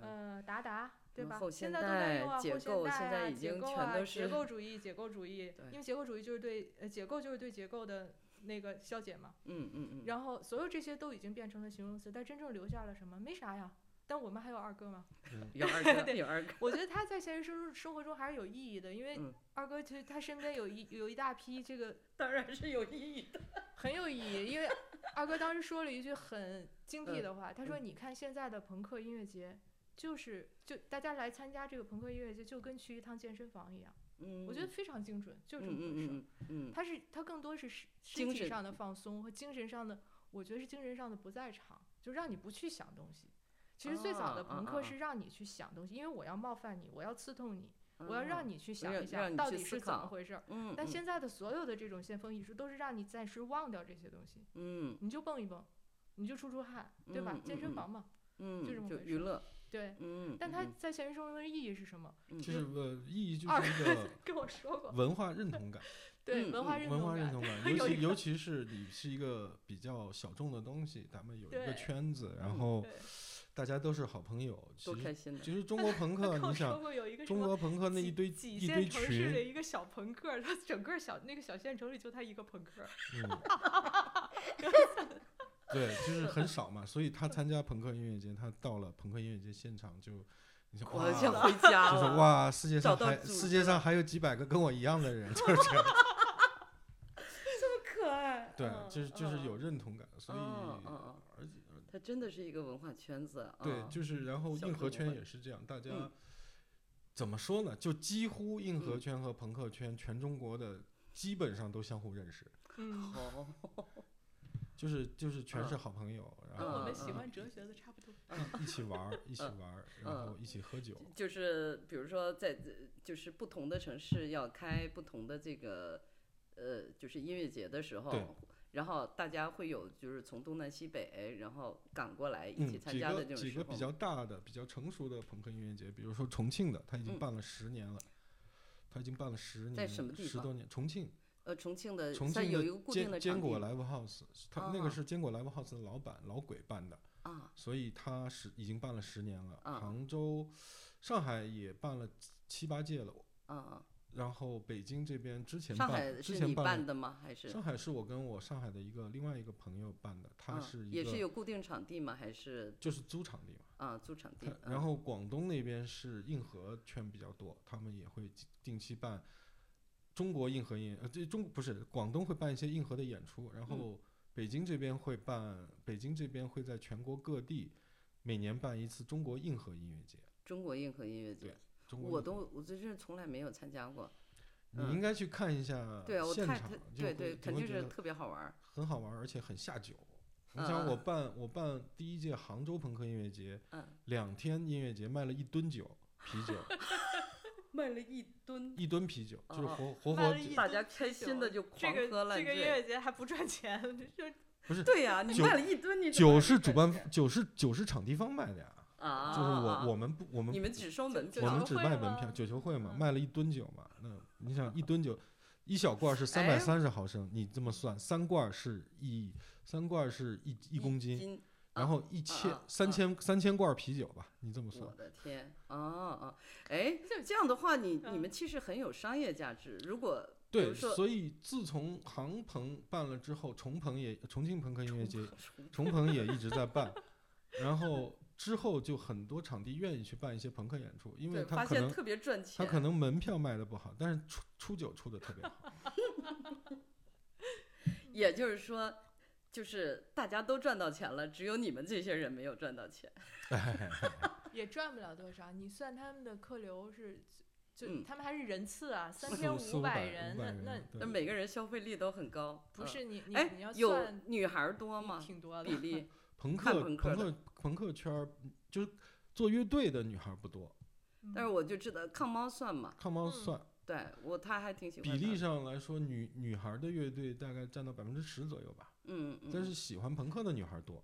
Speaker 1: 嗯
Speaker 2: 呃，达达，对
Speaker 1: 嗯
Speaker 2: 吧
Speaker 1: 后？
Speaker 2: 现
Speaker 1: 现
Speaker 2: 在都在
Speaker 1: 代
Speaker 2: 用啊，
Speaker 1: 解
Speaker 2: 后
Speaker 1: 构
Speaker 2: 现
Speaker 1: 现
Speaker 2: 代
Speaker 1: 在
Speaker 2: 啊，
Speaker 1: 已
Speaker 2: 解
Speaker 1: 经
Speaker 2: 构
Speaker 1: 全
Speaker 2: 啊，
Speaker 1: 都
Speaker 2: 解
Speaker 1: 是
Speaker 2: 构主义，解构主义
Speaker 1: 对，
Speaker 2: 因为解构主义就是对，呃，解构就是对结构的那个消解嘛。
Speaker 1: 嗯嗯嗯，
Speaker 2: 然后所有这些都已经变成了形容词，但真正留下了什么？没啥呀。但我们还有二 哥嘛？
Speaker 1: 嗯有二 哥，有二哥，
Speaker 2: 我觉得他在现实生活中还是有意义的，因为
Speaker 1: 嗯
Speaker 2: 二哥其实他身边有一有一大批这个
Speaker 1: 当然是有意义的。
Speaker 2: 很有意义， 因为二哥当时说了一句很精辟的话，他说：“
Speaker 1: 嗯
Speaker 2: 你看现在的朋克音乐节，就是就大家来参加这个朋克音乐节，就跟去一趟健身房一样，
Speaker 1: 嗯，
Speaker 2: 我觉得非常精准，就是
Speaker 1: 嗯
Speaker 2: 这么回事。
Speaker 1: 嗯嗯嗯，
Speaker 2: 它是它更多是身身
Speaker 1: 精
Speaker 2: 体
Speaker 1: 神
Speaker 2: 上的放松和精神上的，我觉得是精神上的不在场，就让你不去想东西。其实最早的
Speaker 1: 哦
Speaker 2: 朋
Speaker 1: 哦
Speaker 2: 克
Speaker 1: 哦
Speaker 2: 是让你去想东西，因为我要冒犯你，我要刺痛你，我要
Speaker 1: 哦
Speaker 2: 让，你去想
Speaker 1: 让
Speaker 2: 一下
Speaker 1: 让你
Speaker 2: 到
Speaker 1: 去
Speaker 2: 底
Speaker 1: 思
Speaker 2: 是怎么
Speaker 1: 考
Speaker 2: 回事儿。
Speaker 1: 嗯，嗯
Speaker 2: 但现在的所有的这种先锋艺术都是让你暂时忘掉这些东西，
Speaker 1: 嗯
Speaker 2: 你就蹦一蹦，你就出出汗，对吧？
Speaker 1: 嗯嗯
Speaker 2: 健身
Speaker 1: 嗯
Speaker 2: 房嘛，
Speaker 1: 嗯，
Speaker 2: 这么
Speaker 1: 就
Speaker 2: 回
Speaker 1: 娱
Speaker 2: 事
Speaker 1: 乐，
Speaker 2: 对。
Speaker 1: 嗯，
Speaker 2: 但
Speaker 1: 嗯
Speaker 2: 它
Speaker 1: 嗯
Speaker 2: 在现实生活中的意义是什么？
Speaker 3: 就是呃，意义就
Speaker 2: 嗯二
Speaker 3: 是一个
Speaker 2: 跟我说过，
Speaker 3: 文化认同感，
Speaker 2: 对、
Speaker 1: 嗯
Speaker 2: 文化
Speaker 1: 嗯
Speaker 2: 认
Speaker 3: 文
Speaker 2: 同
Speaker 3: 化
Speaker 2: 感，
Speaker 3: 认同 感，
Speaker 2: 有
Speaker 3: 尤
Speaker 2: 一
Speaker 3: 其
Speaker 2: 个
Speaker 3: 尤其是你是一个比较小众的东西，咱们有一个
Speaker 2: 对
Speaker 3: 圈子，
Speaker 1: 嗯
Speaker 3: 然后
Speaker 2: 对
Speaker 3: 大家都是好朋友。其
Speaker 1: 多开
Speaker 3: 实，
Speaker 1: 心的，
Speaker 3: 其实中国朋 克，
Speaker 2: 跟我
Speaker 3: 你
Speaker 2: 说
Speaker 3: 想，
Speaker 2: 过有一个什
Speaker 3: 中
Speaker 2: 么
Speaker 3: 国朋克那
Speaker 2: 几
Speaker 3: 一堆
Speaker 2: 几
Speaker 3: 一堆
Speaker 2: 线城市的
Speaker 3: 群，
Speaker 2: 一个小朋克儿，他整个小那个小县城里就他一个 朋克儿，
Speaker 3: 嗯，对，就是很少嘛，所以他参加朋克音乐节，他到了朋克音乐节现场就，你想哇
Speaker 1: 我，想回家
Speaker 3: 就 是
Speaker 1: 了。
Speaker 3: 哇，世界上
Speaker 1: 找到
Speaker 3: 还
Speaker 1: 组
Speaker 3: 世
Speaker 1: 织
Speaker 3: 界上
Speaker 1: 了
Speaker 3: 还有几百个跟我一样 的人，就是这样。
Speaker 1: 可爱。
Speaker 3: 对，
Speaker 2: 嗯
Speaker 3: 就是就是
Speaker 2: 嗯
Speaker 3: 有认同感，所以
Speaker 1: 嗯嗯嗯
Speaker 3: 而且
Speaker 1: 它真的是一个文化圈子啊。
Speaker 3: 对，就是 然后
Speaker 1: 小
Speaker 3: 硬
Speaker 1: 众
Speaker 3: 核
Speaker 1: 文
Speaker 3: 圈
Speaker 1: 化
Speaker 3: 也是这样，大家
Speaker 1: 嗯
Speaker 3: 怎么说呢？就几乎硬核
Speaker 1: 嗯
Speaker 3: 圈和朋克圈，全中国的基本上都相互认识，
Speaker 2: 嗯，
Speaker 1: 好，
Speaker 3: 就是就是全是
Speaker 1: 嗯
Speaker 3: 好朋友，然
Speaker 2: 跟
Speaker 3: 后
Speaker 2: 我们喜
Speaker 1: 嗯嗯
Speaker 2: 欢哲学的差不多。
Speaker 3: 一起玩儿，一起玩儿，然
Speaker 1: 嗯
Speaker 3: 后一起喝酒，
Speaker 1: 就是比如说在就是不同的城市要开不同的这个呃就是音乐节的时
Speaker 3: 对
Speaker 1: 候。然后大家会有就是从东南西北，然后赶过来一
Speaker 3: 嗯，
Speaker 1: 起参
Speaker 3: 几
Speaker 1: 加的
Speaker 3: 个
Speaker 1: 这种
Speaker 3: 几
Speaker 1: 时
Speaker 3: 个
Speaker 1: 候，
Speaker 3: 比较大的、比较成熟的朋克音乐节，比如说重庆的，他已经
Speaker 1: 嗯
Speaker 3: 办了十年了，他已经办了十年，
Speaker 1: 在什么地
Speaker 3: 十
Speaker 1: 方
Speaker 3: 多年，重庆。
Speaker 1: 呃，重庆的
Speaker 3: 重
Speaker 1: 它
Speaker 3: 庆
Speaker 1: 有一个固定
Speaker 3: 坚
Speaker 1: 的
Speaker 3: 坚
Speaker 1: 场
Speaker 3: 果
Speaker 1: 地
Speaker 3: Live House，他那个
Speaker 1: 啊
Speaker 3: 是坚果 Live House 的老板老鬼办的，
Speaker 1: 啊，
Speaker 3: 所以他是已经办了十年了。
Speaker 1: 啊
Speaker 3: 杭州、上海也办了七八届了，
Speaker 1: 啊，
Speaker 3: 然后北京这边之前
Speaker 1: 上
Speaker 3: 办，
Speaker 1: 海
Speaker 3: 之
Speaker 1: 是
Speaker 3: 前
Speaker 1: 你
Speaker 3: 办
Speaker 1: 办
Speaker 3: 了。
Speaker 1: 的吗？还是
Speaker 3: 上海是我跟我上海的一个另外一个朋友办的，他
Speaker 1: 啊
Speaker 3: 是一
Speaker 1: 也是
Speaker 3: 个
Speaker 1: 有固定场地吗？还是
Speaker 3: 就是租场地嘛。
Speaker 1: 啊租场地
Speaker 3: 他？
Speaker 1: 嗯
Speaker 3: 呃然后广东那边是硬核圈比较多，他们也会定期办中国硬核演呃，这中不是广东会办一些硬核的演出，
Speaker 1: 嗯
Speaker 3: 然后北京这边会办，北京这边会在全国各地每年办一次中国硬核音乐节。
Speaker 1: 中国硬核音乐节
Speaker 3: 对，中国
Speaker 1: 我
Speaker 3: 硬核
Speaker 1: 都我真是从来没有参加过。
Speaker 3: 你应该去看一下
Speaker 1: 对啊，我
Speaker 3: 呃现
Speaker 1: 太
Speaker 3: 场
Speaker 1: 太，
Speaker 3: 就
Speaker 1: 对
Speaker 3: 会
Speaker 1: 对，
Speaker 3: 你
Speaker 1: 肯
Speaker 3: 会
Speaker 1: 定
Speaker 3: 觉
Speaker 1: 是
Speaker 3: 得
Speaker 1: 特别好玩儿。
Speaker 3: 很好玩，而且很下酒。你
Speaker 1: 嗯
Speaker 3: 想我
Speaker 1: 嗯
Speaker 3: 办我办第一届杭州朋克音乐节，
Speaker 1: 嗯，
Speaker 3: 两天音乐节卖了一吨酒啤酒，
Speaker 1: 卖了一吨，
Speaker 3: 一吨啤酒就是
Speaker 1: 哦
Speaker 3: 活活
Speaker 2: 卖
Speaker 3: 活
Speaker 2: 了一
Speaker 1: 大
Speaker 2: 吨
Speaker 1: 家开
Speaker 2: 啤
Speaker 1: 心的
Speaker 2: 酒
Speaker 1: 就狂
Speaker 2: 这
Speaker 1: 喝
Speaker 2: 个
Speaker 1: 烂
Speaker 2: 这个
Speaker 1: 醉
Speaker 2: 音乐节还不赚钱，就
Speaker 3: 不是
Speaker 1: 对呀、你
Speaker 3: 酒
Speaker 1: 卖了一吨，你怎么
Speaker 3: 酒
Speaker 1: 还
Speaker 3: 是
Speaker 1: 能
Speaker 3: 主
Speaker 1: 赚
Speaker 3: 办
Speaker 1: 钱
Speaker 3: 酒是酒是场地方卖的呀，
Speaker 1: 啊，
Speaker 3: 就是我我
Speaker 1: 啊
Speaker 3: 们不我们
Speaker 1: 你们只收门
Speaker 2: 就
Speaker 1: 票，
Speaker 2: 酒
Speaker 3: 我
Speaker 2: 球
Speaker 3: 们只
Speaker 2: 会
Speaker 3: 卖
Speaker 2: 吗
Speaker 3: 门票，九球会嘛，
Speaker 2: 嗯
Speaker 3: 卖了一吨酒嘛，那你想一吨酒，一小罐儿是三百三十毫升，你这么算，三罐儿是一三罐儿是一一公斤，
Speaker 1: 斤，
Speaker 3: 然后一千
Speaker 1: 啊啊
Speaker 3: 三千三千罐儿啤酒吧，你这么算
Speaker 1: 我，的天啊啊！哎，这样的话，你你们其实很有商业价值。如果比
Speaker 3: 对，
Speaker 1: 如说
Speaker 3: 所以自从杭朋办了之后，重朋也重庆朋克音乐节
Speaker 1: 重
Speaker 3: 重朋也一直 在办，然后之后就很多场地愿意去办一些朋克演出，因为
Speaker 1: 对
Speaker 3: 他
Speaker 1: 发
Speaker 3: 可
Speaker 1: 现
Speaker 3: 能
Speaker 1: 特别赚钱，
Speaker 3: 他可能门票卖的不好，但是出出酒出的特别 好。
Speaker 1: 也就是说，就是大家都赚到钱了，只有你们这些人没有赚到钱。
Speaker 2: 也赚不了多少。你算他们的客流是，就、
Speaker 1: 嗯
Speaker 2: 他们还是人次啊，三
Speaker 3: 四
Speaker 2: 千
Speaker 3: 五四五
Speaker 2: 百
Speaker 3: 百五百
Speaker 2: 那
Speaker 3: 人
Speaker 2: 那
Speaker 1: 那
Speaker 3: 对
Speaker 1: 每个人消费力都很高，
Speaker 2: 不
Speaker 1: 嗯
Speaker 2: 是你你
Speaker 1: 哎
Speaker 2: 你要，
Speaker 1: 有
Speaker 2: 算
Speaker 1: 女孩儿多
Speaker 2: 你
Speaker 1: 吗？
Speaker 2: 挺多的
Speaker 1: 比，例
Speaker 3: 朋
Speaker 1: 看
Speaker 3: 克
Speaker 1: 朋
Speaker 3: 朋
Speaker 1: 克的
Speaker 3: 克朋克圈儿就是做乐队的女孩不多，
Speaker 1: 嗯但是我就知道抗猫算嘛，
Speaker 3: 抗猫
Speaker 2: 嗯
Speaker 3: 算
Speaker 1: 对我他还挺喜欢
Speaker 3: 比例
Speaker 1: 她的，
Speaker 3: 上来说，女女孩的乐队大概占到百分之十左右吧，
Speaker 1: 嗯嗯，
Speaker 3: 但是喜欢朋克的女孩多，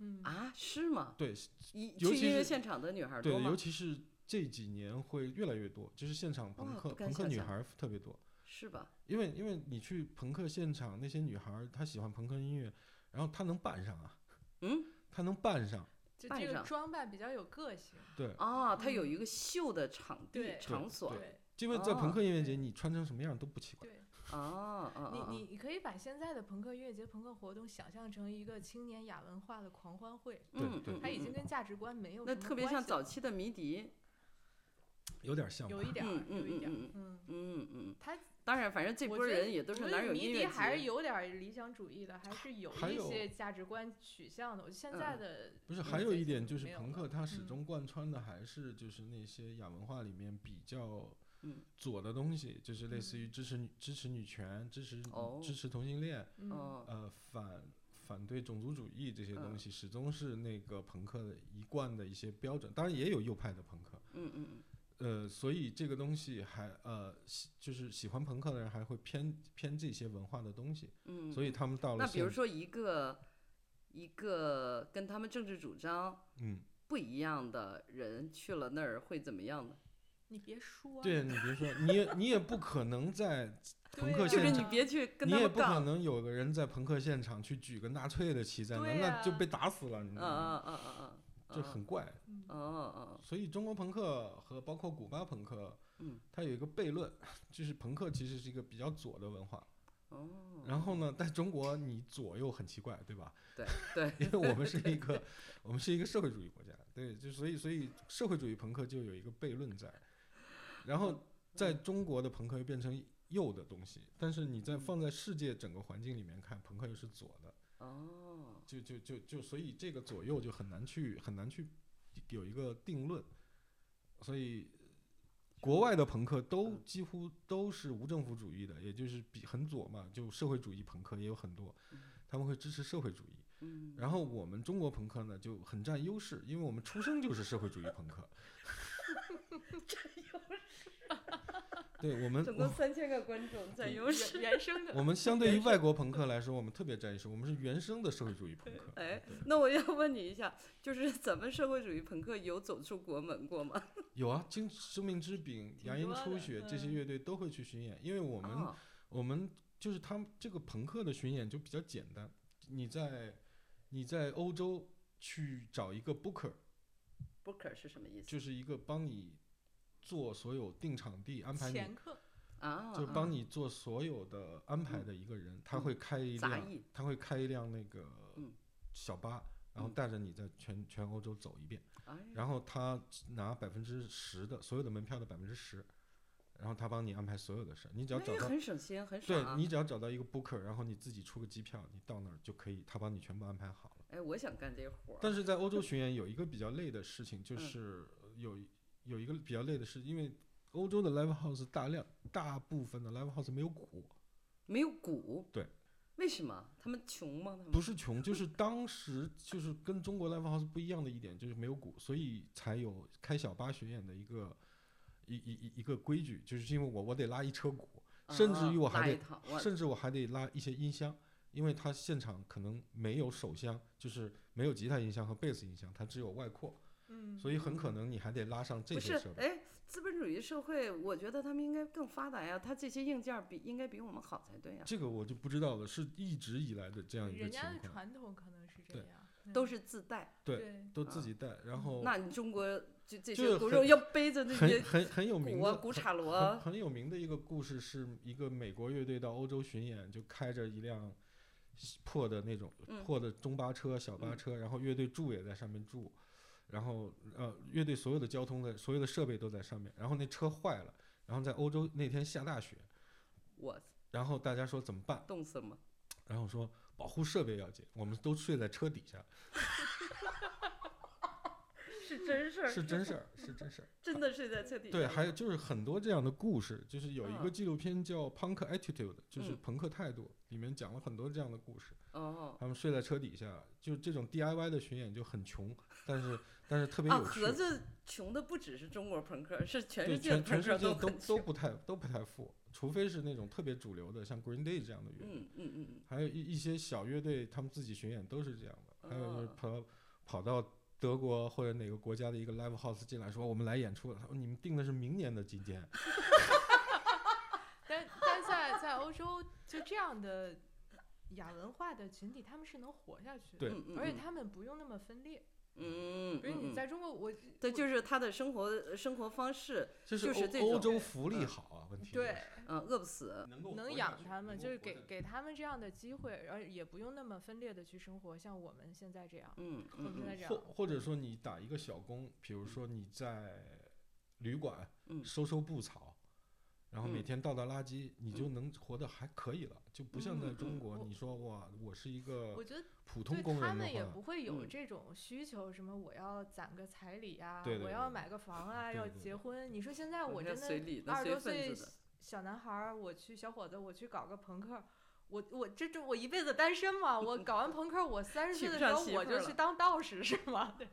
Speaker 2: 嗯，
Speaker 1: 啊是吗？
Speaker 3: 对
Speaker 1: 一
Speaker 3: 尤
Speaker 1: 去
Speaker 3: 其
Speaker 1: 音乐
Speaker 3: 是
Speaker 1: 现场的女孩儿多
Speaker 3: 对，尤
Speaker 1: 吗？
Speaker 3: 其是这几年会越来越多，就是现场朋
Speaker 1: 哇
Speaker 3: 克
Speaker 1: 不敢
Speaker 3: 朋克
Speaker 1: 想
Speaker 3: 女
Speaker 1: 象
Speaker 3: 孩特别多，
Speaker 1: 是吧？
Speaker 3: 因为因为你去朋克现场，那些女孩儿她喜欢朋克音乐，然后她能扮上啊，
Speaker 1: 嗯，
Speaker 3: 她能扮上，
Speaker 2: 就
Speaker 1: 扮
Speaker 2: 这个
Speaker 1: 上
Speaker 2: 装扮比较有个性。
Speaker 3: 对，
Speaker 1: 啊，它有
Speaker 2: 嗯
Speaker 1: 一个秀的场地
Speaker 2: 对
Speaker 1: 场所，
Speaker 2: 对
Speaker 3: 因为在
Speaker 1: 哦
Speaker 3: 朋克音乐节，你穿成什么样都不奇怪，
Speaker 2: 对，
Speaker 1: 哦，哦
Speaker 2: 你
Speaker 1: 哦
Speaker 2: 你你可以把现在的朋克音乐节、朋克活动想象成一个青年亚文化的狂欢会，
Speaker 3: 对
Speaker 1: 嗯
Speaker 3: 对
Speaker 1: 嗯
Speaker 2: 它已
Speaker 1: 嗯
Speaker 2: 经
Speaker 1: 嗯
Speaker 2: 跟价值观没有
Speaker 1: 那
Speaker 2: 什么
Speaker 1: 特别
Speaker 2: 关
Speaker 1: 像
Speaker 2: 系
Speaker 1: 早
Speaker 2: 了
Speaker 1: 期的迷笛，
Speaker 3: 有点像吧
Speaker 2: 有一点儿，
Speaker 1: 嗯
Speaker 2: 有一
Speaker 1: 嗯
Speaker 2: 点儿
Speaker 1: 嗯，
Speaker 2: 嗯。
Speaker 1: 嗯嗯，
Speaker 2: 它
Speaker 1: 当然，反正这
Speaker 2: 我
Speaker 1: 波
Speaker 2: 觉得
Speaker 1: 人也都是
Speaker 2: 我觉
Speaker 1: 哪儿
Speaker 2: 得
Speaker 1: 有
Speaker 2: 迷
Speaker 1: 音
Speaker 2: 笛
Speaker 1: 乐
Speaker 2: 还是
Speaker 1: 节
Speaker 2: 有点儿理想主义的，还是有
Speaker 3: 还
Speaker 2: 一
Speaker 3: 有
Speaker 2: 些价值观取向的。我现
Speaker 1: 嗯
Speaker 2: 在的
Speaker 3: 不是，
Speaker 2: 音乐
Speaker 3: 还有
Speaker 2: 节
Speaker 3: 一
Speaker 2: 可
Speaker 3: 点
Speaker 2: 能
Speaker 3: 就是
Speaker 2: 没有
Speaker 3: 朋
Speaker 2: 了
Speaker 3: 克，它始
Speaker 2: 嗯
Speaker 3: 终贯穿的还是就是那些亚文化里面比较
Speaker 1: 嗯
Speaker 3: 左的东西，就是类似于
Speaker 2: 嗯
Speaker 3: 支持女支持女权、支持
Speaker 1: 哦
Speaker 3: 支持同性恋、
Speaker 2: 嗯，
Speaker 1: 哦，
Speaker 3: 呃反反对种族主义这些东
Speaker 1: 嗯
Speaker 3: 西，始终是那个朋克的一贯的一些标准。当然也有右派的朋克，
Speaker 1: 嗯嗯嗯，
Speaker 3: 呃，所以这个东西还呃喜就是喜欢朋克的人还会偏偏这些文化的东西，
Speaker 1: 嗯，
Speaker 3: 所以他们到了
Speaker 1: 那比如
Speaker 3: 现
Speaker 1: 说一个一个跟他们政治主张
Speaker 3: 嗯。
Speaker 1: 不一样的人去了那儿会怎么样呢？
Speaker 2: 你别说，
Speaker 3: 对你别说，你也你也不可能在朋
Speaker 2: 对
Speaker 3: 克
Speaker 2: 啊
Speaker 1: 就是
Speaker 3: 现
Speaker 1: 你
Speaker 3: 场，
Speaker 1: 别去 跟
Speaker 3: 你
Speaker 1: 他
Speaker 3: 也
Speaker 1: 们
Speaker 3: 不可
Speaker 1: 杠，
Speaker 3: 能有个人在朋克现场去举个纳粹的旗在那，
Speaker 2: 对
Speaker 3: 那就
Speaker 2: 啊
Speaker 3: 被打死了，你知
Speaker 1: 嗯
Speaker 3: 道吗？
Speaker 1: 嗯嗯嗯嗯，
Speaker 3: 这很怪。
Speaker 2: 嗯
Speaker 1: 哦哦
Speaker 3: 所以中国朋克和包括古巴朋克，
Speaker 1: 嗯，
Speaker 3: 它有一个悖论， 就是朋克其实是一个比较左的文化。
Speaker 1: 哦，
Speaker 3: 然后呢，在中国你左右很奇怪，对吧？
Speaker 1: 对对，
Speaker 3: 因为我们是一个 我们是一个社会主义国家，对，就所以所以社会主义朋克就有一个悖论在，
Speaker 1: 嗯
Speaker 3: 然后在中国的朋克又变成右的东西，但是你
Speaker 1: 嗯
Speaker 3: 在放在世界整个环境里面看，朋克又是左的，
Speaker 1: 哦，
Speaker 3: 就就就就所以这个左右就很难去很难去有一个定论，所以。国外的朋克都
Speaker 1: 嗯
Speaker 3: 几乎都是无政府主义的，也就是比很左嘛，就社会主义朋克也有很多
Speaker 1: 嗯，
Speaker 3: 他们会支持社会主义。
Speaker 1: 嗯，
Speaker 3: 然后我们中国朋克呢就很占优势，因为我们出生就是社会主义朋 克。对我们，
Speaker 1: 总共
Speaker 3: 我
Speaker 1: 三千个观众在
Speaker 3: 嗯
Speaker 1: 优势，
Speaker 2: 原生的
Speaker 3: 我们相对于外国朋克来说，我们特别占优势，我们是原生的社会主义朋克。
Speaker 1: 哎
Speaker 3: 对，
Speaker 1: 那我要问你一下，就是咱们社会主义朋克有走出国门过吗？
Speaker 3: 有啊，经生命之饼、
Speaker 2: 挺
Speaker 3: 牙龈
Speaker 2: 多
Speaker 3: 出
Speaker 2: 的
Speaker 3: 血这些
Speaker 2: 嗯
Speaker 3: 乐队都会去巡演，因为我们、
Speaker 1: 哦
Speaker 3: 我们就是他们这个朋克的巡演就比较简单，你在你在欧洲去找一个 booker，
Speaker 1: ，Booker 是什么意思？
Speaker 3: 就是一个帮你做所有定场地 安排你
Speaker 2: 前客，
Speaker 1: 啊，
Speaker 3: 就
Speaker 1: 啊
Speaker 3: 帮你做所有的安排的一个人，他
Speaker 1: 嗯
Speaker 3: 会开一
Speaker 1: 杂
Speaker 3: 辆，
Speaker 1: 役
Speaker 3: 他会开一辆那个
Speaker 1: 嗯
Speaker 3: 小巴，然后
Speaker 1: 嗯
Speaker 3: 带着你在全全欧洲走一遍，
Speaker 1: 哎呀
Speaker 3: 然后他拿百分之十的所有的门票的百分之十，然后他帮你安排所有的事，你只要
Speaker 1: 那
Speaker 3: 找
Speaker 1: 也
Speaker 3: 到，
Speaker 1: 很省心，很爽、
Speaker 3: 对
Speaker 1: 啊。
Speaker 3: 你只要找到一个 booker，然后你自己出个机票，你到那儿就可以，他帮你全部安排好了。
Speaker 1: 哎，我想干这活儿。
Speaker 3: 但是在欧洲巡演有一个比较累的事情，就
Speaker 1: 嗯
Speaker 3: 是有一有一个比较累的事，因为欧洲的 live house 大量大部分的 live house 没有鼓。
Speaker 1: 没有鼓，
Speaker 3: 对，
Speaker 1: 为什么？他们穷吗？他们
Speaker 3: 不是穷，就是当时就是跟中国 live house 不一样的一点就是没有鼓，所以才有开小巴巡演的一个一一一一个规矩，就是因为我我得拉一车鼓，甚至于我
Speaker 1: 啊
Speaker 3: 还
Speaker 1: 拉
Speaker 3: 得
Speaker 1: 一套，我
Speaker 3: 甚至我还得拉一些音箱，因为他现场可能没有手箱，就是没有吉他音箱和贝斯音箱，它只有外扩，
Speaker 2: 嗯，
Speaker 3: 所以很可能你还得拉上这
Speaker 1: 不
Speaker 3: 些
Speaker 1: 是
Speaker 3: 设备。
Speaker 1: 哎，资本主义社会，我觉得他们应该更发达呀，他这些硬件儿比应该比我们好才对呀，
Speaker 3: 这个我就不知道了，是一直以来的这样一个
Speaker 2: 人
Speaker 3: 情
Speaker 2: 家的
Speaker 3: 况，
Speaker 2: 传统可能是这
Speaker 3: 对
Speaker 2: 样，
Speaker 1: 都
Speaker 2: 嗯
Speaker 1: 是自带。
Speaker 3: 对
Speaker 2: 对，
Speaker 3: 都自己带，然后
Speaker 1: 那你中国就这
Speaker 3: 就是
Speaker 1: 些骨肉
Speaker 3: 哦很
Speaker 1: 要背着那
Speaker 3: 很
Speaker 1: 些
Speaker 3: 很很有名
Speaker 1: 鼓啊、
Speaker 3: 的，
Speaker 1: 鼓叉锣
Speaker 3: 很
Speaker 1: 啊，
Speaker 3: 很有名的一个故事，是一个美国乐队到欧洲巡演，就开着一辆破的那种
Speaker 1: 嗯
Speaker 3: 破的中巴车、小巴
Speaker 1: 嗯
Speaker 3: 车，然后乐队住也在上面住，然后呃，乐队所有的交通的所有的设备都在上面，然后那车坏了，然后在欧洲那天下大雪，
Speaker 1: 我
Speaker 3: 然后大家说怎么办？
Speaker 1: 冻死了吗？
Speaker 3: 然后说保护设备要紧，我们都睡在车底下，
Speaker 1: 是真事儿，
Speaker 3: 是 真事儿，是 真事儿。
Speaker 1: 真的睡在车底下
Speaker 3: 对，
Speaker 1: 吗。
Speaker 3: 还有就是很多这样的故事，就是有一个
Speaker 1: 嗯
Speaker 3: 纪录片叫《Punk Attitude》，就是
Speaker 1: 嗯
Speaker 3: 朋克态度，里面讲了很多这样的故事。
Speaker 1: 哦。
Speaker 3: 他们睡在车底下，就这种 DIY 的巡演就很穷，但是但是特别
Speaker 1: 啊，
Speaker 3: 有趣，
Speaker 1: 合着穷的不只是中国朋克，是全
Speaker 3: 对
Speaker 1: 世界的
Speaker 3: 全
Speaker 1: 朋
Speaker 3: 全世
Speaker 1: 克
Speaker 3: 界都
Speaker 1: 很穷。
Speaker 3: 不太都不太富，除非是那种特别主流的，像 Green Day 这样的乐队，
Speaker 1: 嗯嗯嗯嗯，
Speaker 3: 还有一一些小乐队，他们自己巡演都是这样的，还有就是
Speaker 1: 哦
Speaker 3: 跑跑到。德国或者哪个国家的一个 live house 进来说我们来演出了，他说你们定的是明年的今天，
Speaker 2: 但但现欧洲就这样的亚文化的群体，他们是能活下去的，
Speaker 3: 对
Speaker 1: 嗯嗯
Speaker 2: 而且
Speaker 1: 嗯
Speaker 2: 他们不用那么分裂。
Speaker 1: 嗯，
Speaker 2: 不是
Speaker 1: 嗯
Speaker 2: 你
Speaker 1: 嗯
Speaker 2: 在中国，我
Speaker 1: 对，
Speaker 2: 我
Speaker 1: 就是他的生活生活方式，
Speaker 3: 就是
Speaker 1: 就是这
Speaker 3: 欧欧
Speaker 1: 种
Speaker 3: 洲福利
Speaker 1: 嗯
Speaker 3: 好啊，问题
Speaker 2: 对，
Speaker 1: 嗯，饿不死，
Speaker 3: 能够
Speaker 2: 能养他们，就是给给他们这样的机会，然后也不用那么分裂的去生活，像我们现在这样。
Speaker 1: 嗯
Speaker 2: 我们现在
Speaker 1: 嗯
Speaker 2: 这
Speaker 3: 或
Speaker 2: 样，
Speaker 3: 或者说你打一个小工，比如说你在旅馆
Speaker 1: 嗯
Speaker 3: 收收布草，然后每
Speaker 1: 嗯
Speaker 3: 天倒倒垃圾，你就能活得还可以了，就不像在
Speaker 1: 嗯
Speaker 3: 中
Speaker 1: 嗯
Speaker 3: 国，
Speaker 2: 我
Speaker 3: 你说哇，我是一个
Speaker 2: 我觉得
Speaker 3: 普通
Speaker 2: 对
Speaker 3: 工
Speaker 2: 他
Speaker 3: 人
Speaker 2: 们也
Speaker 3: 的话，
Speaker 2: 不会有
Speaker 1: 嗯
Speaker 2: 这种需求，什么我要攒个彩礼呀、
Speaker 3: 对对
Speaker 2: 我
Speaker 3: 对
Speaker 2: 要买个房啊，
Speaker 3: 对
Speaker 2: 要
Speaker 3: 对对
Speaker 2: 结婚。你说现在我
Speaker 1: 我
Speaker 2: 真
Speaker 1: 随礼
Speaker 2: 的
Speaker 1: 的
Speaker 2: 二十
Speaker 1: 随
Speaker 2: 多
Speaker 1: 份
Speaker 2: 岁
Speaker 1: 子的，
Speaker 2: 小男孩儿，我去小伙子，我去搞个朋克。我我这这我一辈子单身嘛，我搞完朋克，我三
Speaker 1: 娶
Speaker 2: 十岁
Speaker 1: 不
Speaker 2: 的
Speaker 1: 上
Speaker 2: 时候
Speaker 1: 媳
Speaker 2: 我
Speaker 1: 妇
Speaker 2: 就
Speaker 1: 儿
Speaker 2: 去
Speaker 1: 了
Speaker 2: 当道士是吗？
Speaker 3: 嗯
Speaker 2: 对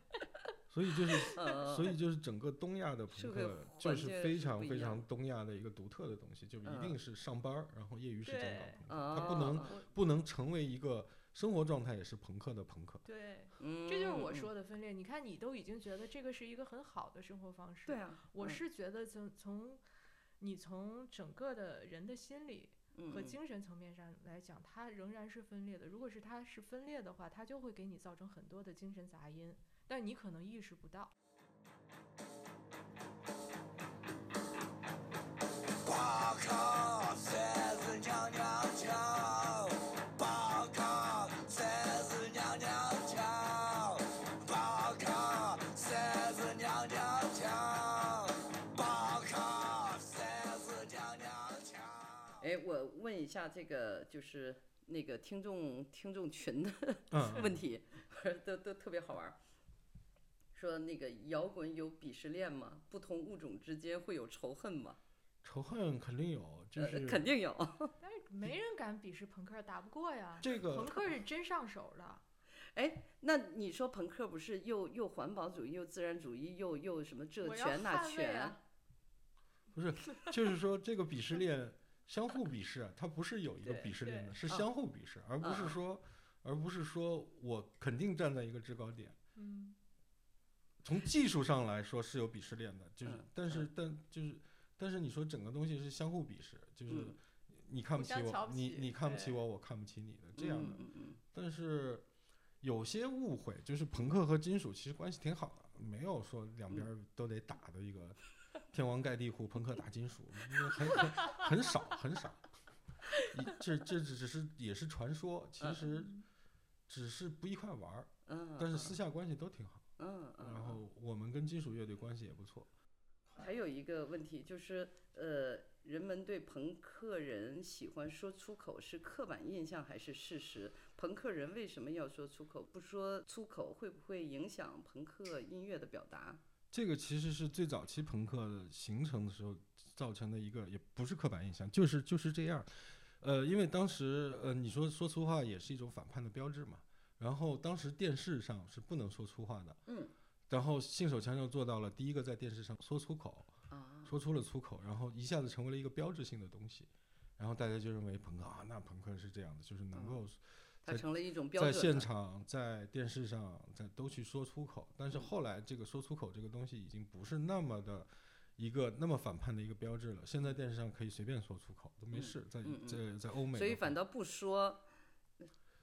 Speaker 3: 所以 就是
Speaker 1: 呃，
Speaker 3: 所以就是整个东亚的
Speaker 1: 社
Speaker 3: 朋
Speaker 1: 会
Speaker 3: 克就
Speaker 1: 环
Speaker 3: 是
Speaker 1: 境
Speaker 3: 非
Speaker 1: 是
Speaker 3: 常
Speaker 1: 不一
Speaker 3: 非
Speaker 1: 样
Speaker 3: 常东亚的一个独特的东西，就一
Speaker 1: 嗯
Speaker 3: 定是上班儿，然后业余时间
Speaker 2: 对
Speaker 3: 搞朋克，它不能
Speaker 1: 哦，
Speaker 3: 不能成为一个生活状态也是朋克的朋克。
Speaker 2: 对，
Speaker 1: 嗯，
Speaker 2: 这就是我
Speaker 1: 嗯，
Speaker 2: 说的分裂。你看，你都已经觉得这个是一个很好的生活方式，
Speaker 1: 对啊，
Speaker 2: 我
Speaker 1: 嗯
Speaker 2: 是觉得从从你从整个的人的心理
Speaker 1: 嗯
Speaker 2: 和
Speaker 1: 嗯
Speaker 2: 精神层面上来讲，它仍然是分裂的。如果是它是分裂的话，它就会给你造成很多的精神杂音，但你可能意识不到。
Speaker 4: 报告，才是娘娘腔。报告，才是娘娘腔。报告，才是娘娘腔。报告，才是娘娘腔。
Speaker 1: 哎，我问一下这个就是那个听众听众群的
Speaker 3: 嗯，
Speaker 1: 问题，都都特别好玩儿。说那个摇滚有鄙视链吗？不同物种之间会有仇恨吗？
Speaker 3: 仇恨肯定有，就
Speaker 1: 呃
Speaker 3: 是，
Speaker 1: 肯定有。
Speaker 2: 但是没人敢鄙视朋克，打不过呀。
Speaker 3: 这
Speaker 2: 朋
Speaker 3: 个
Speaker 2: 克是真上手了，
Speaker 1: 哎，那你说朋克不是又又环保主义，又自然主义，又又什么这
Speaker 2: 我要
Speaker 1: 权那
Speaker 2: 捍卫
Speaker 1: 权？
Speaker 2: 啊
Speaker 3: 就是说这个鄙视链相互鄙视啊，它不是有一个
Speaker 2: 对
Speaker 3: 鄙视链的，
Speaker 2: 对
Speaker 3: 是
Speaker 1: 嗯
Speaker 3: 相互鄙视，而不是
Speaker 1: 嗯
Speaker 3: 说而不是说我肯定站在一个制高点。
Speaker 2: 嗯，
Speaker 3: 从技术上来说是有鄙视链的，就是
Speaker 1: 嗯
Speaker 3: 但是但就是但是你说整个东西是相互鄙视，就是
Speaker 1: 嗯
Speaker 3: 你看不起
Speaker 2: 互相瞧
Speaker 3: 我，
Speaker 2: 不
Speaker 3: 你
Speaker 2: 起
Speaker 3: 你看不起
Speaker 2: 对
Speaker 3: 我，我看不起你的这样的
Speaker 1: 嗯。嗯嗯
Speaker 3: 但是有些误会，就是朋克和金属其实关系挺好的，没有说两边儿
Speaker 1: 嗯
Speaker 3: 都得打的一个天王盖地户，朋克打金属，因为很很很少很少。一这这只是也是传说，其
Speaker 1: 嗯
Speaker 3: 实只是不一块玩儿，
Speaker 1: 嗯，
Speaker 3: 但是
Speaker 1: 嗯
Speaker 3: 私下关系都挺好。
Speaker 1: 嗯嗯，
Speaker 3: 然
Speaker 1: 嗯
Speaker 3: 后我们跟金属乐队关系也不错。
Speaker 1: 还有一个问题就是，呃，人们对朋克人喜欢说出口是刻板印象还是事实？朋克人为什么要说出口？不说出口会不会影响朋克音乐的表达？
Speaker 3: 这个其实是最早期朋克的形成的时候造成的一个，也不是刻板印象，就是就是这样。呃，因为当时呃，你说说粗话也是一种反叛的标志嘛。然后当时电视上是不能说粗话的，
Speaker 1: 嗯。
Speaker 3: 然后信手枪就做到了第一个在电视上说粗口，
Speaker 1: 啊，
Speaker 3: 说出了粗口，然后一下子成为了一个标志性的东西。然后大家就认为朋克啊，那朋克是这样的，就是能
Speaker 1: 嗯
Speaker 3: 够
Speaker 1: 它
Speaker 3: 在
Speaker 1: 成了一种标
Speaker 3: 在
Speaker 1: 准。
Speaker 3: 现，场、在电视上、在都去说出口，但是
Speaker 1: 嗯
Speaker 3: 后来这个说出口这个东西已经不是那么的一个那么反叛的一个标志了。现在电视上可以随便说出口都没
Speaker 1: 嗯
Speaker 3: 事，在
Speaker 1: 嗯嗯
Speaker 3: 在在欧美的话，
Speaker 1: 所以反倒不说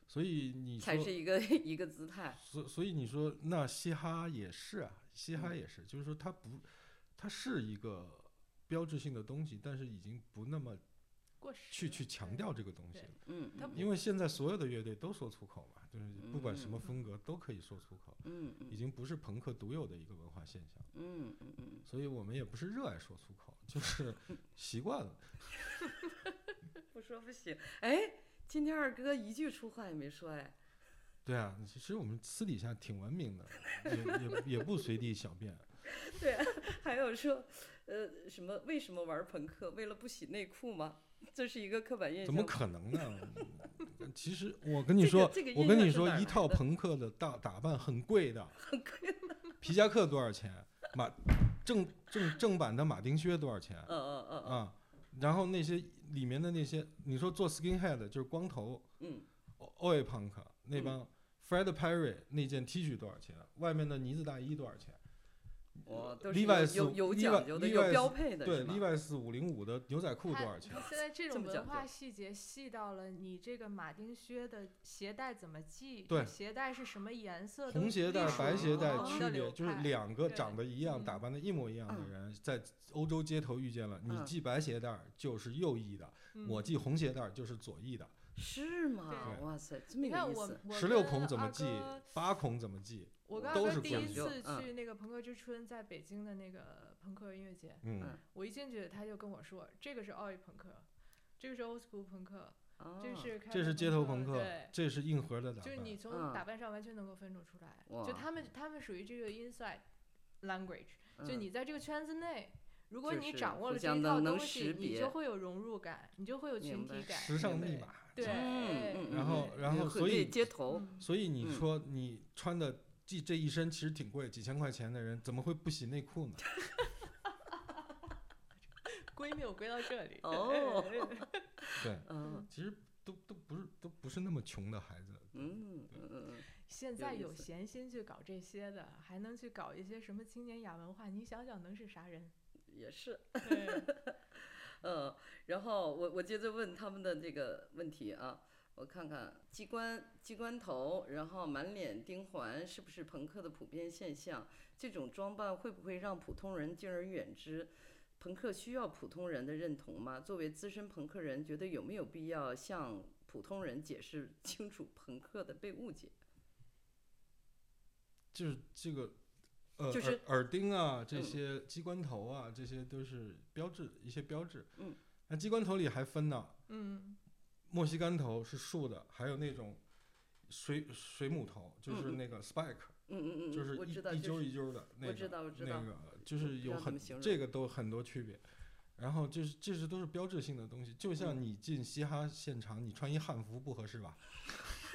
Speaker 3: 所以你
Speaker 1: 才
Speaker 3: 说，
Speaker 1: 是一个 一个姿态。
Speaker 3: 所所以你说那嘻哈也是啊，嘻哈
Speaker 1: 嗯
Speaker 3: 也是，就是说它不，它是一个标志性的东西，但是已经不那么
Speaker 2: 过时
Speaker 3: 去去强
Speaker 2: 对
Speaker 3: 调这个东西
Speaker 2: 对
Speaker 3: 了。
Speaker 1: 嗯，
Speaker 2: 它
Speaker 1: 嗯
Speaker 3: 因为现在所有的乐队都说粗口嘛，就是不管什么
Speaker 1: 嗯
Speaker 3: 风格都可以说粗口。
Speaker 1: 嗯嗯
Speaker 3: 已经不是朋克独有的一个文化现象，
Speaker 1: 嗯嗯嗯，
Speaker 3: 所以我们也不是热爱说粗口，就是 习惯了。
Speaker 1: 不说不行。哎，今天二哥一句粗话也没说哎。
Speaker 3: 对啊，其实我们私底下挺文明的，也也也不随地小 便。
Speaker 1: 对，还有说，呃，什么为什么玩朋克？为了不洗内裤吗？这是一个刻板印象。
Speaker 3: 怎么可能呢？嗯其实我跟你
Speaker 1: 这个
Speaker 3: 说，
Speaker 1: 这个
Speaker 3: 我
Speaker 1: 音
Speaker 3: 跟
Speaker 1: 乐
Speaker 3: 你
Speaker 1: 是
Speaker 3: 说
Speaker 1: 哪，儿
Speaker 3: 一
Speaker 1: 来
Speaker 3: 套
Speaker 1: 的
Speaker 3: 朋克的大打扮很贵的，
Speaker 1: 很贵？
Speaker 3: 皮夹克多少钱？马正正正版的马丁靴多少钱？
Speaker 1: 嗯嗯嗯嗯
Speaker 3: 啊，然后那些里面的那些，你说做 skinhead 就是光头，
Speaker 1: 嗯
Speaker 3: o i punk 那
Speaker 1: 嗯
Speaker 3: 帮 Fred Perry 那件 T 恤多少钱？外面的呢子大衣多少钱？
Speaker 1: 我嗯都是
Speaker 3: Levi's
Speaker 1: 有有有
Speaker 3: Levi-
Speaker 1: 讲究的，有
Speaker 3: Levi's-
Speaker 1: 标配的，
Speaker 3: 对
Speaker 1: 是吧？
Speaker 3: ，Levi's 五零五的牛仔裤
Speaker 2: 它
Speaker 3: 多少钱？
Speaker 2: 现在这
Speaker 1: 这
Speaker 2: 种
Speaker 1: 么
Speaker 2: 文
Speaker 1: 讲
Speaker 2: 化
Speaker 1: 究
Speaker 2: 细节细到了，你这个马丁靴的鞋带怎么系？
Speaker 3: 对
Speaker 2: 鞋带是什么颜色？
Speaker 3: 红鞋带、白鞋带
Speaker 1: 不同
Speaker 2: 哦
Speaker 3: 区别就是两个长
Speaker 2: 得
Speaker 3: 得一样、
Speaker 2: 嗯
Speaker 3: 打扮的一模一样的
Speaker 1: 嗯
Speaker 3: 人，在欧洲街头遇见了，你
Speaker 1: 嗯
Speaker 3: 系白鞋带儿就是右翼的，
Speaker 2: 嗯
Speaker 3: 我系红鞋带儿就是左翼的。
Speaker 1: 是吗？
Speaker 3: 对
Speaker 1: 哇塞，这么
Speaker 2: 你看
Speaker 1: 有意
Speaker 2: 我
Speaker 1: 思。
Speaker 2: 我
Speaker 3: 十六
Speaker 2: 跟
Speaker 3: 孔怎么
Speaker 2: 二
Speaker 3: 系
Speaker 2: 哥？
Speaker 3: 八孔怎么系？
Speaker 2: 我跟二
Speaker 3: 都
Speaker 2: 哥
Speaker 3: 是
Speaker 2: 第
Speaker 3: 讲
Speaker 2: 一
Speaker 1: 究
Speaker 2: 次
Speaker 1: 嗯
Speaker 2: 去那个朋克之春，在北京的那个朋克音乐节，
Speaker 3: 嗯
Speaker 1: 嗯，
Speaker 2: 我一进去他就跟我说，这个是奥义朋克，这个是 old school 朋克，
Speaker 1: 哦
Speaker 2: 这是开
Speaker 3: 这是
Speaker 2: 放
Speaker 3: 街头朋克
Speaker 2: 对，。
Speaker 3: 这是硬核的打
Speaker 2: 就
Speaker 3: 扮
Speaker 2: 是。你从
Speaker 1: 嗯
Speaker 2: 打扮上完全能够分出出来，
Speaker 1: 哇
Speaker 2: 就他们他们属于这个 inside language，就
Speaker 1: 嗯
Speaker 2: 你在这个圈子内，如果
Speaker 1: 就
Speaker 2: 你
Speaker 1: 是
Speaker 2: 掌握
Speaker 1: 互
Speaker 2: 了这
Speaker 1: 相
Speaker 2: 一
Speaker 1: 能
Speaker 2: 套
Speaker 1: 能
Speaker 2: 东
Speaker 1: 识
Speaker 2: 西，你
Speaker 1: 别
Speaker 2: 就会有融入感，你就会有群
Speaker 1: 明白
Speaker 2: 体感，
Speaker 3: 时尚
Speaker 2: 对
Speaker 3: 密
Speaker 2: 不
Speaker 3: 码。
Speaker 2: 对对，
Speaker 1: 嗯嗯嗯
Speaker 3: 然后
Speaker 1: 嗯
Speaker 3: 然后
Speaker 1: 对
Speaker 3: 所
Speaker 1: 会
Speaker 3: 以
Speaker 1: 对街头，
Speaker 2: 嗯
Speaker 3: 所以你
Speaker 1: 嗯
Speaker 3: 说你穿的这这一身其实挺贵，几千块钱的人怎么会不洗内裤呢？
Speaker 2: 归谬归到这 里，
Speaker 1: 哦
Speaker 3: 对，
Speaker 1: 嗯
Speaker 3: 其实都都不是都不是那么穷的孩子。
Speaker 1: 嗯嗯嗯，
Speaker 2: 现在
Speaker 1: 有意
Speaker 2: 有
Speaker 1: 思
Speaker 2: 闲心去搞这些的，还能去搞一些什么青年亚文化，你想想能是啥人？
Speaker 1: 也是，
Speaker 2: 对
Speaker 1: 嗯，然后我我接着问他们的这个问题啊，我看看鸡冠鸡冠头，然后满脸钉环是不是朋克的普遍现象？这种装扮会不会让普通人敬而远之？朋克需要普通人的认同吗？作为资深朋克人，觉得有没有必要向普通人解释清楚朋克的被误解？
Speaker 3: 就是这个，呃，
Speaker 1: 就是
Speaker 3: 耳耳钉啊，这
Speaker 1: 嗯
Speaker 3: 些鸡冠头啊，这些都是标志，一些标志。
Speaker 1: 嗯，
Speaker 3: 那鸡冠头里还分呢，
Speaker 2: 嗯，
Speaker 3: 墨西干头是竖的，还有那种水水母头，就是
Speaker 1: 嗯嗯
Speaker 3: 那个 spike，、
Speaker 1: 嗯嗯嗯，
Speaker 3: 就是
Speaker 1: 我
Speaker 3: 一
Speaker 1: 知道，
Speaker 3: 一揪
Speaker 1: 就是
Speaker 3: 一揪的那
Speaker 1: 我
Speaker 3: 个，
Speaker 1: 知道我知道
Speaker 3: 那个就是
Speaker 1: 知道
Speaker 3: 有
Speaker 1: 怎
Speaker 3: 很
Speaker 1: 么形容
Speaker 3: 这个都很多区别。然后就是这是都是标志性的东西，就像
Speaker 1: 嗯
Speaker 3: 你进嘻哈现场，你穿一汉服不合适吧？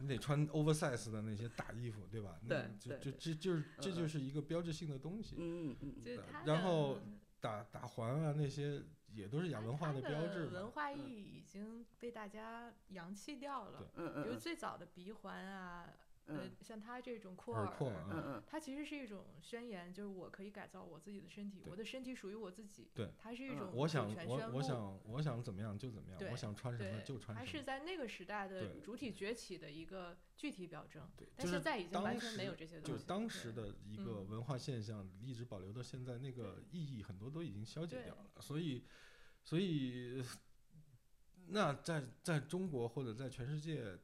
Speaker 3: 你得穿 oversize 的那些大衣服，对吧？那
Speaker 1: 对
Speaker 3: 就
Speaker 1: 对
Speaker 3: 就这就是这
Speaker 1: 嗯
Speaker 3: 就
Speaker 1: 嗯
Speaker 3: 是一个标志性的东西。
Speaker 1: 嗯嗯嗯，
Speaker 2: 就是
Speaker 3: 对
Speaker 2: 他
Speaker 3: 然后
Speaker 2: 的
Speaker 3: 打打环啊那些也都是亚
Speaker 2: 它
Speaker 3: 文化
Speaker 2: 它的
Speaker 3: 标志嘛。
Speaker 2: 文化意
Speaker 1: 嗯
Speaker 2: 义已经被大家扬弃掉了。
Speaker 1: 嗯
Speaker 2: 比如
Speaker 1: 嗯
Speaker 2: 最早的鼻环啊，呃
Speaker 1: 嗯，
Speaker 2: 像它这种扩
Speaker 3: 耳
Speaker 2: 耳，
Speaker 3: 廓啊
Speaker 1: 嗯嗯
Speaker 2: 它其实是一种宣言，就是我可以改造我自己的身体，
Speaker 3: 对
Speaker 2: 我的身体属于我自己。
Speaker 3: 对
Speaker 2: 它是一
Speaker 1: 嗯
Speaker 2: 种
Speaker 3: 我
Speaker 2: 主
Speaker 3: 想
Speaker 2: 权
Speaker 3: 我
Speaker 2: 宣
Speaker 3: 我
Speaker 2: 布
Speaker 3: 想我想怎么样就怎么样，我
Speaker 2: 对
Speaker 3: 想穿什么
Speaker 2: 对，
Speaker 3: 就穿
Speaker 2: 它
Speaker 3: 什
Speaker 2: 是
Speaker 3: 么。
Speaker 2: 在那个时代的
Speaker 3: 对
Speaker 2: 主体崛起的一个具体表征，
Speaker 3: 对，
Speaker 2: 但
Speaker 3: 就
Speaker 2: 现
Speaker 3: 是
Speaker 2: 在已经完
Speaker 3: 当
Speaker 2: 全没
Speaker 3: 时
Speaker 2: 有这些东西
Speaker 3: 就
Speaker 2: 了。
Speaker 3: 是当时
Speaker 2: 对，
Speaker 3: 的一个
Speaker 2: 嗯
Speaker 3: 文化现象，一直保留到现在，那个意义很多都已经消解
Speaker 2: 对
Speaker 3: 掉了。所以，所以，那在在中国或者在全世界，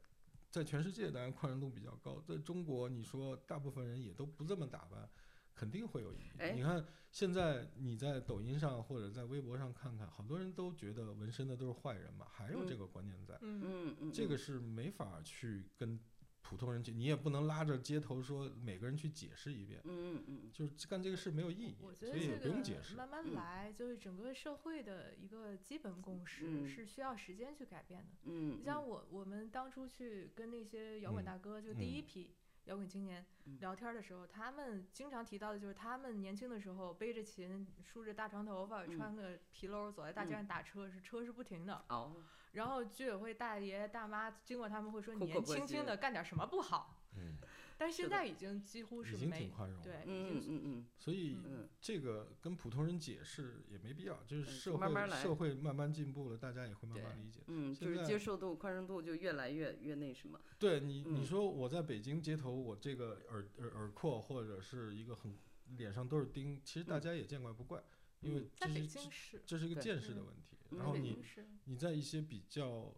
Speaker 3: 在全世界当然宽容度比较高，在中国你说大部分人也都不这么打扮，肯定会有异议
Speaker 1: 哎。
Speaker 3: 你看现在你在抖音上或者在微博上看看，好多人都觉得纹身的都是坏人嘛，还有这
Speaker 1: 嗯
Speaker 3: 个观念在。
Speaker 2: 嗯，
Speaker 1: 嗯嗯，
Speaker 3: 这个是没法去跟普通人去，你也不能拉着街头说每个人去解释一遍，
Speaker 1: 嗯嗯嗯
Speaker 3: 就是干这个事没有意义
Speaker 2: 我，觉
Speaker 3: 所
Speaker 2: 得
Speaker 3: 以也
Speaker 2: 这
Speaker 3: 不用解释
Speaker 2: 个。慢慢
Speaker 1: 嗯
Speaker 2: 来，就是整个社会的一个基本共识
Speaker 1: 嗯
Speaker 2: 是需要时间去改变的。
Speaker 1: 嗯，
Speaker 2: 你像我我们当初去跟那些摇滚
Speaker 3: 嗯
Speaker 2: 大哥，就第一
Speaker 3: 嗯
Speaker 2: 批摇滚青年
Speaker 1: 嗯
Speaker 2: 聊天儿的时候，他们经常提到的就是他们年轻的时候背着琴，梳着大长头发，
Speaker 1: 嗯
Speaker 2: 穿个皮褛儿，走在大街
Speaker 1: 嗯
Speaker 2: 上打车，是车是不停的。
Speaker 1: 哦，
Speaker 2: 然后居委会大爷大妈经过他们会说：“
Speaker 1: 苦
Speaker 2: 你
Speaker 1: 口
Speaker 2: 年
Speaker 1: 婆
Speaker 2: 轻轻
Speaker 1: 心
Speaker 2: 的干点什么不好
Speaker 3: 嗯，？”
Speaker 2: 但是
Speaker 1: 是
Speaker 2: 现
Speaker 1: 的
Speaker 2: 在已经几乎
Speaker 3: 已
Speaker 2: 是
Speaker 3: 经
Speaker 2: 没
Speaker 3: 挺宽容了。
Speaker 2: 对，已
Speaker 1: 嗯
Speaker 2: 经
Speaker 1: 嗯嗯
Speaker 3: 所以
Speaker 1: 嗯
Speaker 3: 这个跟普通人解释也没必要，就是
Speaker 1: 嗯
Speaker 3: 社
Speaker 1: 就
Speaker 3: 会
Speaker 1: 慢慢来
Speaker 3: 社会慢慢进步了，大家也会慢慢
Speaker 2: 对
Speaker 3: 理解。
Speaker 1: 嗯，
Speaker 3: 现
Speaker 1: 就是接
Speaker 3: 在
Speaker 1: 受度、宽容度就越来越越那什么，
Speaker 3: 对你，你
Speaker 1: 嗯
Speaker 3: 说我在北京街头，我这个耳耳耳廓或者是一个很脸上都是钉，其实大
Speaker 1: 嗯
Speaker 3: 家也见怪不怪，
Speaker 1: 嗯
Speaker 3: 因为
Speaker 2: 在
Speaker 3: 这
Speaker 2: 北
Speaker 3: 是
Speaker 2: 京是，
Speaker 3: 这是一个
Speaker 1: 对
Speaker 3: 见识的
Speaker 2: 嗯
Speaker 3: 问题。
Speaker 1: 嗯
Speaker 3: 然
Speaker 2: 在
Speaker 3: 后
Speaker 2: 北
Speaker 3: 你
Speaker 2: 京是，
Speaker 3: 你在一些比较，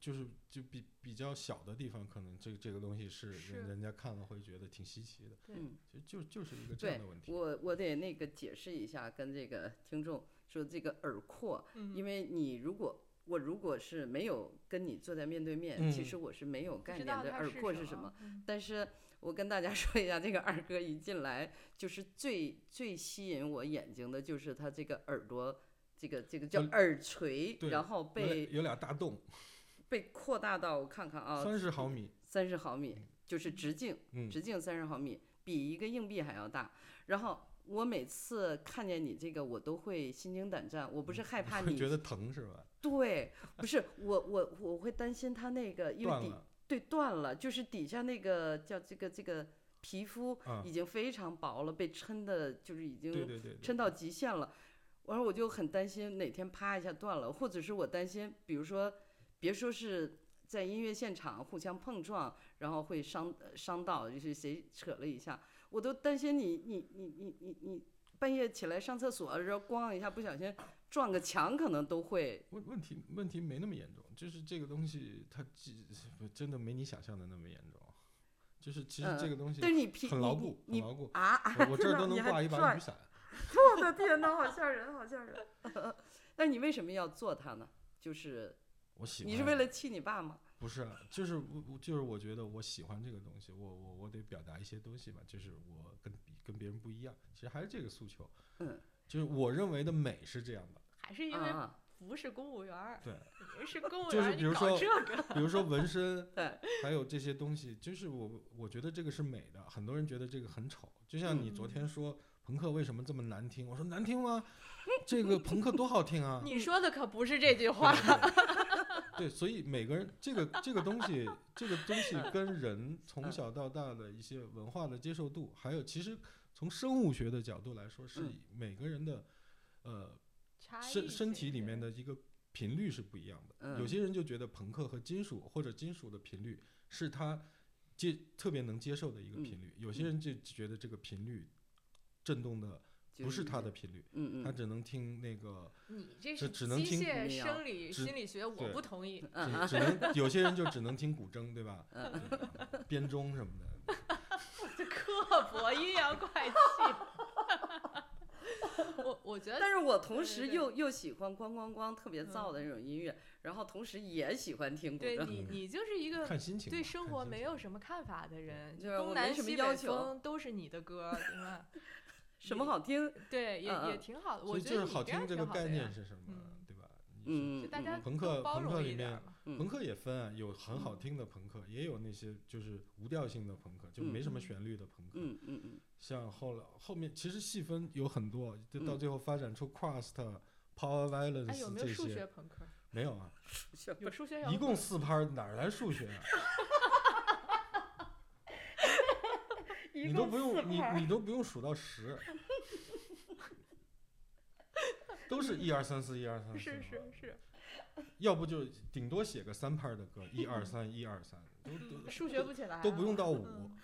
Speaker 3: 就是就比比较小的地方，可能这这个东西是
Speaker 2: 是
Speaker 3: 人人家看了会觉得挺稀奇的，
Speaker 2: 对
Speaker 1: 嗯。
Speaker 3: 就就就是一个这样的问题。
Speaker 1: 我我得那个解释一下，跟这个听众说，这个耳廓，
Speaker 2: 嗯，
Speaker 1: 因为你如果我如果是没有跟你坐在面对面，其
Speaker 3: 嗯
Speaker 1: 实我是没有概
Speaker 2: 不知
Speaker 1: 念
Speaker 2: 道
Speaker 1: 的
Speaker 2: 它
Speaker 1: 耳廓是
Speaker 2: 是
Speaker 1: 什么。？
Speaker 2: 嗯
Speaker 1: 但是我跟大家 说一下，这个二哥一进来，就是最最吸引我眼睛的就是他这个耳朵，这个这个叫
Speaker 3: 有
Speaker 1: 耳垂，
Speaker 3: 对
Speaker 1: 然后
Speaker 3: 有
Speaker 1: 被
Speaker 3: 俩有俩大洞，
Speaker 1: 被扩大到我看看啊，
Speaker 3: 三十毫米，
Speaker 1: 三十毫米，就是直径。
Speaker 3: 嗯，
Speaker 1: 直径三十毫米，比一个硬币还要大。然后我每次看见你这个，我都会心惊胆战。我不是害怕
Speaker 3: 嗯会
Speaker 1: 你，
Speaker 3: 觉得疼是吧？
Speaker 1: 对，不是我我我会担心它那个，因为
Speaker 3: 断
Speaker 1: 底
Speaker 3: 了，
Speaker 1: 对断了，就是底下那个叫这个这个皮肤
Speaker 3: 嗯
Speaker 1: 已经非常薄了，被撑的就是已
Speaker 3: 对
Speaker 1: 经
Speaker 3: 对对，对
Speaker 1: 撑到极限了。完了我就很担心哪天啪一下断了，或者是我担心，比如说，别说是在音乐现场互相碰撞，然后会伤呃伤到，就是谁扯了一下，我都担心你你你你你你半夜起来上厕所，然后咣一下不小心撞个墙，可能都会
Speaker 3: 问问题问题没那么严重，就是这个东西它既不真的没你想象的那么严重，就是其实这
Speaker 1: 嗯
Speaker 3: 个东西
Speaker 1: 但是你皮
Speaker 3: 很
Speaker 1: 你
Speaker 3: 牢
Speaker 1: 你
Speaker 3: 固，很
Speaker 1: 你
Speaker 3: 牢固。
Speaker 1: 啊啊！
Speaker 3: 我我这
Speaker 1: 真
Speaker 3: 儿
Speaker 1: 的
Speaker 3: 都 能
Speaker 1: 你还
Speaker 3: 挂一把
Speaker 1: 拽
Speaker 3: 雨伞，
Speaker 1: 我的天呐，好吓人，好吓人！ 那你为什么要做它呢？就是
Speaker 3: 我喜欢。
Speaker 1: 你是为了气你爸吗？
Speaker 3: 不是，啊就是我我就是我觉得我喜欢这个东西，我我我得表达一些东西吧，就是我跟跟别人不一样，其实还是这个诉求。
Speaker 1: 嗯，
Speaker 3: 就是我认为的美是这样的，
Speaker 2: 还是因为
Speaker 1: 啊，，
Speaker 2: 不是公务员儿，
Speaker 3: 对，
Speaker 2: 人是公务
Speaker 3: 就
Speaker 2: 员
Speaker 3: 是
Speaker 2: 儿，
Speaker 3: 比如
Speaker 2: 你搞
Speaker 3: 说啊
Speaker 2: 这个，
Speaker 3: 比如说纹身
Speaker 1: 对，
Speaker 3: 还有这些东西，就是我我觉得这个是美的，很多人觉得这个很丑，就像你
Speaker 1: 嗯
Speaker 3: 昨天说。朋克为什么这么难听？我说难听吗？这个朋克多好听啊！
Speaker 2: 你说的可不是这句
Speaker 3: 嗯
Speaker 2: 话。
Speaker 3: 对 对，所以每个人这个这个东西，这个东西跟人从小到大的一些文化的接受度，还有其实从生物学的角度来说，是
Speaker 1: 嗯
Speaker 3: 以每个人的呃
Speaker 2: 差异
Speaker 3: 身身体
Speaker 2: 性
Speaker 3: 里面的一个频率是不一样的。有
Speaker 1: 嗯
Speaker 3: 些人就觉得朋克和金属或者金属的频率是他接特别能接受的一个
Speaker 1: 嗯
Speaker 3: 频率，有些人就觉得这个频率震动的
Speaker 1: 就
Speaker 3: 不是他
Speaker 1: 你
Speaker 3: 的，频率，
Speaker 1: 嗯
Speaker 3: 他
Speaker 1: 嗯
Speaker 3: 只能听那个。
Speaker 2: 你这
Speaker 3: 这
Speaker 2: 是
Speaker 3: 只能
Speaker 2: 机
Speaker 3: 听
Speaker 2: 械
Speaker 1: 你啊
Speaker 2: 生理
Speaker 3: 只
Speaker 2: 心理学，我
Speaker 3: 对
Speaker 2: 不同 意。
Speaker 1: 嗯
Speaker 3: 只只能有些人就只能听古筝，对吧？
Speaker 1: 嗯
Speaker 3: 对吧编钟什么的。
Speaker 2: 这刻薄阴阳怪 气。 我我觉得
Speaker 1: 但是我同
Speaker 2: 呃对
Speaker 1: 时
Speaker 2: 对
Speaker 1: 又又喜欢咣咣咣特别
Speaker 2: 嗯
Speaker 1: 燥的那种音乐，然后同时也喜欢听古
Speaker 2: 对
Speaker 1: 筝，
Speaker 2: 你
Speaker 3: 嗯
Speaker 2: 你就是一个
Speaker 3: 看心情吧，
Speaker 2: 对生活没有
Speaker 3: 么。
Speaker 2: 什么看法的人，
Speaker 1: 就是我没
Speaker 2: 东南
Speaker 1: 什么
Speaker 2: 西
Speaker 1: 要
Speaker 2: 北
Speaker 1: 求
Speaker 2: 风都是你的歌儿，对吧？
Speaker 1: 什么好听？
Speaker 2: 对，也
Speaker 1: 嗯
Speaker 2: 也
Speaker 1: 嗯
Speaker 2: 挺好的。
Speaker 3: 所
Speaker 2: 我
Speaker 3: 以
Speaker 2: 觉
Speaker 3: 就
Speaker 2: 得
Speaker 3: 是
Speaker 2: 你
Speaker 3: 好
Speaker 2: 样
Speaker 3: 听这
Speaker 2: 挺
Speaker 3: 个
Speaker 2: 好
Speaker 3: 概
Speaker 2: 的呀
Speaker 3: 念是什么
Speaker 2: 嗯，
Speaker 3: 对吧？你是
Speaker 1: 嗯，
Speaker 2: 就
Speaker 1: 嗯
Speaker 2: 大家
Speaker 1: 嗯
Speaker 3: 朋
Speaker 2: 更
Speaker 3: 克
Speaker 2: 包
Speaker 3: 朋克
Speaker 2: 容
Speaker 3: 里
Speaker 2: 一点
Speaker 3: 面
Speaker 2: 儿嘛。
Speaker 1: 嗯
Speaker 3: 朋克也分啊，有很好听的朋克，也有那些就是无调性的朋克，就没什么
Speaker 2: 嗯
Speaker 3: 旋律的朋克。
Speaker 1: 嗯嗯嗯
Speaker 3: 像后来后面其实细分有很多，就到
Speaker 1: 嗯
Speaker 3: 最后发展出 crust、power
Speaker 2: 哎，有
Speaker 3: violence
Speaker 2: 没有
Speaker 3: 这
Speaker 2: 数学哎
Speaker 3: 些
Speaker 2: 朋克？
Speaker 3: 没有啊？
Speaker 1: 是
Speaker 2: 有数学
Speaker 3: 一
Speaker 2: 摇
Speaker 3: 共四拍儿，哪儿来数学啊？你都不用你你都不用数 到十，都是一二三四一二三
Speaker 2: 滚
Speaker 3: 四，
Speaker 2: 是是是，
Speaker 3: 要不就顶多写个三拍儿的歌，一二三一二三，都都
Speaker 2: 嗯数学不起来
Speaker 3: 都不用
Speaker 2: 啊
Speaker 3: 到五，
Speaker 2: 嗯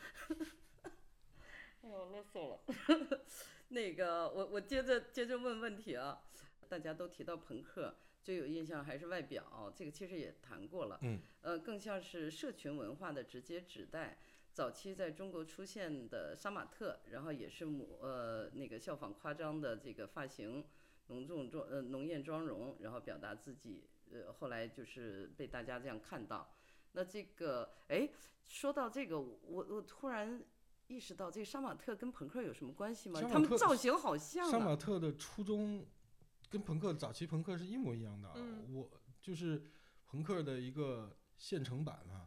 Speaker 1: 哎呦，啰嗦了。 那个，我我接着接着问问题啊。大家都提到朋克，最有印象还是外表，这个其实也谈过了。
Speaker 3: 嗯，
Speaker 1: 呃，更像是社群文化的直接指代。早期在中国出现的杀马特，然后也是模呃那个效仿夸张的这个发型、浓重妆呃浓艳妆容，然后表达自己。呃，后来就是被大家这样看到。那这个，哎，说到这个，我我突然意识到，这个杀马特跟朋克有什么关系吗
Speaker 3: 杀？马
Speaker 1: 他们
Speaker 3: 特
Speaker 1: 造型好像
Speaker 3: 杀
Speaker 1: 啊。
Speaker 3: 马特的初衷跟朋克早期朋克是一模一样的啊，
Speaker 2: 嗯
Speaker 3: 我就是朋克的一个现成版啊，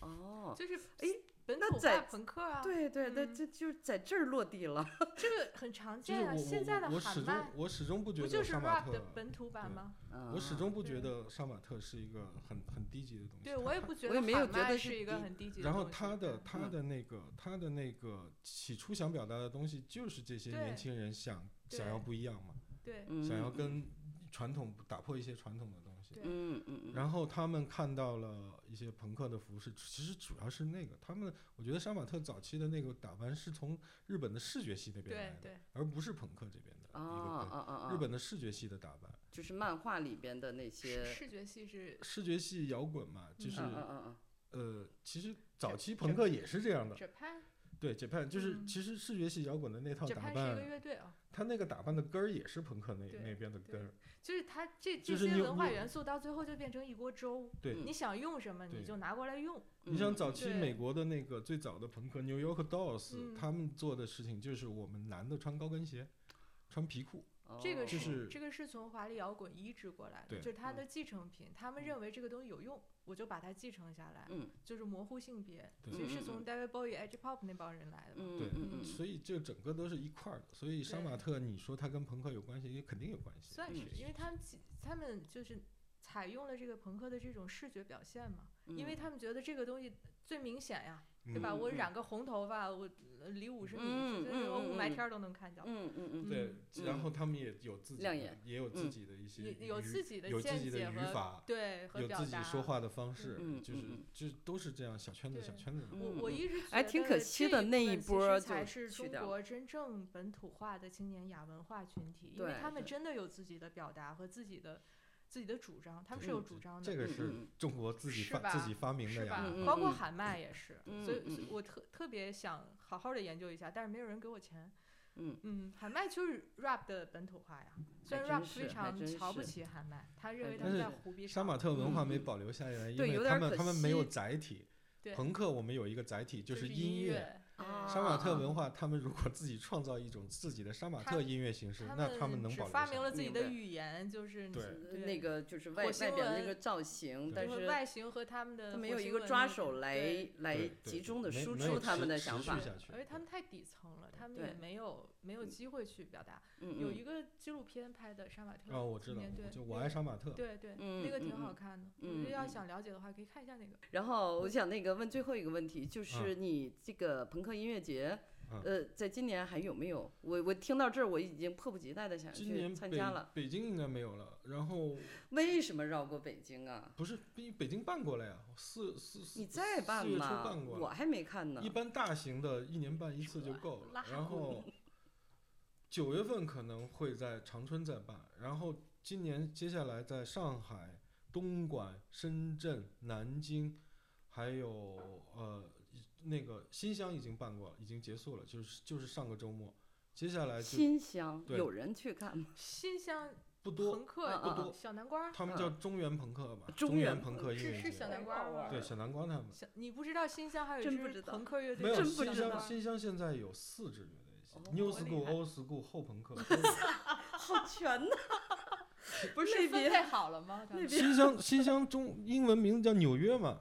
Speaker 1: 哦，
Speaker 2: 就是
Speaker 1: 哎
Speaker 2: 本
Speaker 1: 那
Speaker 2: 土
Speaker 1: 在
Speaker 2: 化朋克啊，
Speaker 1: 对对对，
Speaker 2: 嗯
Speaker 1: 这就是在这儿落地 了。
Speaker 2: 这个很常
Speaker 3: 就是
Speaker 2: 见
Speaker 3: 我
Speaker 2: 啊。现在
Speaker 3: 我
Speaker 2: 的
Speaker 3: 我
Speaker 2: 喊
Speaker 3: 始
Speaker 2: 麦
Speaker 3: 终我始终不觉
Speaker 2: 不就
Speaker 3: 得
Speaker 2: 是
Speaker 3: 杀马
Speaker 2: rap
Speaker 3: 特
Speaker 2: 的本土版
Speaker 3: 对
Speaker 2: 吗？
Speaker 3: 我始
Speaker 1: 啊
Speaker 3: 终不觉
Speaker 2: 对
Speaker 3: 得杀马特是一个很很低级的东西。
Speaker 2: 对
Speaker 3: 它
Speaker 2: 我也不觉
Speaker 1: 我
Speaker 2: 得，
Speaker 1: 也没有觉得是
Speaker 2: 是一个
Speaker 1: 低
Speaker 2: 很低级的
Speaker 3: 然后
Speaker 2: 东西
Speaker 3: 他的
Speaker 2: 对
Speaker 3: 他的那个他的那个起初想表达的东西，就是这些
Speaker 2: 对
Speaker 3: 年轻人想想
Speaker 2: 对
Speaker 3: 要不一样嘛，
Speaker 2: 对
Speaker 1: 嗯
Speaker 3: 想要跟传统打破一些传统的东西。
Speaker 2: 对
Speaker 1: 嗯嗯嗯，
Speaker 3: 然后他们看到了一些朋克的服饰，其实主要是那个他们，我觉得杀马特早期的那个打扮是从日本的视觉系那边
Speaker 2: 对
Speaker 3: 来的，
Speaker 2: 对，
Speaker 3: 而不是朋克这边的
Speaker 1: 啊
Speaker 3: 一个
Speaker 1: 啊
Speaker 3: 跟。
Speaker 1: 啊啊！
Speaker 3: 日本的视觉系的打扮，
Speaker 1: 就是漫画里边的那些
Speaker 2: 视，视觉系是
Speaker 3: 视觉系摇滚嘛，就
Speaker 2: 嗯
Speaker 3: 是
Speaker 1: 嗯嗯嗯嗯，
Speaker 3: 呃，其实早期
Speaker 2: 这
Speaker 3: 朋克也是这
Speaker 1: 嗯
Speaker 3: 样的，
Speaker 2: Japan
Speaker 3: 对，Japan 就是
Speaker 2: 嗯
Speaker 3: 其实视觉系摇滚的那套打
Speaker 2: Japan 是一个
Speaker 3: 扮，
Speaker 2: 乐队啊，
Speaker 3: 他那个打扮的根儿也是朋克那
Speaker 2: 对
Speaker 3: 那边的根儿，
Speaker 2: 就是它这
Speaker 3: 就
Speaker 2: 这
Speaker 3: 是
Speaker 2: 些
Speaker 3: 你
Speaker 2: 文化
Speaker 3: 你
Speaker 2: 元素到最后就变成一锅粥，
Speaker 3: 对
Speaker 2: 你想用什么
Speaker 3: 对
Speaker 2: 你就拿过来用，
Speaker 3: 你想
Speaker 1: 嗯
Speaker 3: 早
Speaker 2: 嗯
Speaker 3: 期
Speaker 2: 对
Speaker 3: 美国的那个最早的朋克 New York Dolls，、
Speaker 2: 嗯
Speaker 3: 他们做的事情就是我们男的穿高跟鞋，穿皮裤，
Speaker 2: 这个
Speaker 1: 哦
Speaker 3: 就是
Speaker 2: 这个是从华丽摇滚移植过来的，
Speaker 3: 对
Speaker 2: 就是它
Speaker 1: 嗯
Speaker 2: 的继承品，他们
Speaker 1: 嗯
Speaker 2: 认为这个东西有用，我就把它继承下来，
Speaker 1: 嗯
Speaker 2: 就是模糊性别，
Speaker 3: 对
Speaker 2: 其实是
Speaker 1: 嗯嗯
Speaker 2: 从 David Bowie、Edge Pop 那帮人来的嘛，
Speaker 1: 嗯
Speaker 3: 对
Speaker 1: 嗯嗯
Speaker 3: 所以这整个都是一块儿的。所以杀
Speaker 2: 对
Speaker 3: 马特，你说他跟朋克有关系，也肯定有关系。
Speaker 2: 算
Speaker 1: 嗯
Speaker 2: 是，因为他们其他们就是采用了这个朋克的这种视觉表现嘛，
Speaker 1: 嗯，
Speaker 2: 因为他们觉得这个东西最明显呀，对吧？
Speaker 1: 嗯
Speaker 2: 我
Speaker 1: 嗯
Speaker 2: 染个红头发，我呃离五十米，
Speaker 1: 嗯
Speaker 2: 这这我
Speaker 1: 嗯
Speaker 2: 雾
Speaker 1: 嗯
Speaker 2: 霾
Speaker 1: 嗯
Speaker 2: 天儿都能看见。
Speaker 1: 嗯嗯嗯，
Speaker 3: 对，然后他们也有自己
Speaker 1: 亮
Speaker 3: 的
Speaker 1: 眼
Speaker 3: 也有自
Speaker 1: 嗯
Speaker 3: 己的一些
Speaker 2: 有有
Speaker 3: 语
Speaker 2: 自己的
Speaker 3: 有自
Speaker 2: 见
Speaker 3: 己的
Speaker 2: 解
Speaker 3: 语
Speaker 2: 和
Speaker 3: 法，
Speaker 2: 对和
Speaker 3: 有
Speaker 2: 表
Speaker 3: 自己
Speaker 2: 达。
Speaker 3: 说话的方式，
Speaker 1: 嗯
Speaker 3: 就是
Speaker 1: 嗯
Speaker 3: 就都是这样小圈子
Speaker 2: 对
Speaker 3: 小圈子的。
Speaker 2: 我我
Speaker 1: 嗯嗯
Speaker 2: 一直
Speaker 1: 哎
Speaker 2: 觉
Speaker 1: 挺
Speaker 2: 得
Speaker 1: 可惜
Speaker 2: 这
Speaker 1: 的
Speaker 2: 一
Speaker 1: 那
Speaker 2: 部
Speaker 1: 一
Speaker 2: 分其
Speaker 1: 波
Speaker 2: 实
Speaker 1: 儿
Speaker 2: 才
Speaker 1: 就是去
Speaker 2: 中
Speaker 1: 掉了
Speaker 2: 国真正本土化的青年亚文化群体，因为
Speaker 1: 对
Speaker 2: 他们
Speaker 1: 对
Speaker 2: 真的有自己的表达和自己的自己的主张，他们是
Speaker 1: 对
Speaker 2: 有
Speaker 1: 嗯
Speaker 2: 主张的。
Speaker 3: 这个
Speaker 1: 嗯
Speaker 3: 是
Speaker 1: 嗯
Speaker 3: 中国自己
Speaker 2: 是
Speaker 3: 发自
Speaker 2: 吧
Speaker 3: 己发明的
Speaker 2: 是
Speaker 3: 呀
Speaker 2: 吧？，
Speaker 1: 嗯
Speaker 2: 包括
Speaker 1: 嗯
Speaker 2: 喊麦也是，
Speaker 1: 嗯
Speaker 2: 所以
Speaker 1: 嗯
Speaker 2: 所以我特特别想好好的研究一下，但是没有人给我钱。
Speaker 1: 嗯
Speaker 2: 喊麦就是 rap 的本土化呀，虽
Speaker 1: 还
Speaker 2: 然 rap
Speaker 1: 真是
Speaker 2: 非
Speaker 1: 还
Speaker 2: 常
Speaker 1: 真
Speaker 2: 瞧不
Speaker 1: 是
Speaker 2: 起喊麦，他认
Speaker 1: 还
Speaker 2: 为他
Speaker 3: 真
Speaker 2: 们
Speaker 3: 是
Speaker 2: 在胡逼
Speaker 3: 杀
Speaker 2: 上
Speaker 3: 马特文化没
Speaker 1: 嗯嗯
Speaker 3: 保留下来，因
Speaker 1: 对有
Speaker 3: 为
Speaker 1: 点
Speaker 3: 他
Speaker 1: 儿
Speaker 3: 们
Speaker 1: 可
Speaker 3: 他们没有
Speaker 1: 惜
Speaker 3: 载体，
Speaker 2: 对
Speaker 3: 朋克我们有一个载体就
Speaker 2: 就是
Speaker 3: 音乐。
Speaker 2: 乐。
Speaker 1: 啊
Speaker 3: 杀马特文化，他们如果自己创造一种自己的杀马
Speaker 2: 他
Speaker 3: 特音乐形式，那他们能
Speaker 2: 只
Speaker 3: 保留
Speaker 2: 发
Speaker 3: 下
Speaker 2: 明
Speaker 3: 来
Speaker 2: 了自己
Speaker 1: 明
Speaker 2: 的
Speaker 1: 白
Speaker 2: 语言，就是
Speaker 3: 对
Speaker 1: 呃那个就是外
Speaker 2: 火
Speaker 1: 外
Speaker 2: 星
Speaker 1: 表那
Speaker 2: 文
Speaker 1: 个造型，
Speaker 3: 对
Speaker 1: 但
Speaker 2: 和
Speaker 1: 是
Speaker 2: 外形和他们的
Speaker 1: 他没
Speaker 2: 火
Speaker 1: 有一
Speaker 2: 星
Speaker 1: 个
Speaker 2: 文
Speaker 1: 抓
Speaker 2: 那
Speaker 1: 手
Speaker 2: 种
Speaker 1: 来
Speaker 2: 对
Speaker 1: 来
Speaker 3: 对对
Speaker 1: 集中的
Speaker 3: 没
Speaker 1: 输
Speaker 3: 没有
Speaker 1: 出他
Speaker 3: 持
Speaker 1: 们的
Speaker 3: 持
Speaker 1: 想
Speaker 3: 续
Speaker 1: 法
Speaker 3: 下，去
Speaker 2: 而且他们太底层了，他们
Speaker 1: 对
Speaker 2: 也没有没有机会去表达。
Speaker 1: 嗯
Speaker 2: 有
Speaker 1: 嗯
Speaker 2: 一个纪录片拍的杀马特，
Speaker 3: 哦，我知
Speaker 2: 今
Speaker 3: 道
Speaker 2: 年对，，那
Speaker 3: 就我
Speaker 2: 个
Speaker 3: 爱杀马特，
Speaker 2: 对对，
Speaker 1: 嗯
Speaker 2: 那个挺
Speaker 1: 嗯
Speaker 2: 好
Speaker 1: 嗯
Speaker 2: 看的。
Speaker 1: 嗯
Speaker 2: 我觉得要
Speaker 1: 嗯
Speaker 2: 想了解的话，可以看一下那个。
Speaker 1: 然后我想那个问最后一个问题，就是你这个朋克音乐节，
Speaker 3: 嗯
Speaker 1: 呃，在今年还有没有？我我听到这儿，我已经迫不及待的想
Speaker 3: 今年
Speaker 1: 去
Speaker 3: 北
Speaker 1: 参加了。
Speaker 3: 北京应该没有了，然后
Speaker 1: 为什么绕过北京啊？
Speaker 3: 不是北北京办过了呀，四四四
Speaker 1: 你再办
Speaker 3: 四月初
Speaker 1: 吧，
Speaker 3: 办过了
Speaker 1: 我还没看呢
Speaker 3: 一。般大型的一年办一次就够了
Speaker 2: 拉，
Speaker 3: 然后九月份可能会在长春再办，然后今年接下来在上海、东莞、深圳、南京，还有呃那个新乡已经办过了，已经结束了，就是就是上个周末，接下来就
Speaker 1: 新乡
Speaker 3: 对
Speaker 1: 有人去看吗？
Speaker 2: 新乡
Speaker 3: 不多，
Speaker 2: 朋克
Speaker 1: 啊啊啊
Speaker 2: 有小南瓜儿，
Speaker 3: 他们叫中原朋克吧，
Speaker 1: 中
Speaker 3: 中原
Speaker 1: 原
Speaker 3: 朋
Speaker 1: 朋
Speaker 3: 克音
Speaker 2: 是
Speaker 3: 乐
Speaker 2: 是小
Speaker 3: 节，
Speaker 2: 南瓜儿吗？
Speaker 3: 对小南瓜他们。
Speaker 2: 小你不知道新乡还有
Speaker 1: 真
Speaker 2: 一
Speaker 1: 不
Speaker 2: 支
Speaker 1: 知道
Speaker 2: 朋克乐
Speaker 3: 没
Speaker 2: 队
Speaker 3: 有
Speaker 2: 叫
Speaker 1: 真不
Speaker 2: 小
Speaker 3: 新
Speaker 1: 知道
Speaker 2: 南瓜
Speaker 3: 乡，
Speaker 2: 儿，
Speaker 3: 新乡现在有四支乐队
Speaker 1: 哦
Speaker 3: ，New
Speaker 2: 多厉
Speaker 3: School、
Speaker 2: 害
Speaker 3: Old School、后朋克都有。
Speaker 1: 好全呐，不是
Speaker 2: 是
Speaker 1: 那
Speaker 2: 分
Speaker 1: 边
Speaker 2: 配好了吗？
Speaker 1: 那边
Speaker 3: 新乡新乡中英文名字叫纽约 嘛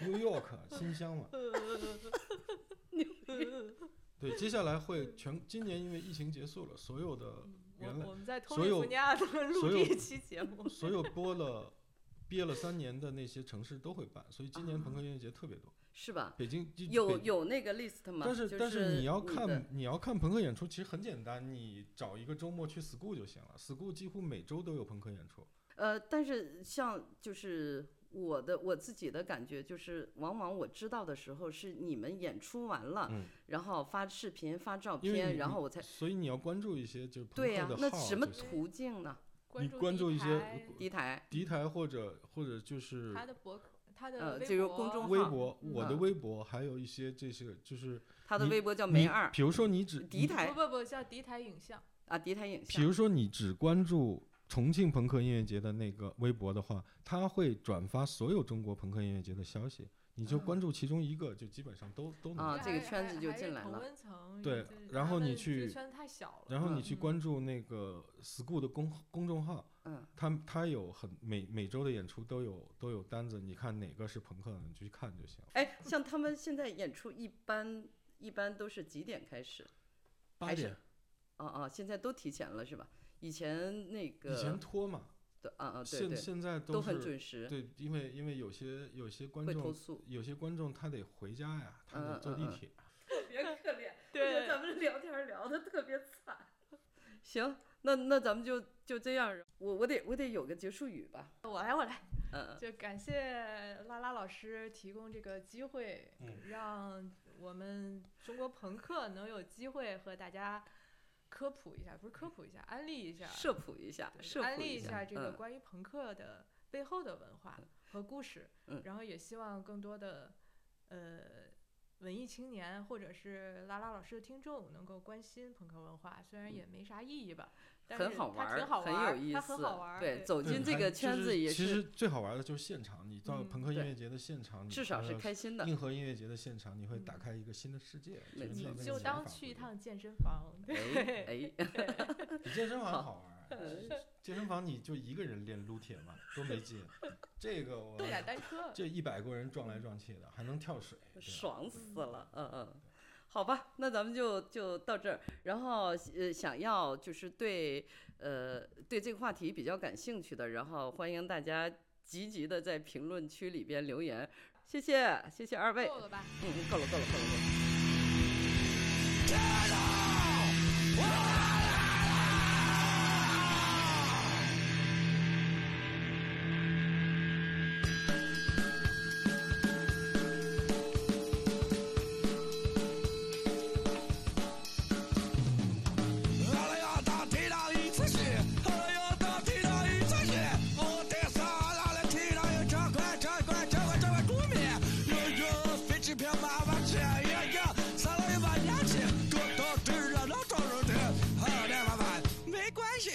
Speaker 3: ，New York 新乡嘛。对，接下来会全今年因为疫情结束了，所有的
Speaker 2: 我
Speaker 3: 原来
Speaker 2: 我们在通
Speaker 3: 所
Speaker 2: 利
Speaker 3: 有
Speaker 2: 福尼亚的录
Speaker 3: 所
Speaker 2: 这
Speaker 3: 有
Speaker 2: 一期节目，
Speaker 3: 所有播了憋了三年的那些城市都会办，所以今年朋克音乐节特别多。
Speaker 1: 是吧？
Speaker 3: 北京就
Speaker 1: 啊有
Speaker 3: 北
Speaker 1: 有那个 list 吗？
Speaker 3: 但是、
Speaker 1: 就
Speaker 3: 但
Speaker 1: 是
Speaker 3: 你要
Speaker 1: 的
Speaker 3: 看你要看朋克演出，其实很简单，你找一个周末去 school 就行了。school 几乎每周都有朋克演出。
Speaker 1: 呃，但是像就是我的我自己的感觉就是，往往我知道的时候是你们演出完了，
Speaker 3: 嗯
Speaker 1: 然后发视频、发照
Speaker 3: 因为
Speaker 1: 片，
Speaker 3: 你
Speaker 1: 然
Speaker 3: 你
Speaker 1: 后我才
Speaker 3: 所以你要关注一些就是朋克
Speaker 1: 对
Speaker 3: 的
Speaker 1: 呀、
Speaker 3: 号啊儿就行、
Speaker 1: 那什么途径呢？
Speaker 3: 你
Speaker 2: 注
Speaker 3: 关注
Speaker 2: 第
Speaker 3: 一些呃
Speaker 2: 台
Speaker 1: 敌台，
Speaker 3: 敌台或者或者就是
Speaker 2: 他的博客，他的
Speaker 1: 呃
Speaker 2: 微
Speaker 1: 这个
Speaker 2: 博
Speaker 1: 公众
Speaker 3: 微
Speaker 1: 号
Speaker 3: 博，
Speaker 2: 嗯
Speaker 3: 我的
Speaker 1: 嗯
Speaker 3: 微博，还有一些这些就是
Speaker 1: 他的
Speaker 3: 你
Speaker 1: 微博叫梅
Speaker 3: 你
Speaker 1: 二
Speaker 3: 比如说你只
Speaker 1: 敌
Speaker 3: 你
Speaker 1: 台
Speaker 2: 不不不叫敌台影像，
Speaker 1: 啊，敌台影
Speaker 3: 比
Speaker 1: 像
Speaker 3: 如说你只关注重庆朋克音乐节的那个微博的话，他会转发所有中国朋克音乐节的消息，你就
Speaker 2: 嗯
Speaker 3: 关注其中一个，就基本上都都能
Speaker 1: 啊
Speaker 3: 看。
Speaker 1: 这个
Speaker 2: 还
Speaker 1: 圈子
Speaker 2: 还
Speaker 1: 就
Speaker 2: 还
Speaker 1: 进
Speaker 2: 是
Speaker 1: 来
Speaker 2: 同
Speaker 1: 了
Speaker 2: 温层
Speaker 3: 对
Speaker 2: 就是
Speaker 3: 然
Speaker 2: 他
Speaker 3: 后你
Speaker 2: 们这
Speaker 3: 去
Speaker 2: 圈子太小了，
Speaker 3: 然后你去
Speaker 2: 嗯
Speaker 3: 关注那个 school 的公公众号，
Speaker 1: 嗯，
Speaker 3: 他他有很每每周的演出都有都有单子，你看哪个是朋克的，你就去看就行。
Speaker 1: 哎，像他们现在演出一般一般都是几点开始？
Speaker 3: 八
Speaker 1: 还是
Speaker 3: 点
Speaker 1: 啊啊，现在都提前了是吧？以前那个
Speaker 3: 以前拖嘛，
Speaker 1: 对啊啊对
Speaker 3: 现
Speaker 1: 对，
Speaker 3: 现在
Speaker 1: 都
Speaker 3: 都
Speaker 1: 很
Speaker 3: 是
Speaker 1: 准时，
Speaker 3: 对，因为因为有些有些观
Speaker 1: 会投
Speaker 3: 众，
Speaker 1: 诉。
Speaker 3: 有些观众他得回家呀，他得
Speaker 1: 嗯
Speaker 3: 坐地
Speaker 1: 嗯嗯
Speaker 3: 铁。
Speaker 1: 特别可怜。我觉得
Speaker 2: 对
Speaker 1: 咱们聊天儿聊的特别惨。行，那那咱们就就这样，我我得我得有个结束语吧。
Speaker 2: 我来我来，
Speaker 1: 嗯，
Speaker 2: 就感谢拉拉老师提供这个机会，
Speaker 3: 嗯
Speaker 2: 让我们中国朋克能有机会和大家科普一下，不是科普一下，安利一下，
Speaker 1: 涉嗯普一下，
Speaker 2: 对
Speaker 1: 涉
Speaker 2: 安
Speaker 1: 普
Speaker 2: 利一
Speaker 1: 下
Speaker 2: 下这个
Speaker 1: 嗯
Speaker 2: 关于朋克的背后的文化和故事，
Speaker 1: 嗯
Speaker 2: 然后也希望更多的呃文艺青年或者是拉拉老师的听众能够关心朋克文化，虽然也没啥意义吧，但是
Speaker 1: 很好玩
Speaker 2: 它
Speaker 1: 儿，
Speaker 2: 嗯挺好玩儿，
Speaker 1: 有意
Speaker 2: 它
Speaker 1: 思，
Speaker 2: 很好玩儿，
Speaker 1: 对，
Speaker 2: 对
Speaker 1: 走
Speaker 3: 对
Speaker 1: 进这
Speaker 3: 还
Speaker 1: 个
Speaker 3: 就
Speaker 1: 圈子也
Speaker 3: 其
Speaker 1: 是，
Speaker 3: 实最好玩的就是现场，你到
Speaker 2: 嗯
Speaker 3: 朋克音
Speaker 1: 对
Speaker 3: 乐节的现嗯场，你
Speaker 1: 至少
Speaker 3: 看
Speaker 1: 是
Speaker 3: 到
Speaker 1: 开心 的。
Speaker 3: 硬核音乐节的现场，你会打
Speaker 2: 嗯
Speaker 3: 开一个新的世界。
Speaker 1: 没
Speaker 3: 是
Speaker 1: 错没
Speaker 3: 那个
Speaker 2: 你
Speaker 1: 错
Speaker 2: 就
Speaker 3: 想
Speaker 2: 当
Speaker 3: 法
Speaker 2: 去
Speaker 3: 不
Speaker 2: 一
Speaker 3: 样，
Speaker 2: 趟健身房，
Speaker 1: 哎哎，
Speaker 3: 比 健身
Speaker 1: 好
Speaker 3: 房好 玩儿。健身房你就一个人练撸铁嘛，多 没劲。这个我
Speaker 2: 动感单车。
Speaker 3: 这一百个人撞来撞去的，还能跳水，对吧啊
Speaker 1: 爽死了，嗯嗯。好吧，那咱们就就到这儿。然后，呃，想要就是对，呃，对这个话题比较感兴趣的，然后欢迎大家积极的在评论区里边留言。谢谢，谢谢二位。
Speaker 2: 够了吧？
Speaker 1: 嗯，嗯够了，够了，够了，够了。
Speaker 5: 阿拉要到天堂去出去，阿拉要到天堂去出去。我带上阿拉天堂有交关交关交关交关股民，有有飞机票买不起，有有啥了也买不起，多多多了老多了的，好的麻烦，没关系，